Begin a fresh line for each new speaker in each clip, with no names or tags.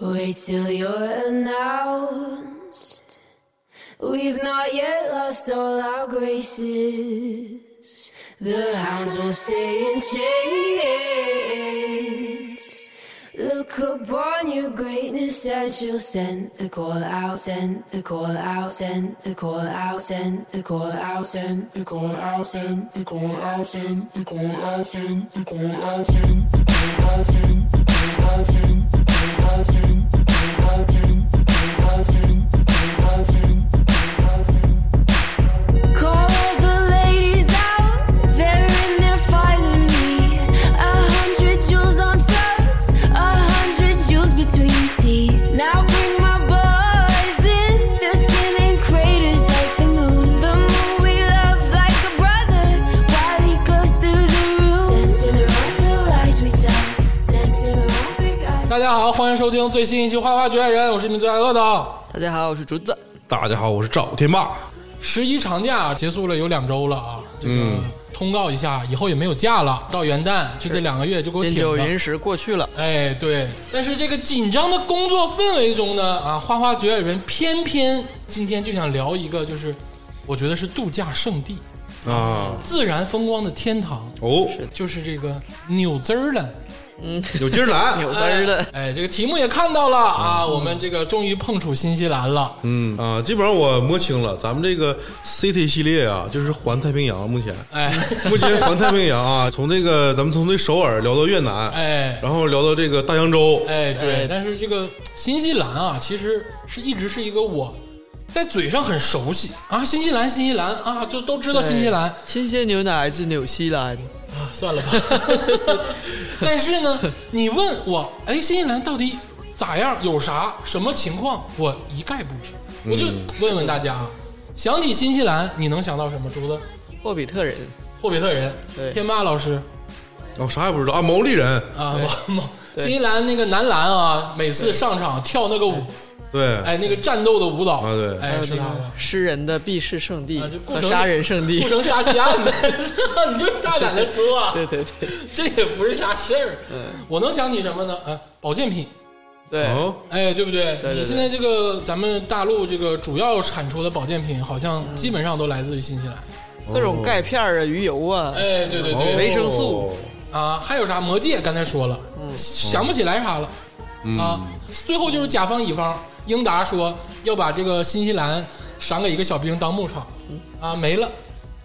Wait till you're announced. We've not yet lost all our graces. The hounds will stay in chains. Look upon your greatness and she'll send the call out, send the call out, send the call out, send the call out, send the call out, send the call out, send the call out, send the call out, send the call out, send the call out, send the call out, send the call out, send the call out, send the call out, send the call out, send. Call the ladies out, they're in their finery. A hundred jewels on throats, a hundred jewels between teeth. Now bring my boys in, their skin in craters like the moon. The moon we love like a brother, while he glows through the room. Dancing around the lies we tell, dancing around big eyes.
大家好，欢迎收听最新一期《花花局爱人》，我是你们最爱恶的。
大家好，我是竹子。
大家好，我是赵天霸。
十一长假结束了有两周了啊，这个、通告一下，以后也没有假了，到元旦就这两个月就给我
金
挺
九
着。
银十过去了，
哎，对，但是这个紧张的工作氛围中呢，啊，花花局爱人偏偏今天就想聊一个，就是我觉得是度假胜地、
啊，
自然风光的天堂，
哦，
就是这个纽兹兰。
有劲儿来，
有丝儿的，
哎，这个题目也看到了啊，我们这个终于碰触新西兰了。
嗯啊，基本上我摸清了，咱们这个 CT 系列啊，就是环太平洋，目前，
哎，
目前环太平洋啊，从这个咱们从这首尔聊到越南，
哎
然后聊到这个大洋洲，
哎，对
哎，
但是这个新西兰啊，其实是一直是一个我在嘴上很熟悉啊，新西兰，新西兰啊，就都知道新西兰
对，哎新鲜牛奶自纽西兰，
啊，算了 吧。 但是呢，你问我，哎，新西兰到底咋样？有啥什么情况？我一概不知。
嗯
我就问问大家啊，想起新西兰，你能想到什么？竹子，
霍比特人，
霍比特人
对，
天霸老师
哦，啥也不知道啊，毛利人，
啊，我我
对
新西兰那个男篮啊，每次上场跳那个舞，
对，
哎，那个战斗的舞蹈，
啊对
还
哎，
有
是
那
他
个
吧？
诗人的避世圣地
啊就顾
和
城
杀人圣地
不，成杀妻案 的，你就大胆的说、啊，
对嗯对对
这也不是啥事儿。我能想起什么呢？啊，保健品，
对，
哦，
哎，对不对？
对对
你现在这个咱们大陆这个主要产出的保健品，好像基本上都来自于新西兰。
嗯各种钙片儿啊、鱼油啊，
哎，对对对，
维生素
啊，还有啥魔戒？刚才说了，
嗯
想不起来啥了、啊。最后就是甲方乙方，英达说要把这个新西兰赏给一个小兵当牧场，
嗯
啊，没了，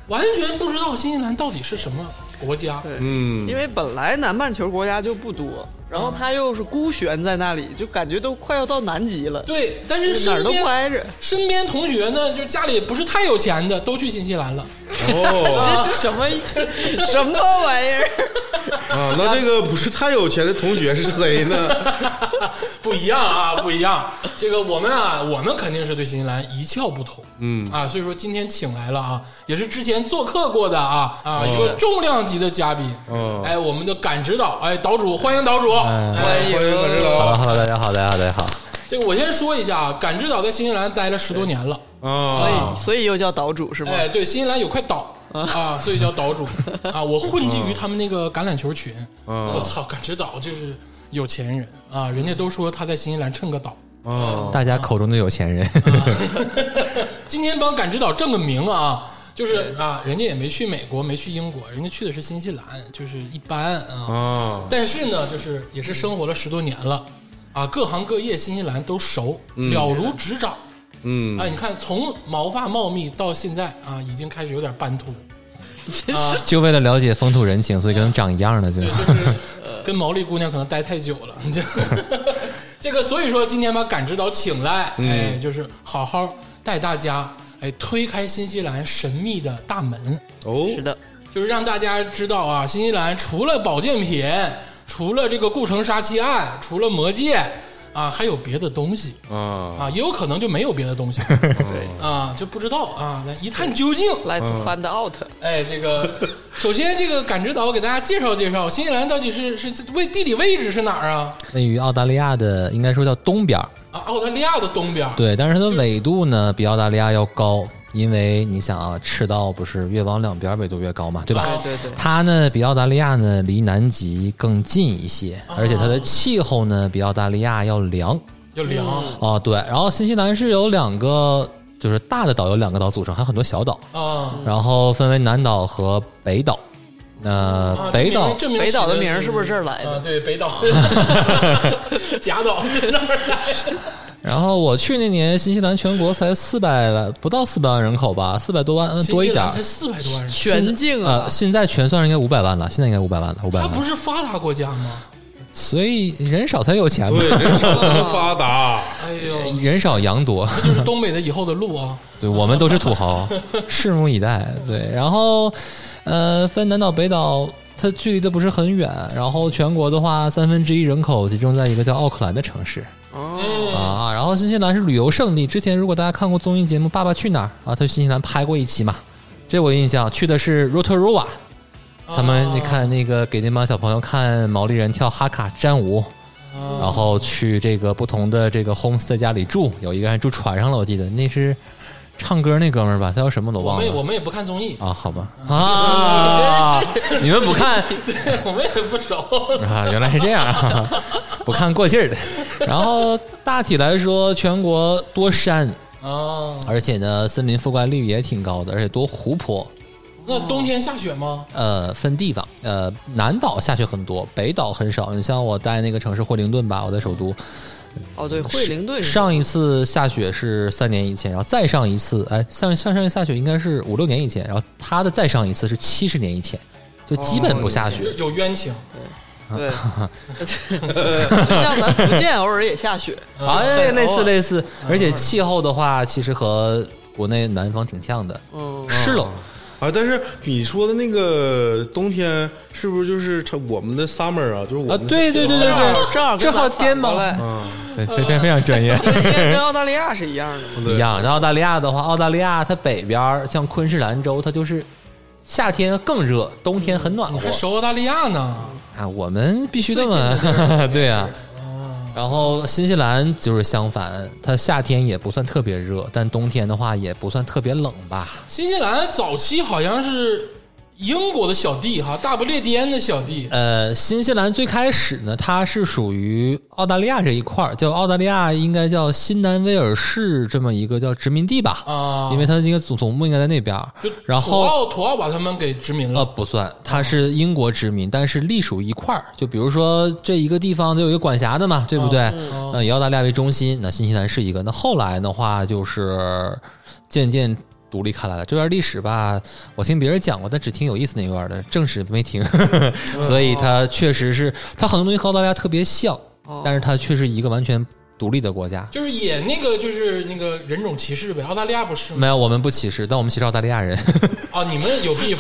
完全不知道新西兰到底是什么国家。
对
嗯
因为本来南半球国家就不多，然后它又是孤悬在那里，就感觉都快要到南极了，
对，但是
哪
身
儿都不
边
挨着，
身边同学呢，就家里不是太有钱的，都去新西 兰了。
哦
这是什么 什么玩意儿？
啊，那这个不是太有钱的同学是谁呢？
不一样啊，不一样。这个我们啊，我们肯定是对新西兰一窍不通，嗯啊，所以说今天请来了啊，也是之前做客过的啊啊、一个重量级的嘉宾，
哦
哎，我们的感指导，哎，岛主，欢迎岛主，哎，
欢迎大家
哈喽
好
哈喽，大家好，大家好，大家好。
这个我先说一下啊，感指导在新西兰待了十多年了，
啊，
所以又叫岛主是吗？
哎，对，新西兰有块岛。啊，所以叫岛主啊！我混迹于他们那个橄榄球群，我操，感指导就是有钱人啊！人家都说他在新西兰趁个岛，
啊
大家口中的有钱人，
今天帮感知岛正个名啊，就是啊，人家也没去美国，没去英国，人家去的是新西兰，就是一般啊。
啊，
但是呢，就是也是生活了十多年了啊，各行各业新西兰都熟，了如指掌。
嗯
啊，你看，从毛发茂密到现在啊，已经开始有点斑秃，
就为了了解风土人情，所以跟他们长一样的，对
对，
吧？
就是呃跟毛利姑娘可能待太久了。 你这这个，所以说今天把感知岛请来，哎，就是好好带大家哎推开新西兰神秘的大门。
哦，
是的，
就是让大家知道啊，新西兰除了保健品，除了这个顾城杀妻案，除了魔戒啊，还有别的东西
啊，
啊，也有可能就没有别的东西
对
啊，就不知道啊。那一探究竟，
，Let's
嗯
find out。
哎，这个 首先这个感知岛给大家介绍介绍，新西兰到底是是这位地理位置是哪儿啊？
位于澳大利亚的，应该说叫东边儿，
啊，澳大利亚的东边，
对，但是它的纬度呢比澳大利亚要高，因为你想啊，赤道不是越往两边纬度越高嘛，对吧？
啊
对对对
它呢比澳大利亚呢离南极更近一些，而且它的气候呢比澳大利亚要凉
要凉，
哦。对，然后新西兰是有两个就是大的岛，有两个岛组成，还有很多小岛，
嗯
啊
然后分为南岛和北岛。那
啊！
北岛
这名
北岛的
起
名儿是不是这儿来的
啊，对，北 岛， 贾岛是那儿来的。
然后我去那年，新西兰全国才四百来，不到四百万人口吧，四百多万，嗯， 多一点儿。
才四百多万人，
全境啊
呃，，现在全算是应该五百万了，现在应该五百万了，五百
它
万
不
了。
是发达国家吗？
所以人少才有钱 嘛，
对，人少才能发达。
哎呦，
人少 羊多。
就是东北的以后的路啊！
对我们都是土豪，拭目以待。对，然后呃，分南岛北岛，它距离的不是很远。然后全国的话，三分之一人口集中在一个叫奥克兰的城市
哦
啊。然后新西兰是旅游胜地，之前如果大家看过综艺节目《爸爸去哪儿》啊，他去新西兰拍过一期嘛，这我有印象，去的是 Rotorua。他们
啊
你看那个给那帮小朋友看毛利人跳哈卡战舞，然后去这个不同的这个 homestay 家里住，有一个人住船上了，我记得那是唱歌那哥们儿吧，他叫什么我
我
忘
们也
了。
我们也不看综艺，
啊，好吧，啊，你们不看
我们也不 熟。
啊，原来是这样啊，不看过气儿的。然后大体来说，全国多山，
啊，
而且呢，森林覆盖率也挺高的，而且多湖泊。
那
嗯
冬天下雪吗？
呃，分地方，呃，南岛下雪很多，北岛很少。你像我在那个城市惠灵顿吧，我在首都，
哦对，惠灵顿是
上一次下雪是三年以前，然后再上一次，哎，上上上一次下雪应该是五六年以前，然后它的再上一次是七十年以前，就基本不
哦
下雪。
这有冤情，
对，就像咱福建啊偶尔也下雪，
哎，类似类似，而且气候的话，其实和国内南方挺像的，
嗯，
湿冷。
啊，但是你说的那个冬天是不是就是成我们的 summer 啊？就是我
啊，
们的啊
对对对对
正好
对，
正好跟
正
咱
好
反
颠
过
嘛
来，
非非非非常专 业。
因为跟澳大利亚是一样的嘛。
对
一样。然后澳大利亚的话，澳大利亚它北边儿像昆士兰州，它就是夏天更热，冬天很暖和
还熟澳大利亚呢。
啊。我们必须这么 对啊。
哦
然后新西兰就是相反，它夏天也不算特别热，但冬天的话也不算特别冷吧。
新西兰早期好像是英国的小弟哈，大不列颠的小弟。
呃，新西兰最开始呢，它是属于澳大利亚这一块儿，叫澳大利亚应该叫新南威尔士这么一个叫殖民地吧，
啊
因为它应该总总部应该在那边儿
就。
然后
土澳土澳把他们给殖民
呃，
了，
不算，它是英国殖民，但是隶属一块儿。就比如说这一个地方都有一个管辖的嘛，对不对？那以澳大利亚为中心，那新西兰是一个。那后来的话，就是渐渐独立开来了。这段历史吧，我听别人讲过，但只听有意思那段的，正史没听。 所以它确实是，它很多东西和澳大利亚特别像，但是它却是一个完全独立的国家。
就是也那个就是那个人种歧视呗。澳大利亚不是吗？
没有，我们不歧视，但我们歧视澳大利亚人。
啊，你们有 beef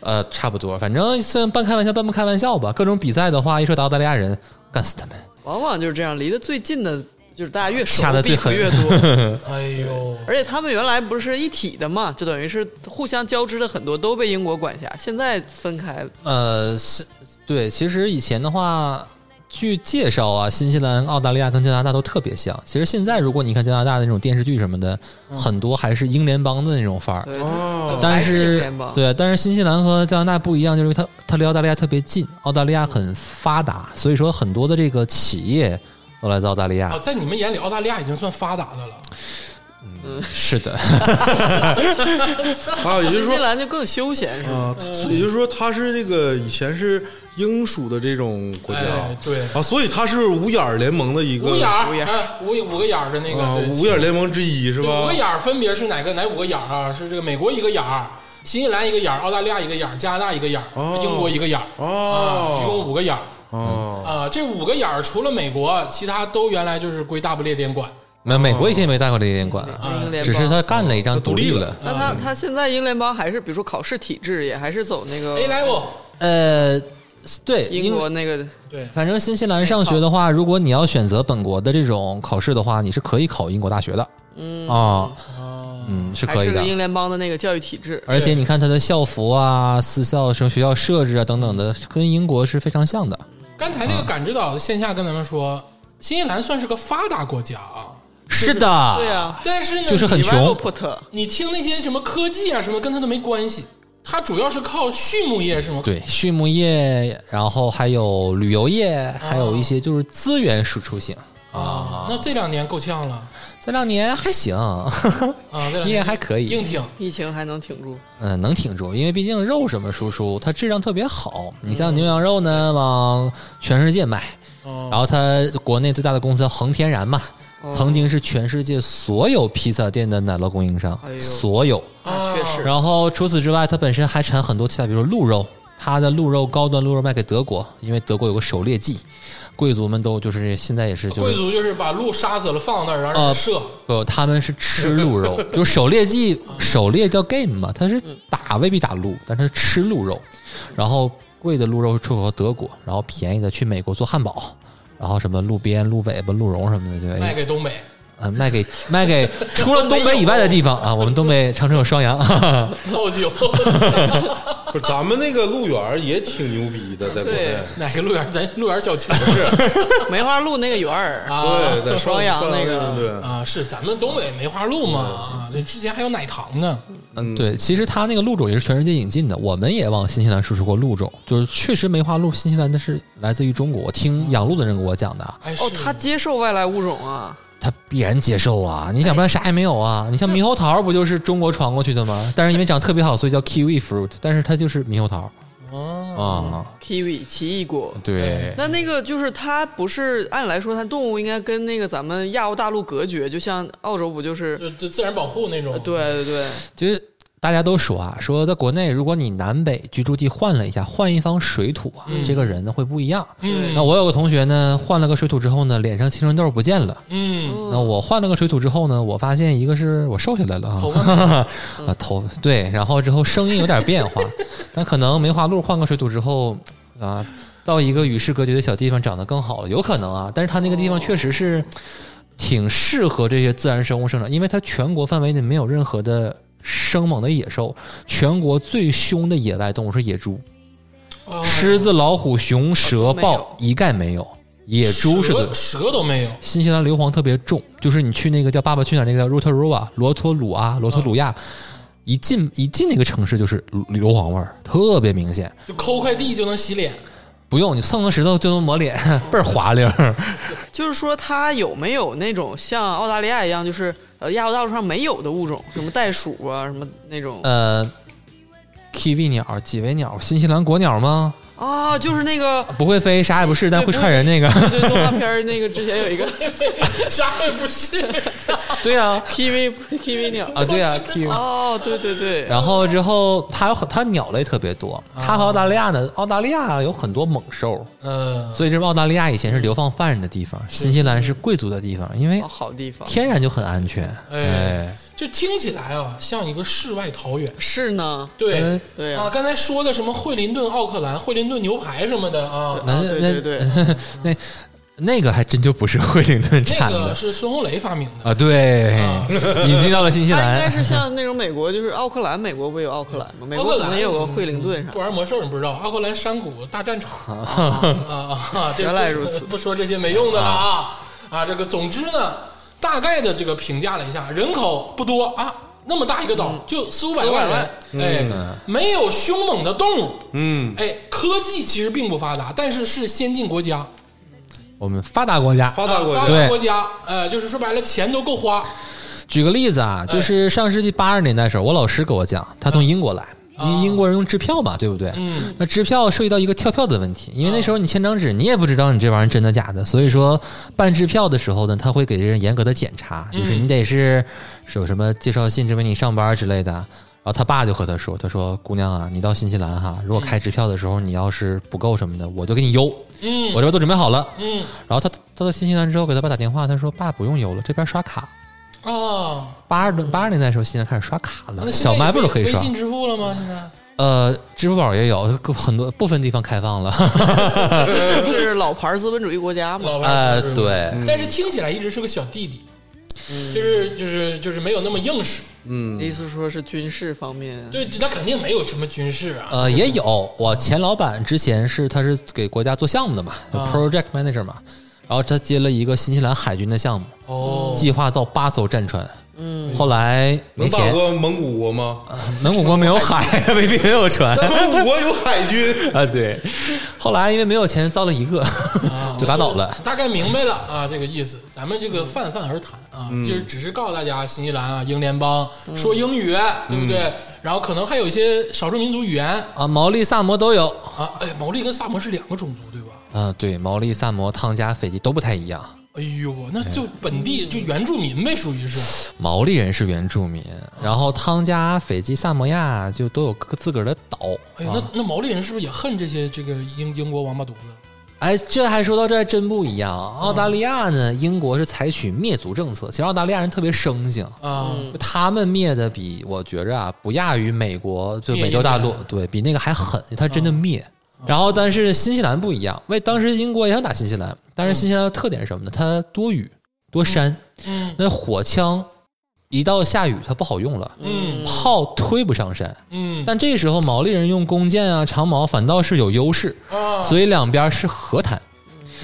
呃，差不多，反正算半开玩笑半不开玩笑吧。各种比赛的话，一说到澳大利亚人，干死他们！
往往就是这样，离得最近的，就是大家越熟
掐得最
壁虎
狠
越多，
哎呦，
而且他们原来不是一体的嘛，就等于是互相交织的很多都被英国管辖，现在分开了。
呃，是对，其实以前的话，据介绍啊，新西兰、澳大利亚跟加拿大都特别像。其实现在如果你看加拿大的那种电视剧什么的，很多还是英联邦的那种范儿。
嗯对，
哦，
但
还是英
是
联邦
对，但是新西兰和加拿大不一样，就是因为它它离澳大利亚特别近，澳大利亚很发达，所以说很多的这个企业都来自澳大利亚。
哦
啊，在你们眼里，澳大利亚已经算发达的了。
是的，
啊，也就
新
是
西
说
兰就更休闲是吧？
啊，所以也就是说它是这个以前是英属的这种国家
哎，对，
啊，所以它是五眼儿联盟的一个
五眼
五眼
儿，
儿
哎，五五个眼儿的那个
啊，
对
五眼儿联盟之一是
对
吧
五个？眼儿分别是哪个哪五个眼儿啊？是这个美国一个眼儿，新西兰一个眼儿，澳大利亚一个眼儿，加拿大一个眼儿，
哦
英国一个眼儿，啊，一共
哦
五个眼儿。
哦，
啊、这五个眼儿除了美国，其他都原来就是归大不列颠管。
那美国以前也没带过猎鹰馆，
英联邦
啊只是他干了一张
他独
独
立
立
了
了。
那他他现在英联邦还是比如说考试体制，也还是走那
A
个
level，
呃，对，
英
英
国那个
对，
反正新西兰上学的话，如果你要选择本国的这种考试的话，你是可以考英国大学的。嗯啊，嗯，是
哦还
可以
是
的
个。英联邦的那个教育体制。
而且你看它的校服啊、私校生学校设置啊等等的，跟英国是非常像的。
刚才那个感知岛的线下跟咱们说，新西兰算是个发达国家啊，
是的，
对啊呀，
但是呢，
就是很穷
developed
你听那些什么科技啊什么，跟它都没关系，它主要是靠畜牧业什么。
对，畜牧业，然后还有旅游业，还有一些就是资源输出型。
啊，那这两年够呛了
这两年还行，
啊，这两
应该
年
还可以
硬，挺。
疫情还能挺住，
嗯，能挺住，因为毕竟肉什么输出，它质量特别好。
嗯
你像牛羊肉呢，往全世界卖，
哦哦
然后它国内最大的公司恒天然嘛，曾经是全世界所有披萨店的奶酪供应商
哎，呦
所有。
哦
那确实
然后除此之外，它本身还产很多其他，比如说鹿肉，它的鹿肉高端鹿肉卖给德国，因为德国有个狩猎季，贵族们都就是现在也是就哦
贵
是。
族就是把鹿杀死了放那儿，然后让人射。
不，他们是吃鹿肉， 就是狩猎季，狩猎叫 game 嘛，它
嗯
是打未必打鹿，但是吃鹿肉，然后贵的鹿肉是出口到德国，然后便宜的去美国做汉堡，然后什么鹿鞭、鹿尾巴、鹿茸什么的，就哎
卖给东 北，
啊，卖给卖给除了东北以外的地方啊，我们东北长春 有双阳，
倒 酒。
不是咱们那个鹿园儿也挺牛逼的，在国内
对。
哪个鹿园？咱鹿园小区
梅花鹿那个园儿，
啊
对，在
双阳
阳
那个
个
啊，是咱们东北梅花鹿嘛？啊，这之前还有奶糖呢。
嗯，对，其实它那个鹿种也是全世界引进的，我们也往新西兰输出过鹿种，就是确实梅花鹿，新西兰的是来自于中国，我听养鹿的人给我讲的，啊
哎，
哦，
是
它接受外来物种啊，
它必然接受啊，你想不然啥也没有啊，
哎
你像猕猴桃不就是中国传过去的 吗？但是因为长得特别好，所以叫 kiwi fruit，但是它就是猕猴桃
哦，
啊，
kiwi 奇异果。
对，
那那个就是它不是按来说，它动物应该跟那个咱们亚欧大陆隔绝，就像澳洲不就是？
就就自然保护那种。
啊对对对，
就是大家都说啊，说在国内，如果你南北居住地换了一下，换一方水土啊，
嗯
这个人呢会不一样。
嗯，
那我有个同学呢，换了个水土之后呢，脸上青春痘不见了。
嗯，
那我换了个水土之后呢，我发现一个是我瘦下来了
头
啊， 啊头对，然后之后声音有点变化，但可能梅花鹿换个水土之后啊，到一个与世隔绝的小地方长得更好了，有可能啊。但是它那个地方确实是挺适合这些自然生物生长，因为它全国范围内没有任何的生猛的野兽，全国最凶的野外动物是野猪，
哦
狮子、老虎、熊、蛇、
都没有
豹一概没有，野猪是最
蛇蛇都没有。
新西兰硫磺特别重，就是你去那个叫《爸爸去哪儿》那个叫 Rotorua 罗托鲁啊罗托鲁亚，一进一进那个城市就是硫磺味儿，特别明显。
就抠块地就能洗 脸，
不用你蹭个石头就能抹脸， 倍儿滑溜儿。
就是说它有没有那种像澳大利亚一样，就是呃亚欧大陆上没有的物种，什么袋鼠啊，什么那种
呃，kiwi 鸟、几维鸟、新西兰国鸟吗？
啊，就是那个
不会飞，啥也不是，但会踹人那个。
对动画片儿那个之前有一个
啥也不是。
对啊，
kiwi kiwi 鸟
啊 对啊，kiwi。
哦，对对对，
然后之后，它有很它鸟类特别多。它和澳大利亚呢，澳大利亚有很多猛兽，
嗯，
所以这澳大利亚以前是流放犯人的地方，新西啊兰是贵族的地方，因为
哦好地方
天然就很安全。
哎，就听起来啊，像一个世外桃源。
是呢，
对
嗯，
对
啊，
呀，
刚才说的什么惠灵顿奥克兰、惠灵顿牛排什么的啊，
那
啊
那
对对对，
那那个还真就不是惠灵顿
那
产
个
的
是孙红雷发明的。
啊，对，引进到了新西
它应该
兰。
是像那种美国，就是奥克兰，美国不也有奥克兰 吗？美
奥
国
克
可
兰
能也有个惠灵顿啥
不。玩魔兽你不知道，奥克兰山谷大战场啊啊啊！这
原来如此
不说这些没用的了啊啊！这个总之呢，大概的这个评价了一下，人口不多啊，那么大一个岛就四五百万人，哎，没有凶猛的动物，嗯，哎，科技其实并不发达，但是是先进国家，
我们发达国家，
发达国
啊
家
发
对
达国家，呃，就是说白了，钱都够花，
举个例子啊，就是上世纪八十年代的时候，我老师给我讲，他从英国来。因为英国人用支票嘛，对不对？
嗯
那支票涉及到一个跳票的问题，因为那时候你签张纸，你也不知道你这玩意儿真的假的，所以说办支票的时候呢，他会给人严格的检查，就是你得是是有什么介绍信证明你上班之类的。然后他爸就和他说：“他说姑娘啊，你到新西兰哈，如果开支票的时候你要是不够什么的，我就给你邮，我
嗯
这边都准备好了。”
嗯
然后他他到新西兰之后给他爸打电话，他说：“爸不用邮了，这边刷卡。”
啊，
八十八十年代的时候，现在开始刷卡
那
了，
现在
小卖部都可以
微
刷。
信支付了吗？现在？
呃，支付宝也有，各很多部分地方开放了。
就是老牌资本主义国家嘛。
老 外
呃
哦是嗯不，是
对，
但是听起来一直是个小弟弟，
嗯
就是就是就是没有那么硬实，
意思说是军事方面，
对，他肯定没有什么军事啊，
呃，也有。我前老板之前是他是给国家做项目的嘛、p r o j e c t manager 嘛。然后他接了一个新西兰海军的项目，
哦，
计划造八艘战船。嗯，后来没
能打
钱，
过蒙古国吗？
蒙古国没有海，未必 没 有船
那蒙古国有海军，
啊。对，后来因为没有钱，造了一个，
啊
就打倒了。
大概明白了啊，这个意思。咱们这个泛泛而谈啊，
嗯
就是只是告诉大家，新西兰啊，英联邦说英语，对不对？
嗯
然后可能还有一些少数民族语言
啊，毛利、萨摩都有
啊。哎，毛利跟萨摩是两个种族，对吧？
啊，对，毛利、萨摩、汤加、斐济都不太一样。
哎呦，那就本地就原住民呗，属于是。
毛利人是原住民，然后汤加、斐济、萨摩亚就都有各自个儿的岛。
哎呦，
啊
那那毛利人是不是也恨这些这个英英国王八犊子？
哎，这还说到这儿真不一样。啊澳大利亚呢，英国是采取灭族政策，其实澳大利亚人特别生性，
啊？
嗯
他们灭的比我觉着啊，不亚于美国就
灭
美洲大陆
英国，
对比那个还狠，
嗯
他真的灭。然后，但是新西兰不一样，为当时英国也想打新西兰，但是新西兰的特点是什么呢？它多雨多山，
嗯
那火枪一到下雨它不好用了，
嗯
炮推不上山。
嗯
但这时候毛利人用弓箭啊、长矛反倒是有优势，
啊，
所以两边是和谈。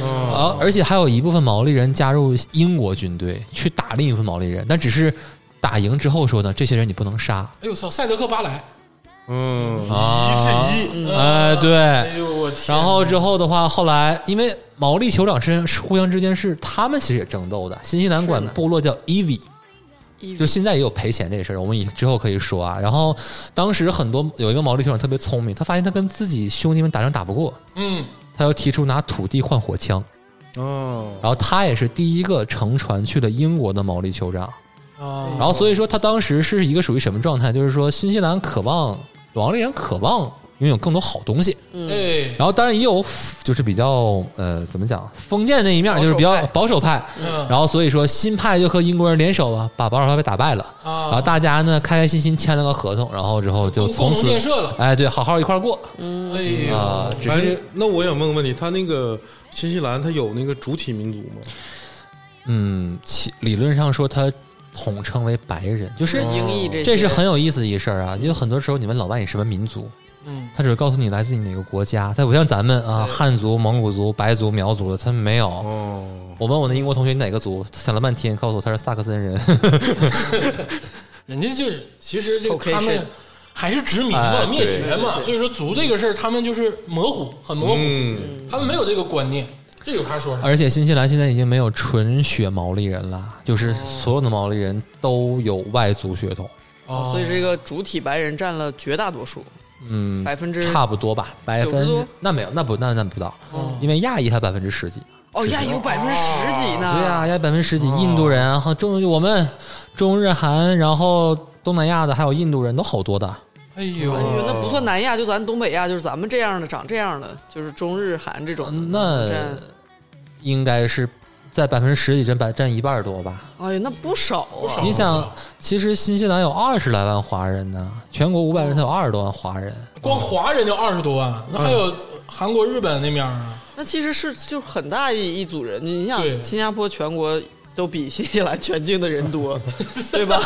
啊，
啊，而且还有一部分毛利人加入英国军队去打另一部分毛利人，但只是打赢之后说呢，这些人你不能杀。
哎呦操，塞德克巴莱，
嗯，
啊
一致一，
哎，对。
哎呦我天，
然后之后的话，后来因为毛利酋长身是互相之间是他们其实也争斗的，新西兰管部落叫 Evi。
一
就现在也有赔钱这事儿，我们以之后可以说啊。然后当时很多有一个毛利酋长特别聪明，他发现他跟自己兄弟们打仗打不过，
嗯
他要提出拿土地换火枪。
哦，
然后他也是第一个乘船去了英国的毛利酋长，
啊
然后所以说他当时是一个属于什么状态？就是说新西兰渴望王利人渴望拥有更多好东西，
哎
然后当然也有就是比较呃怎么讲封建那一面，
保守派
就是比较保守派。
嗯
然后所以说新派就和英国人联手啊，把保守派给打败了。然后
啊，
大家呢开开心心签了个合同，然后之后就
共
从
共同
此
建设了，
哎对，好好一块儿过
哎呦。
啊、只
哎
是，
那我想问个问题，他那个新西兰，他有那个主体民族吗？
嗯，其理论上说他统称为白人，就是
是英译这些
这是很有意思的一事儿啊，因为很多时候你问老外你什么民族，
嗯
他只是告诉你来自你哪个国家，他不像咱们啊，
对
汉族、蒙古族、白族、苗族的，他没有。
哦，
我问我那英国同学你哪个族，他想了半天，告诉我他是萨克 森人，
人家就是其实就
Caucasian
他们还是殖民
哎
嘛、
对
灭绝嘛，所以说族这个事儿他们就是模糊，很模糊，
嗯，
他们没有这个观念，这有啥说啥。
而且新西兰现在已经没有纯血毛利人了，就是所有的毛利人都有外族血统，
哦
所以这个主体白人占了绝大多数，
嗯，
百分之
差不多吧，百
90
分
多
那没有，那不那那不到，
哦
因为亚裔才百分之十几，
哦呀有百分之十几呢，
对啊，亚百分之十几，
哦
印度人啊和中我们中日韩，然后东南亚的还有印度人都好多的。
哎呦，
哎呦，那不算南亚，就咱东北亚，就是咱们这样的长这样的，就是中日韩这种的。
那
占，
应该是在百分之十几占百占一半儿多吧。
哎呀，那不少
不少
啊！
你
不
想
少，
其实新西兰有二十来万华人呢，全国五百人才有二十多万华人。
光华人就二十多万，那还有
嗯
韩国、日本那面儿啊，
那其实是就是很大一一组人，你想
对
新加坡全国都比新西兰全境的人多，对吧？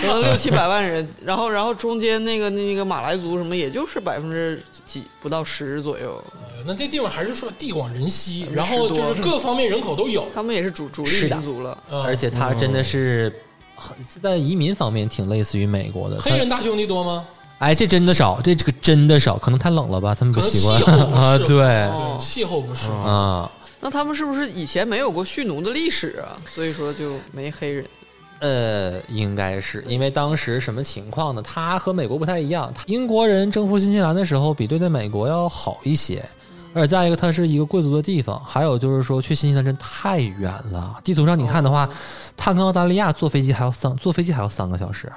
可能六七百万人，然后然后中间那个那个马来族什么，也就是百分之几不到十左右，
哎那这地方还是说地广人稀，
嗯
然后就是各方面人口都有，
嗯
他们也是主主力
是的
民族了。
嗯
而且它真的是很在移民方面挺类似于美国的。它
黑人大兄弟多吗？
哎，这真的少，这这个真的少，可能太冷了吧，他们不
可能
习
气
惯
候 不适
啊。对
哦
对，气候不适。
啊，
那他们是不是以前没有过蓄奴的历史啊？所以说就没黑人。
呃，应该是因为当时什么情况呢？它和美国不太一样，它英国人征服新西兰的时候，比对待美国要好一些。而且再一个，它是一个贵族的地方，还有就是说，去新西兰真太远了。地图上你看的
哦
话，它跟澳大利亚坐飞机还要三坐飞机还要三个小时。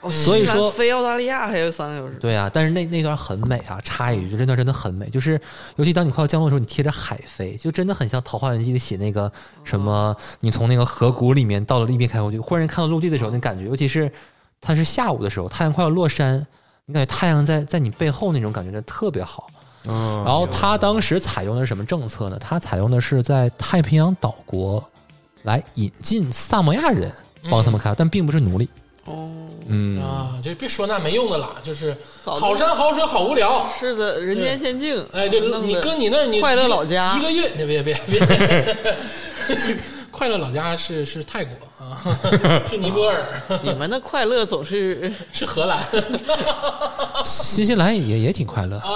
哦，
所以
新西兰
说
飞澳大利亚还有三个小时。
对啊，但是那那段很美啊。插一句，就这段真的很美，就是尤其当你快要降落的时候，你贴着海飞，就真的很像《桃花源记》里写那个什么，你从那个河谷里面到了另一边开过去，忽然看到陆地的时候，那感觉，尤其是它是下午的时候，太阳快要落山，你感觉太阳在在你背后那种感觉，真的特别好。
然
嗯
然后他当时采用的是什么政策呢？他采用的是在太平洋岛国来引进萨摩亚人，帮
嗯
他们开发，但并不是奴隶。
哦，
嗯
啊，就别说那没用的啦，就是
好的
好山好水好无聊。
是的，人间仙境。
哎，对，
弄
你
得
搁你那儿，你
快乐老家
一个月，别别别别，快乐老家是是泰国啊， 是尼泊尔，
你们的快乐总是
是荷兰
新西兰也也挺快乐。
啊。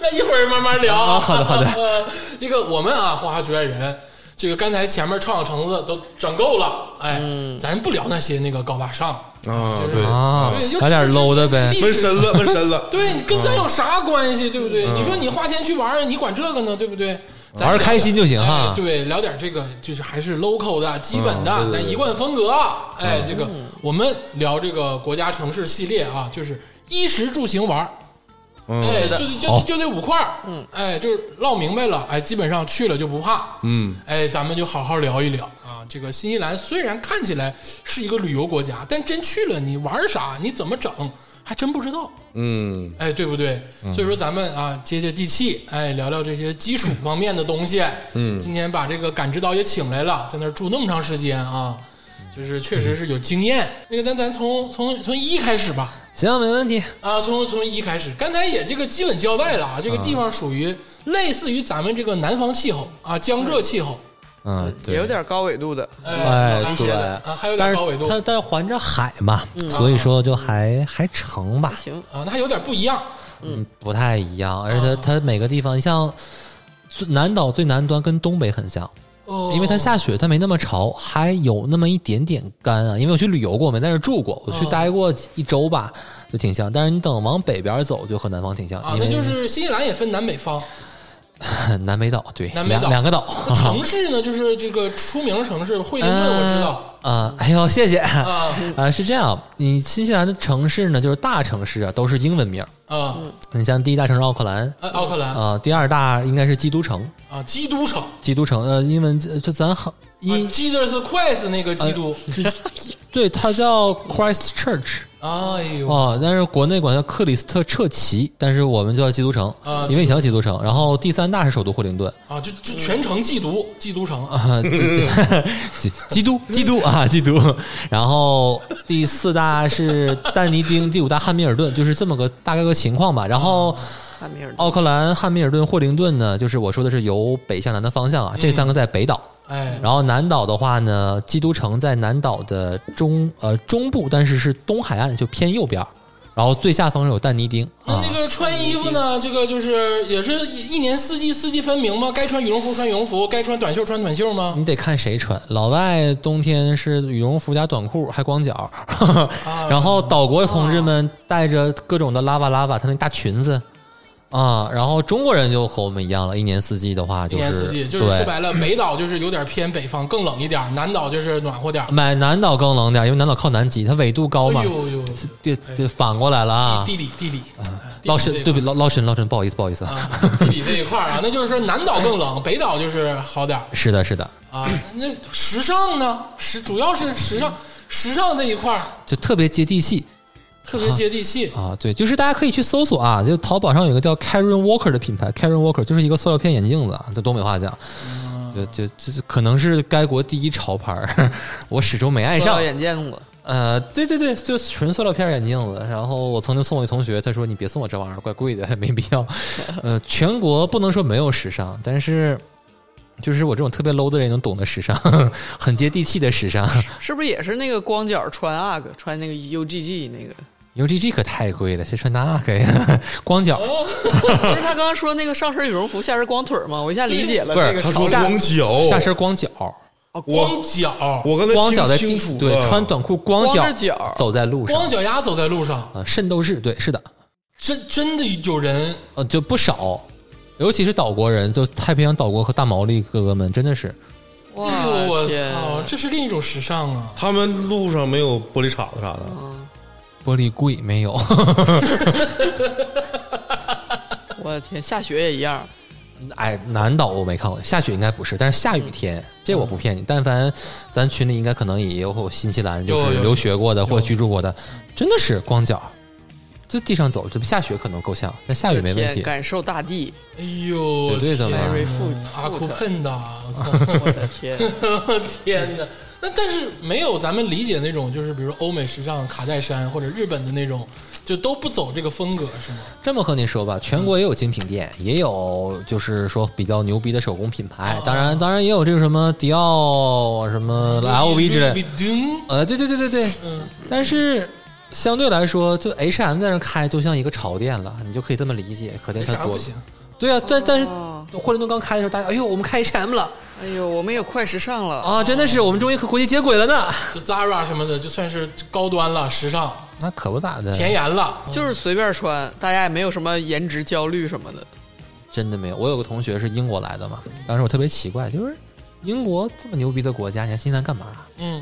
那一会儿慢慢聊
啊好的好 的
的。这个我们啊，花花局外人，这个刚才前面创橙子都整够了，哎，
嗯
咱不聊那些那个高大上，
啊，对，
啊
对，就，
来点
只是
low 的呗
历。史
纹身 了，纹身了，
对你跟咱有啥关系，对不对？你说你花钱去玩儿，你管这个呢，对不对？咱
嗯玩儿
聊
开心就行哈
哎对，聊点这个就是还是 local 的基本的，
嗯对对对
咱一贯风格。
嗯
哎，这个我们聊这个国家城市系列啊，就是衣食住行玩儿。
嗯
哎，就就
好
就这五块儿，嗯，哎，就是唠明白了，哎，基本上去了就不怕，
嗯，
哎，咱们就好好聊一聊啊。这个新西兰虽然看起来是一个旅游国家，但真去了你玩啥，你怎么整，还真不知道。
嗯，
哎，对不对？所以说咱们啊接接地气，哎，聊聊这些基础方面的东西。嗯，今天把这个感知导也请来了，在那儿住那么长时间啊，就是确实是有经验。那个咱咱从从从一开始吧，
行，没问题。
啊，从从一开始，刚才也这个基本交代了啊，这个地方属
嗯
于类似于咱们这个南方气候啊，江浙气候，呃
嗯，
也有点高纬度的，
哎
啊
对
啊，还有
但
点
是
高纬度嗯
它它环着海嘛，所以说就还还成吧，
行，
啊，那还有点不一样
嗯，不太一样。而且它它每个地方，你像最南岛最南端跟东北很像，
哦，
因为它下雪，它没那么潮，还有那么一点点干啊。因为我去旅游过，我没在那儿住过，我去
哦
待过一周吧，就挺像。但是你等往北边走，就和南方挺像，
啊，
因
那
为
就是新西兰也分南北方，
南北岛，对，
南北
两
岛
两个岛。
那城市呢，就是这个出名的城市惠灵顿，我知道
啊、哎呦，谢谢啊、
啊
是这样，你新西兰的城市呢，就是大城市啊，都是英文名儿。
啊，
你像第一大城市奥克兰，
啊奥克兰
啊、第二大应该是基督城，
啊，基督城，啊
基督城，呃，英文呃就咱好一、呃
Jesus Christ 那个基督，
对，它叫 Christ Church
哎呦
哦，但是国内管叫克里斯特彻奇，但是我们就叫基督城，
啊
因为以前叫基督城。然后第三大是首都惠灵顿，
啊，就就全城缉毒，缉毒城啊，
啊，基 基督基督啊，基督。然后第四大是但尼丁，第五大汉密尔顿，就是这么个大概个情况吧。然后
汉密尔顿
奥克兰、汉密尔顿、惠灵顿呢，就是我说的是由北向南的方向
嗯
啊，这三个在北岛。
哎
然后南岛的话呢，基督城在南岛的中呃中部，但是是东海岸，就偏右边儿。然后最下方有但尼丁
那
啊
那，个穿衣服呢？这个就是也是一一年四季四季分明吗？该穿羽绒服穿羽绒服，该穿短袖穿短袖吗？
啊你得看谁穿。老外冬天是羽绒服加短裤，还光脚。
啊
嗯然后岛国同志们带着各种的拉瓦拉瓦，他们大裙子啊。然后中国人就和我们一样了，一年四季的话
一
就是
年四季就是说
对。
白了，北岛就是有点偏北方，更冷一点；南岛就是暖和点。
买南岛更冷点儿，因为南岛靠南极，它纬度高嘛
哎，呦呦，
对对，反过来了啊。
地理地理，
老沈，对不起，老老沈，老沈，不好意思，不好意思啊。
啊， 地理这一块儿啊，那就是说南岛更冷，北岛就是好点儿
是的，是的，
啊。那时尚呢？时主要是时尚，时尚这一块儿
就特别接地气
特别接地气
啊。对，就是大家可以去搜索啊，就淘宝上有一个叫 Karen Walker 的品牌，Karen Walker 就是一个塑料片眼镜子啊，这东北话讲，
嗯
就就这可能是该国第一潮牌儿， 我始终没爱
塑
上
料。眼见过，
呃，对对对，就纯塑料片眼镜子。然后我曾经送我一同学，他说你别送我这玩意儿，怪贵的， 没必要。呃，全国不能说没有时尚，但是就是我这种特别 low 的人能懂得时尚， 很接地气的时尚。
是不是也是那个光脚穿 UGG 穿那个 UGG 那个？
UGG 可太贵了，谁穿那个呀？ 光脚
不是他刚刚说那个上身羽绒服，下身光腿儿吗？我一下理解了
不是
这个
他
潮
说
流。
下
光脚，
下身光脚，
哦
光脚，
我刚才
光脚在
听
地
清楚啊了，
对穿短裤光
光
脚
着脚
走在路上，
光脚丫走在路上，
啊，圣斗士对是的，
真真的有人
呃就不少，尤其是岛国人，就太平洋岛国和大毛利哥哥们真的是
哇
哎呦我
啊天啊
操，这是另一种时尚啊！
他们路上没有玻璃碴子啥的，
玻璃柜没有。
我的天，下雪也一样。
哎，南岛我没看过，下雪应该不是，但是下雨
嗯
天，这我不骗你。但凡咱群里应该可能也有新西兰就
有
是
有嗯
留学过的或居住过的，真的是光脚，就地上走，这下雪可能够呛，但下雨没问
天，
题。
感受大地，
哎呦，
绝对的嘛
天
哎
哪
瑞富
阿库
富特
喷达，啊我操！
啊
我的天，
天哪！那但是没有咱们理解那种，就是比如欧美时尚卡戴珊或者日本的那种，就都不走这个风格，是吗？
这么和你说吧，全国也有精品店，也有就是说比较牛逼的手工品
哦
牌，当然当然也有这个什么迪奥、啊什么 LV 之类的，呃，对对对对对，
嗯
但是相对来说，就 H&M 在那开就像一个潮店了，你就可以这么理解，可见它
，H&M
多
不。行，
对啊，但但是
哦
惠灵顿刚开的时候，大家哎呦，我们开 H&M 了
哎呦，我们也快时尚了，
啊，真的是我们终于和国际接轨了呢。
就 Zara 什么的，就算是高端了、时尚、
那可不咋的，
前沿了，
就是随便穿，大家也没有什么颜值焦虑什么的。
真的没有。我有个同学是英国来的嘛，当时我特别奇怪，就是英国这么牛逼的国家，你还新西兰干嘛？啊
嗯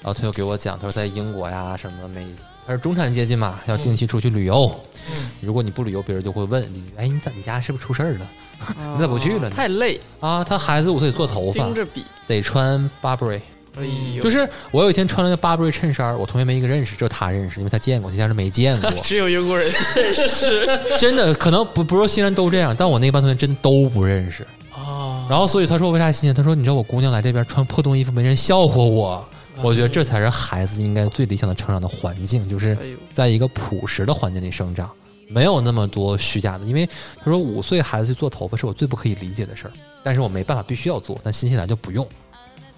然后他就给我讲，他说在英国呀，什么美，他是中产阶级嘛，要定期出去旅游。
嗯
如果你不旅游，别人就会问你，哎，你在你家是不是出事儿了？
你
你咋不去了呢
哦太累，
啊，他孩子五岁做头发
盯，着比，
得穿 Burberry。
哎呦，。
就是我有一天穿了个 Burberry 衬衫，我同学没一个认识，只有他认识，因为他见过，其他人没见过
只有英国 人
真的，可能不不是说新人都这样，但我那班同学真都不认识。
哦
啊，
然后所以他说为啥新鲜？他说你知道我姑娘来这边穿破洞衣服没人笑话我，
哎
我觉得这才是孩子应该最理想的成长的环境，就是
哎呦
在一个朴实的环境里生长，没有那么多虚假的。因为他说五岁孩子去做头发是我最不可以理解的事儿，但是我没办法必须要做，但新西兰就不用。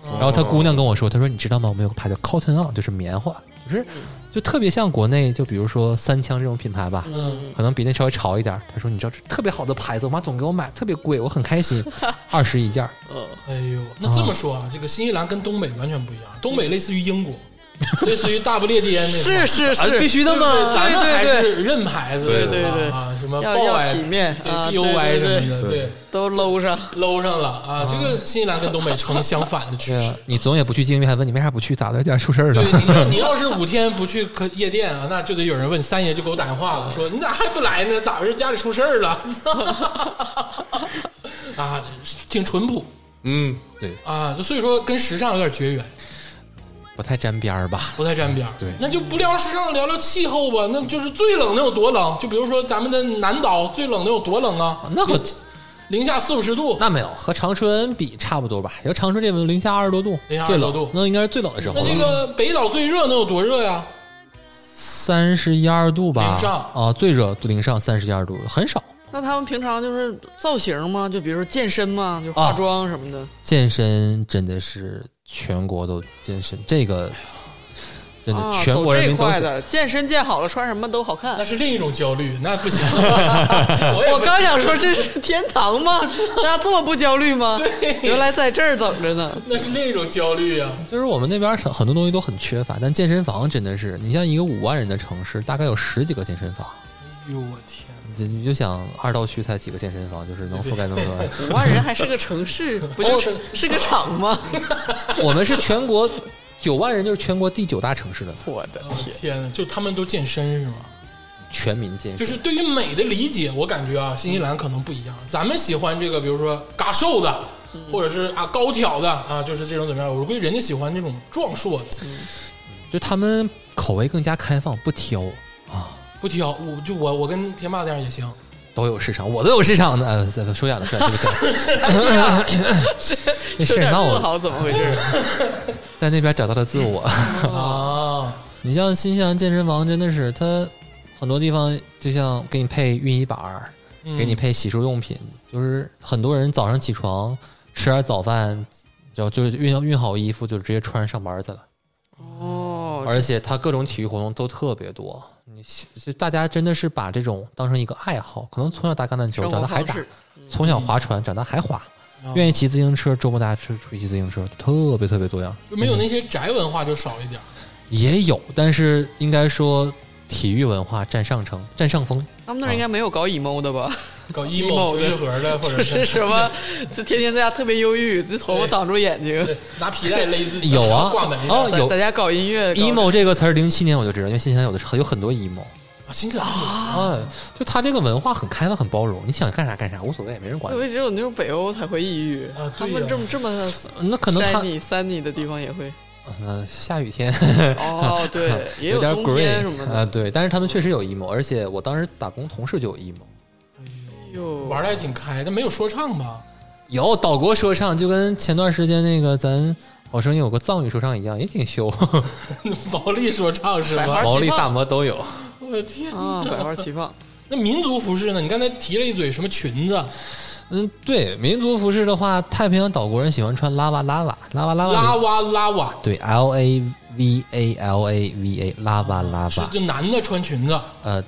然
哦
后他姑娘跟我说，她说你知道吗？我们有个牌叫 Cotton On，就是棉花，就是就特别像国内，就比如说三枪这种品牌吧，
嗯
可能比那稍微潮一点儿。他说：“你知道这特别好的牌子，我妈总给我买，特别贵，我很 开心，二十一件儿。
哎呦，那这么说啊，这个新西兰跟东北完全不一样，东北类似于英国，类似于大不列颠那种。
是是
哎
啊
是，
必须的嘛
对咱们
对
还
对
是认牌子，
对
对对
啊，什么
要
BOY
要体面
对
啊
B O Y
对
什
对
么的，
对
对，
都搂上，
搂上了啊。这个新西兰跟东北呈相反的趋
对
势
啊。，你总也不去敬业，还问你为啥不去，咋的？家出事儿了
对？你要你要是五天不去可夜店啊，那就得有人问三爷就给我打电话了，说你咋还不来呢？咋回事？家里出事儿了？ 啊，挺淳朴
嗯，
对，
啊，就所以说跟时尚有点绝缘，
不太沾边儿吧？
不太沾边儿。对，那就不聊时尚，聊聊气候吧。那就是最冷能有多冷？就比如说咱们的南岛最冷能有多冷啊？
那和
零下四五十度，
那没有，和长春比差不多吧？要长春这温零下二十多度，
零下
最
20多
冷
度，
那应该是最冷的时候
那这
了。
个北岛最热能有多热呀？
三十一二度吧？
零上
啊，最热零上三十一二度，很少。
那他们平常就是造型吗？就比如说健身吗？就化
啊
妆什么的。
健身真的是全国都健身，这个真的
啊，
全
走
国人
这
民都
块
是
的健身健好了，穿什么都好看
那。是另一种焦虑，那不行。我也
我
不
刚想说这是天堂 吗？大家这么不焦虑吗？原来在这儿等着呢。
那是另一种焦虑啊。
就是我们那边儿很很多东西都很缺乏，但健身房真的是，你像一个五万人的城市，大概有十几个健身房。
哎呦我天！
你你就想二道区才几个健身房，就是能覆盖那么 多。
五万人还是个城 市，不就是是个厂吗？
我们是全国九万人，就是全国第九大城市的
我的
我的
天！
哦天呐，就他们都健身是吗？
全民健
就
身。
是对于美的理解，我感觉啊，新西兰可能不一样。咱们喜欢这个，比如说嘎瘦的，或者是啊高挑的啊，就是这种怎么样？我估计人家喜欢这种壮硕的，
就他们口味更加开放，不挑，
不挑。我就我我跟田爸这样也行。
都有市场，我都有市场的。呃，说远了，说远了，对不起。 这
有
事
点
儿让
自
我
豪，怎么回 事？
在那边找到了自我。
啊，
你像新西兰健身房，真的是它很多地方就像给你配熨衣板儿，
嗯
给你配洗漱用品，就是很多人早上起床吃点早饭，然后就是熨熨好衣服就直接穿上上班去了。
哦，
而且它各种体育活动都特别多，你就大家真的是把这种当成一个爱好，可能从小打橄榄球，
生
长
活
大还
方
打
式，嗯
从小划船，长大还划，
啊
愿意骑自行车，周末大家出出去骑自行车，特别特别多样。
就没有那些宅文化就少一点。
也有，但是应该说体育文化占上乘，占上风。
他们那儿应该没有搞 emo 的吧？
搞
emo
emo 求
的
愈合的，或
啊
者
是什 么？就天天在家特别忧郁，这头发挡住眼睛，
对拿皮带勒自己，
有啊
挂门
哦
上。
在
有
在家搞音乐搞
emo 这个词儿，零七年我就知道，因为新西兰有的是有很多 emo。
啊新西兰有
啊，就他这个文化很开放、很包容，你想干啥干啥，无所谓，没人管
我。也只有那种北欧才会抑郁，
啊对呀
他们这么这么
那可能他
shiny sunny 的地方也 会。
呃，下雨天
哦， 对，也
有点
冬天
grey
什么
啊、
的。
对，但是他们确实有 emo，而且我当时打工同事就有 emo，
哎呦，
玩的还挺开，但没有说唱吧？
有岛国说唱，就跟前段时间那个咱好声音有个藏语说唱一样，也挺羞，
毛利说唱是
百
吧
花？
毛利萨摩都有。
我的天
啊，百花 齐放，
那民族服饰呢？你刚才提了一嘴什么裙子、
嗯，对，民族服饰的话，太平洋岛国人喜欢穿拉瓦拉瓦拉瓦拉瓦，
拉哇拉哇，
对，L A V A L A V A 拉瓦拉
是
瓦，
就男的穿裙子
呃，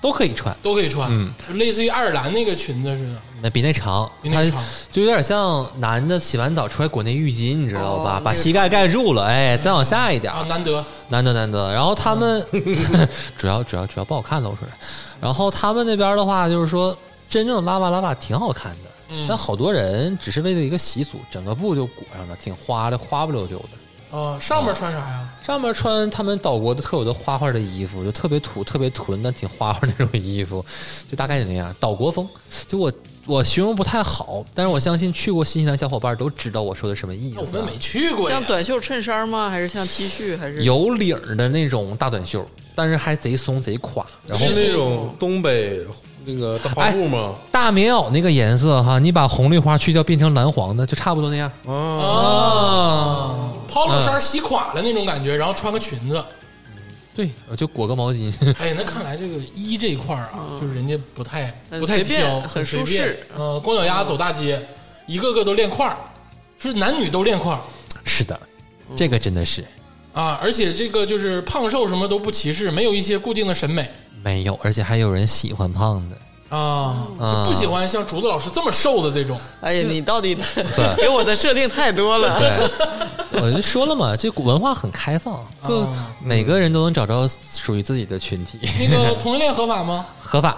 都可以穿，
都可以穿，
嗯
就类似于爱尔兰那个裙子似的。
那比那长，
比那
它
长
就有点像男的洗完澡出来裹那浴巾，你知道吧？
哦
把
那个
膝盖盖住了，哎，再往下一点儿，
啊，难得
难得难得。然后他们、
嗯
主要主要主要不好看露出来，然后他们那边的话就是说，真正拉瓦拉瓦挺好看的，
嗯
但好多人只是为了一个习俗，整个布就裹上了，挺花的，花不溜丢的。
啊，上面穿啥呀？
上面穿他们岛国的特有的花花的衣服，就特别土、特别囤，但挺花花那种衣服，就大概就那样，岛国风。就我我形容不太好，但是我相信去过新西兰小伙伴都知道我说的什么意
那哦我
思
们
啊、
没去过呀
像。短袖衬衫吗？还是像 T 恤？还是
有领儿的那种大短袖，但是还贼松贼垮，然后哎
是那种东北那个大花布吗？
大棉袄那个颜色哈，你把红绿花去掉变成蓝黄的，就差不多那样。
啊，
啊，polo 衫洗垮了那种感觉，然后穿个裙子。
对，我就裹个毛巾。
哎，那看来这个衣这一块儿啊，就是人家不太
嗯很
不太
随便
挑，
很
很随
舒
便
适。
呃，光脚丫走大街，一个个都练块儿，是男女都练块儿
是的，这个真的是
啊。而且这个就是胖瘦什么都不歧视，没有一些固定的审美
没有，而且还有人喜欢胖的。
啊，就不喜欢像竹子老师这么瘦的这种。
哎呀，你到底 给我的设定太多了。
对， 我就说了嘛，这文化很开放，各、
啊
每个人都能找着属于自己的群体，
那个同性恋合法吗？
合法。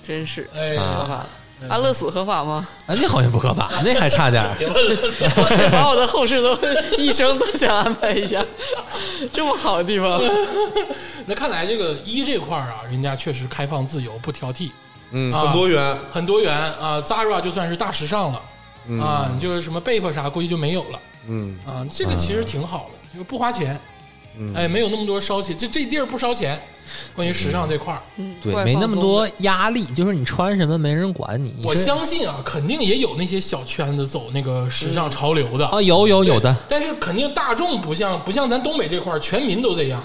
真是
哎，
合法，安乐死合法 吗？
啊，那好像不合法，那还差点儿。
把我的后事都一生都想安排一下，这么好的地 方，
那看来这个衣这块儿啊，人家确实开放自由，不挑剔。
嗯，
啊
很多元，
很多元啊，Zara 就算是大时尚了、啊，你就是什么 Bape 啥估计就没有了
嗯，
啊，这个其实挺好的，就是不花钱，哎，没有那么多烧钱，这这地儿不烧钱。关于时尚这块儿，
对
怪，
没那
放
么
松
多
的。
压力，就是你穿什么没人管你。
我
是
相信啊，肯定也有那些小圈子走那个时尚潮流的
啊，，有有有的
对，但是肯定大众不像不像咱东北这块儿全民都这样，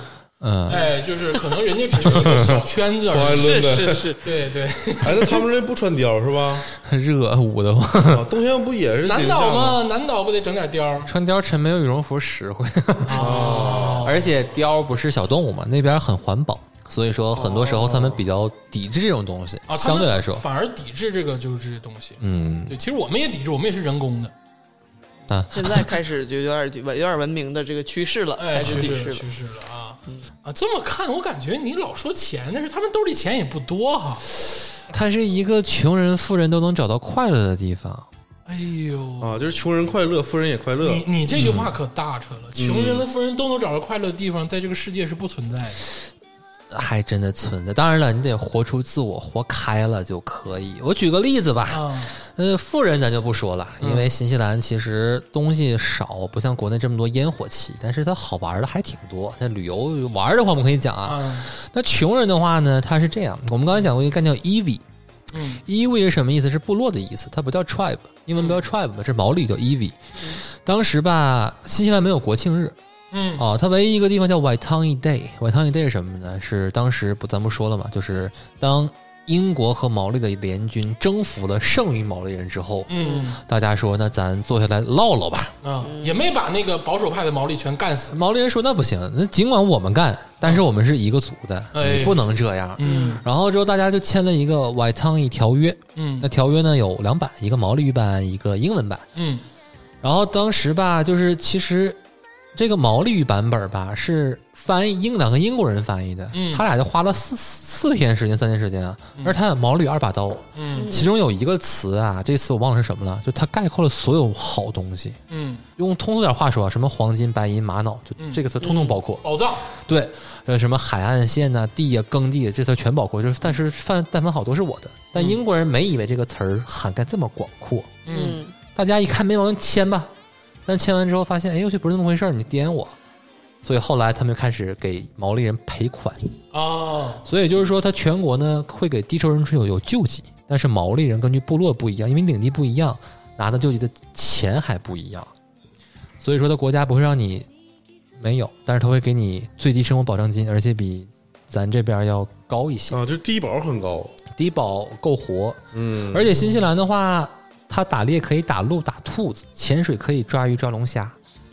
嗯，
哎，就是可能人家只是一个小圈子而
不爱
已，
伦的。
是是，
对对，
哎，那他们这不穿貂是吧？
嗯热捂得慌。
啊冬天不也是
南
零下
岛嘛，
吗？
南岛不得整点貂儿
穿貂蝉没有羽绒服实惠， 而且貂不是小动物嘛，那边很环保，所以说很多时候他们比较抵制这种东西，
啊？他
相
们
对来说，
反而抵制这个就是这些东西，
嗯
对，其实我们也抵制，我们也是人工的，
啊，
现在开始就有点有点文明的这个趋势了，
哎，
开始
趋势
抵制
了，
了。
趋势了啊！啊，这么看，我感觉你老说钱，但是他们兜里钱也不多哈。
它是一个穷人、富人都能找到快乐的地方。
哎呦，
啊，就是穷人快乐，富人也快乐。
你你这句
嗯
话可大扯了，穷人和富人都能找到快乐的地方，在这个世界是不存在的。
还真的存在，当然了，你得活出自我，活开了就可以。我举个例子吧，
啊
呃，富人咱就不说了，
嗯
因为新西兰其实东西少，不像国内这么多烟火气，但是它好玩的还挺多。那旅游玩的话，我们可以讲啊。
啊，
那穷人的话呢，他是这样，我们刚才讲过一个概念叫 EV，
嗯
EV 是什么意思？是部落的意思，它不叫 tribe，英文不叫 tribe，这毛利叫
嗯
EV。当时吧，新西兰没有国庆日，
嗯
哦，它唯一一个地方叫 Waitangi Day。Waitangi Day 是什么呢？是当时不咱不说了嘛，就是当英国和毛利的联军征服了剩余毛利人之后，
嗯
大家说那咱坐下来唠唠吧。
啊，也没把那个保守派的毛利全干死。
毛利人说那不行，那尽管我们干，但是我们是一个族的，
哎
你不能这样。
嗯
然后之后大家就签了一个 Waitangi 条约，那
嗯
条约呢有两版，一个毛利语版，一个英文版。
嗯
然后当时吧，就是其实这个毛利语版本吧是翻译英两个英国人翻译的，
嗯
他俩就花了四四天时间，三天时间啊，而他俩毛利语二把刀，
嗯
其中有一个词啊，这词我忘了是什么了，就他概括了所有好东西。
嗯，
用通俗点话说啊，什么黄金、白银、玛瑙，就
嗯
这个词通通包括。
宝藏
对，呃，什么海岸线呐、地呀、耕地，这词全包括。就是，但是范但凡好多是我的，但英国人没以为这个词儿涵盖这么广阔。
嗯
嗯，
大家一看没毛病，签吧。但签完之后发现，哎呦，这不是那么回事儿，你点我。所以后来他们就开始给毛利人赔款，
啊
所以就是说，他全国呢会给低收入人群有有救济，但是毛利人根据部落不一样，因为领地不一样，拿的救济的钱还不一样，所以说他国家不会让你没有，但是他会给你最低生活保障金，而且比咱这边要高一些，
啊，就低保很高，
低保够活。
嗯，
而且新西兰的话，它打猎可以打鹿、打兔子，潜水可以抓鱼、抓龙虾，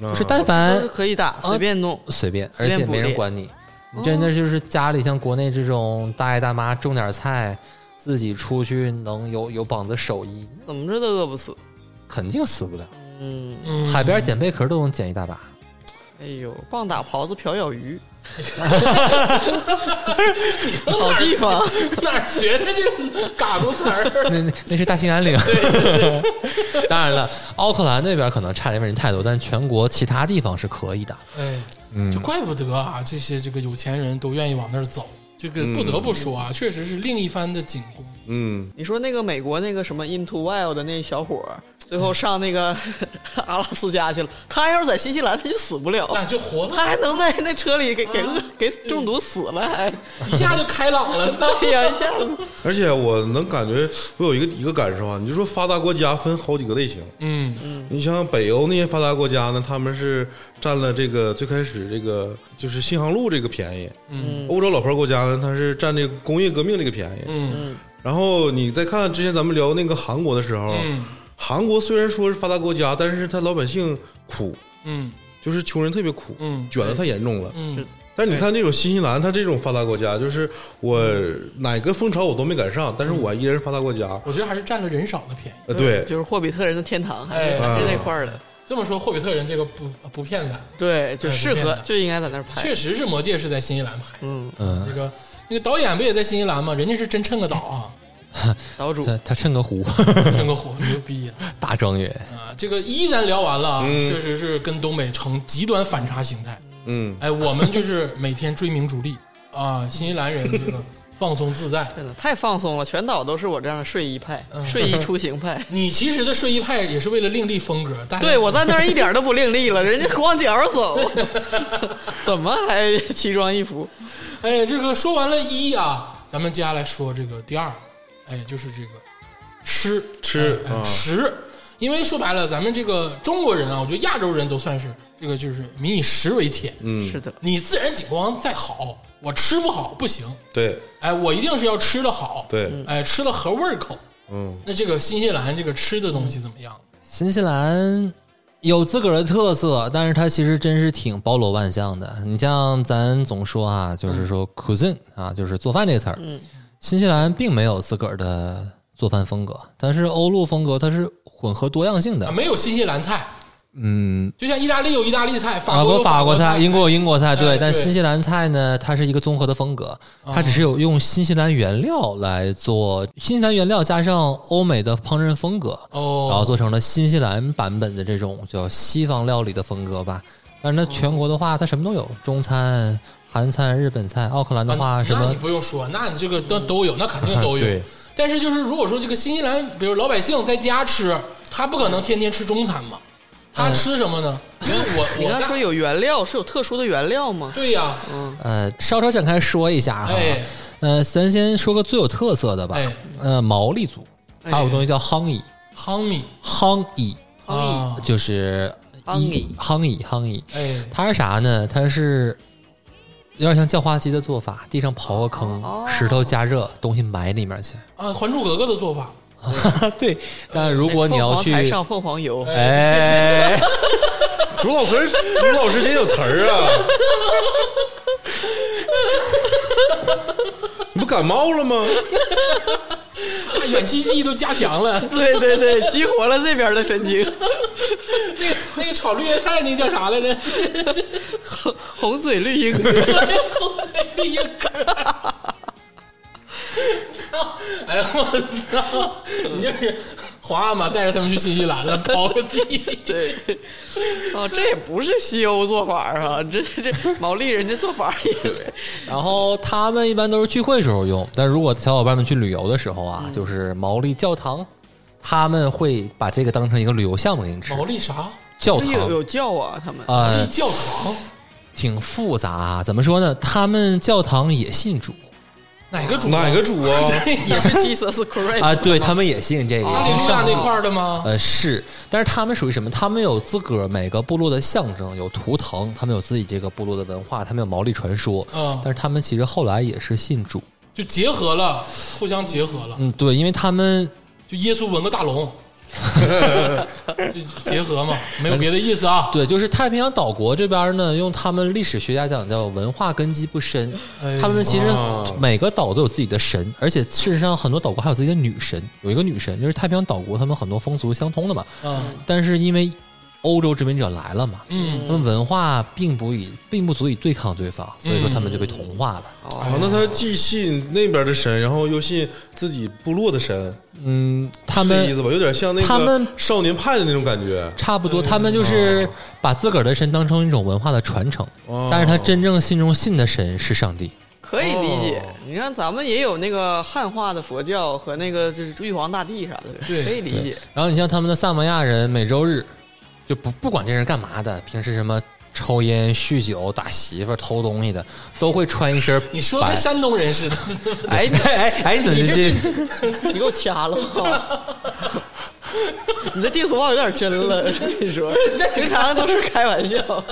啊
是但凡
都是可以打，随便弄。
随便，
随
而
便
且
捕
没人
猎哦
管你。你真的就是家里像国内这种大爷大妈种点菜，自己出去能有有膀子手艺，
怎么着都饿不死。
肯定死不了。
嗯，
嗯
海边捡贝壳都能捡一 大把，
哎呦，棒打狍子，瓢舀鱼， 好地方。
哪儿学的这个嘎咕词儿？
那那那是大兴安岭。 当然了，奥克兰那边可能差点人太多，但全国其他地方是可以的。
哎，
嗯
就怪不得啊，这些这个有钱人都愿意往那儿走。这个
嗯
不得不说啊，确实是另一番的景观。
嗯，
你说那个美国那个什么 Into Wild 的那小伙儿，最后上那个 阿拉斯加去了。他要是在新西兰，他就死不了，
那就活了，
他还能在那车里给给饿给中毒死了，还
一下就开朗了。
哎呀一下 子。
而且我能感觉，我有一个一个感受啊，你就说发达国家分好几个类型，
嗯，
你像北欧那些发达国家呢，他们是占了这个最开始这个就是新航路这个便宜，嗯，欧洲老牌国家呢，它是占这个工业革命这个便宜，
嗯
然后你再看之前咱们聊那个韩国的时候，
嗯
韩国虽然说是发达国家，但是它老百姓苦，
嗯
就是穷人特别苦，
嗯
卷的太严重了。
嗯
但是你看这种新西兰，它这种发达国家，就是我哪个风潮我都没赶上，但是我依然是发达国家。
我觉得还是占了人少的便宜。
呃，对，
就是霍比特人的天堂，还是
哎
在那块儿的。
这么说，霍比特人这个不呃不骗咱，
对，就
哎
适
不
合
骗的
就应该在那儿拍。
确实是《魔戒》是在新西兰拍。
嗯，
嗯
那，个那个导演不也在新西兰吗？人家是真趁个岛啊，
岛主
他他趁个湖
趁个火，牛逼呀！
大张远。
啊，这个一咱聊完了啊，
嗯
确实是跟东北呈极端反差形态。
嗯，
哎，我们就是 每天追名逐利啊，新西兰人这个放松自在。。
真的哎太放松了，全岛都是我这样的睡衣派、
嗯
睡衣出行派
你其实的睡衣派也是为了另立风格，
哎
但
对我在那儿一点都不另类了，人家光脚 走，怎么还奇装异服？
哎，这个说完了一啊，咱们接下来说这个第二，哎，就是这个吃
吃
哎哎
啊
食，因为说白了，咱们这个中国人啊，我觉得亚洲人都算是这个，就是民以食为天，
嗯，
是的，
你自然景观再好，我吃不好不行，
对
哎，我一定是要吃的好，，
对，
哎，吃的合胃口。
嗯
那这个新西兰这个吃的东西怎么样？
新西兰有自个儿的特色，但是它其实真是挺包罗万象的。你像咱总说啊，就是说
嗯
cuisine 啊，就是做饭这个词儿。新西兰并没有自个儿的做饭风格，但是欧陆风格它是混合多样性
啊，
的。
没有新西兰菜，
嗯，
就像意大利有意大利菜，
法
国有
啊法
国
国菜，英国有英国菜，
哎
对。但
对哦
新西兰菜呢，它是一个综合的风格，它只是有用新西兰原料来做，新西兰原料加上欧美的烹饪风格。然后
哦，
做成了新西兰版本的这种叫西方料理的风格吧。但是它全国的话，它什么都有，中餐、韩餐、日本菜。奥克兰的话，
啊
什
那
么嗯
你不用说，那你这个都都有，那肯定 都有。
对
但是就是如果说这个新西兰，比如老百姓在家吃，他不可能天天吃中餐嘛，
嗯
他吃什么呢？因为我
你
我
刚才说有原料是有特殊的原料吗？
对呀，
呃，稍稍展开说一下哈。
哎
呃，咱先说个最有特色的吧。
哎
呃，毛利族，还有个东西叫夯蚁，
汤米
夯蚁
啊，
就是
夯蚁
蚁，夯蚁，夯蚁。
哎
它是啥呢？它是有点像叫花鸡的做法，地上刨个坑，
哦
石头加热，东西埋里面去。
啊，《还珠格格》的做法，
对，但如果你要去
凤凰台上凤凰游，
哎，
朱老师，朱老师真有词儿啊！你不感冒了吗？
那远期记忆都加强了。
对对对，激活了这边的神经。
那个那个炒绿叶菜那叫啥来着？
红嘴绿鹦鹉，
后腿里一根儿。操！哎呀，我操！你就是皇阿玛带着他们去新西兰了，刨个地。
对，哦，这也不是西欧做法啊，这这毛利人家做法也对，
然后他们一般都是聚会时候用，但如果小伙伴们去旅游的时候啊，就是毛利教堂，他们会把这个当成一个旅游项目给你吃
毛。利啥？
教
有
堂
有叫啊，他们
毛利
呃
教堂
挺复杂、啊，怎么说呢？他们教堂也信主，
哪个主
哪个主啊？
也哎是 Jesus Christ
啊，对他们也信这个。
马里路亚啊那块儿的吗？
呃，是，但是他们属于什么？他们有自个儿每个部落的象征，有图腾，他们有自己这个部落的文化，他们有毛利传说。
嗯
但是他们其实后来也是信主。
就结合了，互相结合了。
嗯，对，因为他们
就耶稣纹个大龙，就结合嘛，没有别的意思啊。
对，就是太平洋岛国这边呢，用他们历史学家讲叫文化根基不深。
哎
他们其实
哦
每个岛都有自己的神，而且事实上很多岛国还有自己的女神，有一个女神就是太平洋岛国，他们很多风俗相通的嘛。
嗯
但是因为欧洲殖民者来了嘛，
嗯，
他们文化并不以并不足以对抗对方，所以说他们就被同化了。
嗯
啊，那他既信那边的神，然后又信自己部落的神，
嗯，他
是这意
们
思吧？有点像那个
他们
少年派的那种感觉。
差不多，他们
嗯
就是把自个儿的神当成一种文化的传承，
哦
但是他真正心中信的神是上帝。
可以理解。
哦
你看咱们也有那个汉化的佛教和那个就是玉皇大帝啥的，
对
可以理解。
然后你像他们的萨摩亚人，每周日就不不管这人干嘛的，平时什么抽烟、酗酒、打媳妇儿、偷东西的，都会穿一身白。
你说跟山东人似的，
哎，
哎哎哎，你怎么这
你给我掐了啊！ 你这地图炮有点真了，我跟你说，平常都是开玩笑。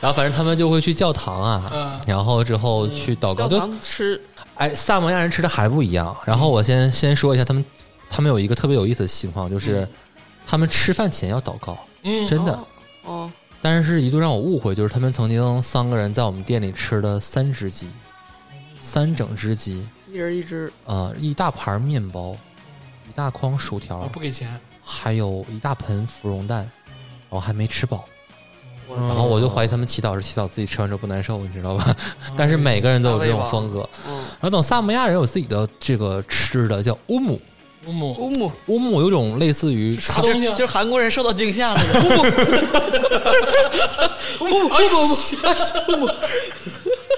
然后反正他们就会去教堂啊，
嗯
然后之后去祷
教
告。就
堂吃
哎，萨摩亚人吃的还不一样。然后我先先说一下他们，他们有一个特别有意思的情况，就是他们吃饭前要祷告，
嗯，
真的
哦。哦，
但是一度让我误会，就是他们曾经三个人在我们店里吃了三只鸡，三整只鸡，
一人一只，
呃，一大盘面包，一大筐薯条
我，哦不给钱，
还有一大盆芙蓉蛋，然后还没吃饱。
我
然
操！
后我就怀疑他们祈祷是祈祷自己吃完之后不难受，你知道吧？
哦
但是每个人都有这种风格。
嗯，
然后等萨摩亚人有自己的这个吃的叫乌姆，
乌姆
乌木，
乌姆有种类似于
啥东西啊？
就是韩国人受到惊吓那个。
乌姆乌姆乌姆，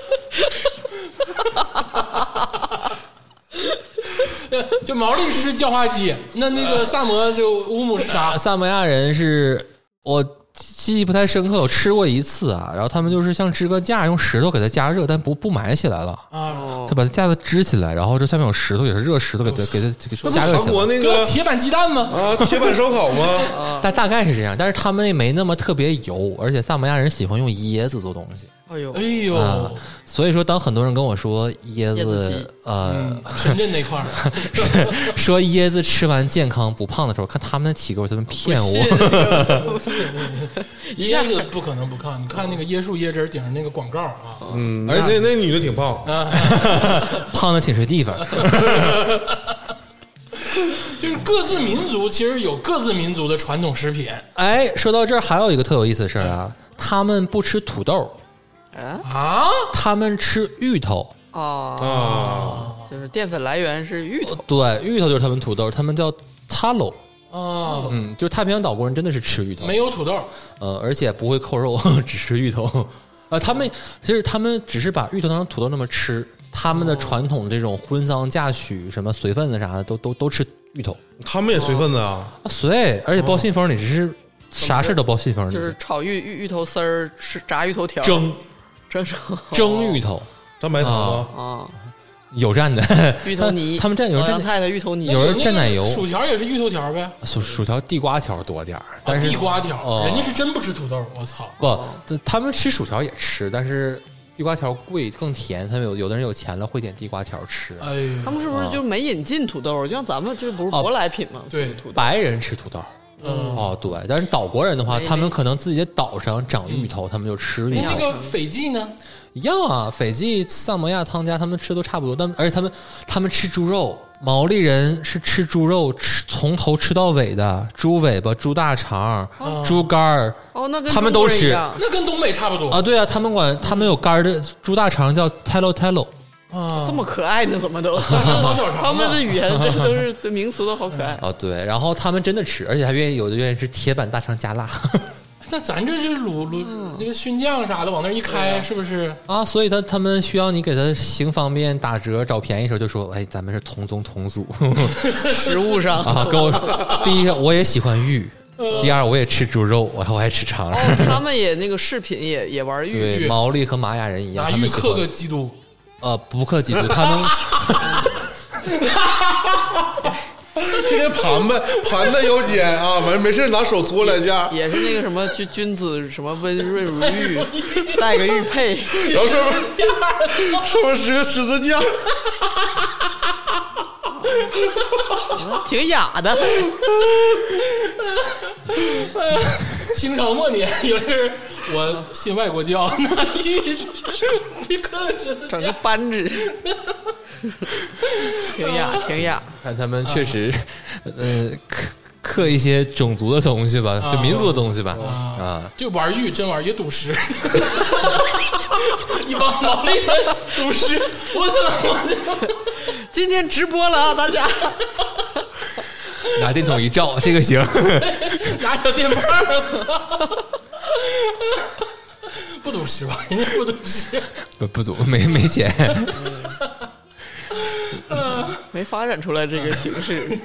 就毛利是叫花鸡，那那个萨摩就乌姆是啥？
萨摩亚人是我记忆不太深刻，我吃过一次啊。然后他们就是像支个架，用石头给它加热，但不不埋起来了，
啊，
哦
就把它架子支起来，然后这下面有石头，也是热石头给它给它给它
那不
加热起
韩国
来。
那
搁
个
铁板鸡蛋吗？
啊铁板烧烤 吗？
但大概是这样，但是他们没那么特别油，而且萨摩亚人喜欢用椰子做东西。
哎呦
哎，呦，
啊所以说，当很多人跟我说椰
椰子鸡
子，呃
嗯，深圳那块 儿，
说椰子吃完健康不胖的时候，看他们的体格，他们骗
不
哎我
信。 一下子不可能不看。你看那个椰树椰汁儿顶上那个广告啊，
嗯，而且那女的挺胖，
胖的挺是地方。
就是各自民族其实有各自民族的传统食品
哎，说到这儿，还有一个特有意思的事儿啊，他们不吃土豆，
啊
啊。
他们吃芋头。
啊，
啊，
就是淀粉来源是芋头，
对，芋头就是他们土豆，他们叫 talo。
啊，
嗯，就是太平洋岛国人真的是吃芋头，
没有土豆，
呃，而且不会扣肉， 只吃芋头。呃，他们其实他们只是把芋头当成土豆那么吃，他们
哦
的传统这种婚丧嫁娶、什么随份子啥的，都都都吃芋头。
他们也随份子啊，
啊，随，而且包信封里只是啥事儿都包信封里，
哦就是炒芋芋芋头丝儿，吃炸芋哦头条，
蒸
蒸成
蒸芋头，
蘸白糖吗？
啊，
有蘸的
芋头泥，哦
他他们蘸有
老
人
杨
蘸
太太芋头泥
有人
那个
蘸奶油
薯条也是芋头条呗，
薯薯条、地瓜条多点儿，
啊
但是
地瓜条，
哦
人家是真不吃土豆，我操，
不，这他们吃薯条也吃，但是地瓜条贵更甜，他们有有的人有钱了会点地瓜条吃，啊
哎
他
呦，
们是不是就没引进土豆？就像咱们这不是
哦
舶来品吗？
对
土豆。
白人吃土豆。
嗯
哦，对，但是岛国人的话，
没
他们可能自己的岛上长芋头，他们就吃芋
嗯那
头。
那个斐济呢？
一样啊，斐济、萨摩亚、汤加他们吃都差不多，但而且他们他们吃猪肉，毛利人是吃猪肉，吃从头吃到尾的，猪尾巴、猪大肠、猪肝儿
哦，那跟
他们
中国
都
人一
吃
样
那跟东北差不多
啊，对啊，他们管他们有肝儿的猪大肠叫 telo telo，
啊
这，么可爱呢，怎么 都？
毛小肠
他们的
嘛
语言真的都是这名词都好可爱。
啊对，然后他们真的吃，而且还愿意有的愿意吃铁板大肠加辣
那咱这是卤
嗯
卤那个熏酱啥的，往那儿一开，是不是？
啊，所以他他们需要你给他行方便打折找便宜的时候就说，哎，咱们是同宗同祖
食物上
啊，跟我说，第一我也喜欢芋，第二我也吃猪肉，然后我还吃肠。
哦哦，他们也那个饰品也也玩玉，
对，毛利和玛雅人一样，
拿
他
玉
们喜
克
欢
个基督，
呃，不克己族，他们
天天盘呗，盘在腰间啊，完没事拿手搓两下，
也是那个什么君君子什么温润如玉，戴个玉佩，
然后上面上面是个十字架，
挺雅的。
清朝末年，也是我信外国教， 那一你可是
整个扳指， 挺雅，挺雅。
看他们确实，呃，克克一些种族的东西吧，就民族的东西吧，啊，
就玩玉，真玩玉赌石， 一帮毛利人赌石，我操！我操
今天直播了啊，大家，
拿电筒一照，这个行。
拿小电棒儿，我操！ 不赌石吧，人家不赌石。
不不足，没没钱。
没发展出来这个形式。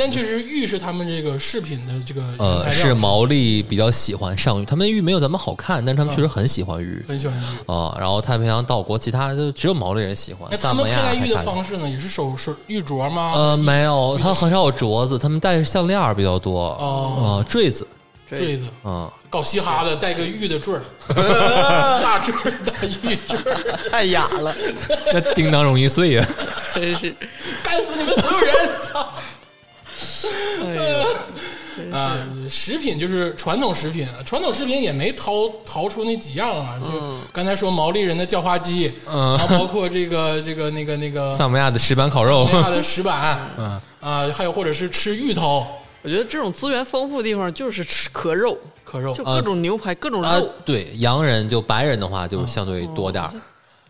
但确实，玉是他们这个饰品的这个原材
呃，
料
是毛利比较喜欢上玉，他们玉没有咱们好看，但是他
嗯
们确实很喜欢玉
很喜欢玉。
啊、然后太平洋岛国其他就只有毛利人喜欢
那。哎他
萨
们
摩
佩
亚
戴
还
玉
看
的
着
方式呢，也是手手玉镯吗？
呃，没有，他很少有镯子，他们戴项链儿比较多，
哦
呃，坠子，
坠子，
嗯，
搞嘻哈的戴个玉的 坠儿，大坠儿大玉坠儿，
太雅了，
那叮当容易碎 呀、
真是，
干死你们所有人！ 操！
哎呦，
啊、食品就是传统食品，传统食品也没逃逃出那几样啊，就刚才说毛利人的叫花鸡，
嗯
然后包括这个这个那个那个
萨摩亚的石板烤肉
梅，亚的石板，嗯啊、还有或者是吃芋头、
我觉得这种资源丰富的地方就是吃壳肉，
可肉
就，各种牛排，各种
啊
肉。，
对，洋人就白人的话
嗯
就相对多点儿，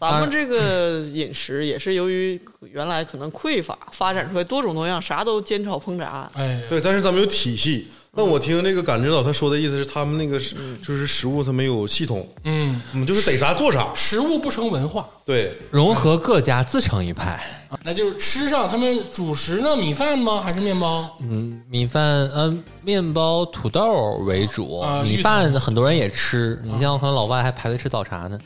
咱
啊
们这个饮食也是由于原来可能匮乏，发展出来多种多样，啥都煎炒烹炸。
哎，
对，但是咱们有体系。那我听那个感知到他说的意思是，他们那个是就是食物，它没有系统，
嗯，
嗯，就是逮啥做啥。
食物不成文化，
对，
融合各家自成一派。
啊那就是吃上他们主食呢，米饭吗？还是面包？
嗯，米饭，嗯，面包、土豆为主
啊，
米饭很多人也吃。你像可能老外还排队吃早茶呢，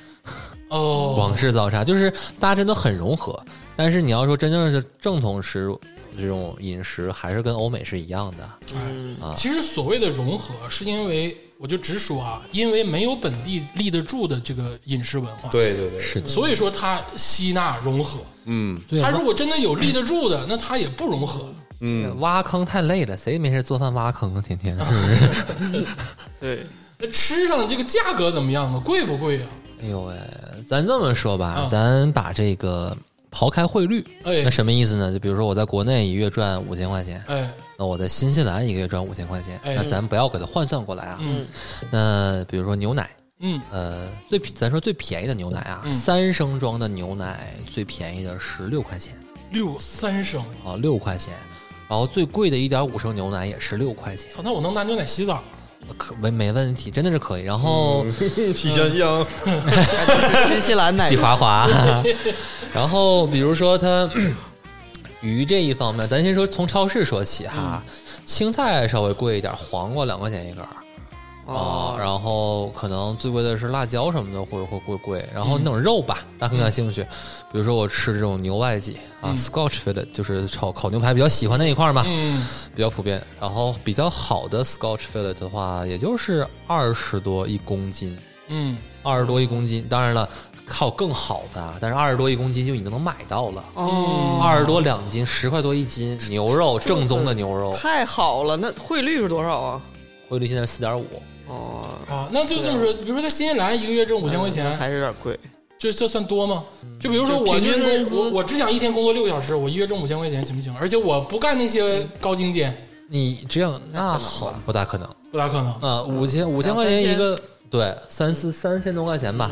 哦，
广式早茶就是大家真的很融合。但是你要说真正是正统食物这种饮食，还是跟欧美是一样的。
哎，其实所谓的融合，是因为我就直说啊，因为没有本地立得住的这个饮食文化，
对对对，是
所以说它吸纳融合。
嗯，
对
它
啊，
如果真的有立得住的，那它也不融合。
嗯挖坑太累了，谁没事做饭挖坑啊？天天是不是？
对，
那吃上这个价格怎么样啊？贵不贵呀、
哎呦喂，咱这么说吧，
嗯
咱把这个刨开汇率，
哎
那什么意思呢？就比如说我在国内一月赚五千块钱，
哎，
那我在新西兰一个月赚五千块钱，
哎
那咱不要给它换算过来啊。
嗯
那比如说牛奶，
嗯，
呃，最便咱说最便宜的牛奶啊，
嗯
三升装的牛奶最便宜的是六块钱
六三升，
啊，六块钱。然后最贵的一点五升牛奶也是六块钱，
操，那我能拿牛奶洗澡？
可没没问题，真的是可以。然后
嗯体香香，
是新西兰奶
洗滑滑， 然后比如说它鱼这一方面，咱先说从超市说起哈，青菜稍微贵一点，黄瓜两块钱一根儿。啊，
哦，
然后可能最贵的是辣椒什么的会会会贵，然后那种肉吧，大家很感兴趣，比如说我吃这种牛外脊啊，Scotch fillet 就是炒烤牛排比较喜欢那一块儿嘛，
嗯，
比较普遍。然后比较好的 Scotch fillet 的话，也就是二十多一公斤，
嗯，
二十多一公斤。当然了，靠更好的啊，但是二十多一公斤就已经能买到了，
哦，
二十多两斤，十块多一斤牛肉，正宗的牛肉，
太好了，那汇率是多少啊？
汇率现在四点五。
哦，
啊，那就这么说，比如说在新西兰一个月挣五千块钱，
还是有点贵。
这这算多吗？就比如说我就
就平均工
是
资
我，我只想一天工作六个小时，我一月挣五千块钱行不行？而且我不干那些高精尖，
你这样那
那可能
好
吧嗯
不大可能。
不大可能
啊，五千五千
两
块
三
钱一
千嗯
个，对，三四三千多块钱吧。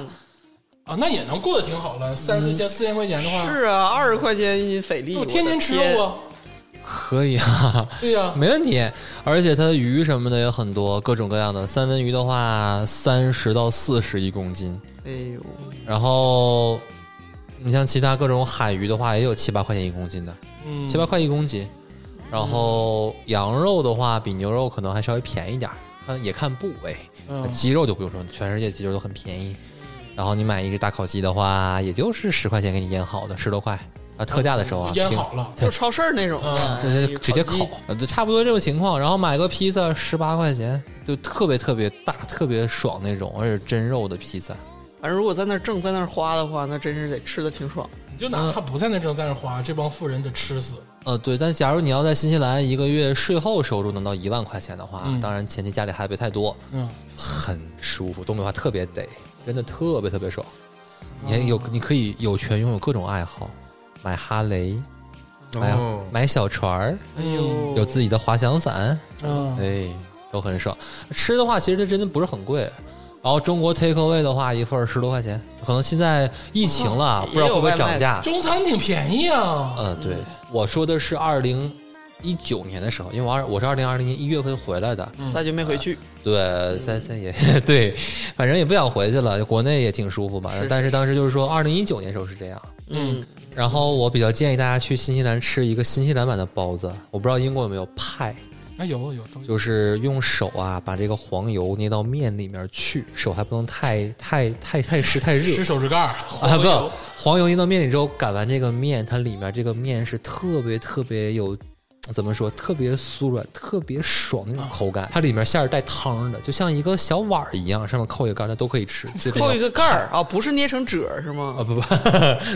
啊。那也能过得挺好了，三四千、四千块钱的话，
是啊，二十块钱一斤菲力，
我
我
天
的
天吃肉啊，
可以啊，
对呀、
没问题。而且它的鱼什么的也很多，各种各样的。三文鱼的话，三十到四十一公斤。
天！哎呦，
然后你像其他各种海鱼的话，也有七八块钱一公斤的，
嗯，
七八块一公斤。然后羊肉的话，比牛肉可能还稍微便宜点儿，看也看部位。
嗯
鸡肉就不用说，全世界鸡肉都很便宜。然后你买一只大烤鸡的话，也就是十块钱给你腌好的，十多块啊，特价的时候啊，
腌
挺
好了，
就超市儿那种
啊，
这
一
这直接
鸡
烤，呃就差不多这种情况。然后买个披萨十八块钱，就特别特别大、特别爽那种，而且真肉的披萨。
反正如果在那儿挣，在那儿花的话，那真是得吃的挺爽。
你就哪怕不在那挣，在那花，这帮富人得吃死。
呃，对，但假如你要在新西兰一个月税后收入能到一万块钱的话，
嗯
当然前提家里还别太多，
嗯，
很舒服。东北话特别得，真的特别特别爽。你还有，你可以有权拥有各种爱好，买哈雷，买、
哦，
买小船儿，
哎
嗯
呦，
有自己的滑翔伞，
嗯，
哎，都很爽。吃的话，其实它真的不是很贵。然后中国 take away 的话，一份十多块钱，可能现在疫情了，
哦
不知道会不会涨价。
中餐挺便宜啊。
呃，对，我说的是二零一九年的时候，因为我二我是二零二零年一月份回来的，
嗯
再就没回去。
对，在在也 对，反正也不想回去了，国内也挺舒服嘛。
是是
但是当时就是说，二零一九年时候是这样。
嗯，
然后我比较建议大家去新西兰吃一个新西兰版的包子，我不知道英国有没有派，
哎，有有都有。
就是用手啊把这个黄油捏到面里面去，手还不能太太太太湿太热
吃手指盖儿，
啊，
黄油
不，黄油捏到面里之后擀完这个面，它里面这个面是特别特别有。怎么说？特别酥软，特别爽那种口感。它里面馅儿带汤的，就像一个小碗儿一样，上面扣 一个盖儿，那都可以吃。就这
扣一个盖儿啊，不是捏成褶儿是
啊
吗？
不不，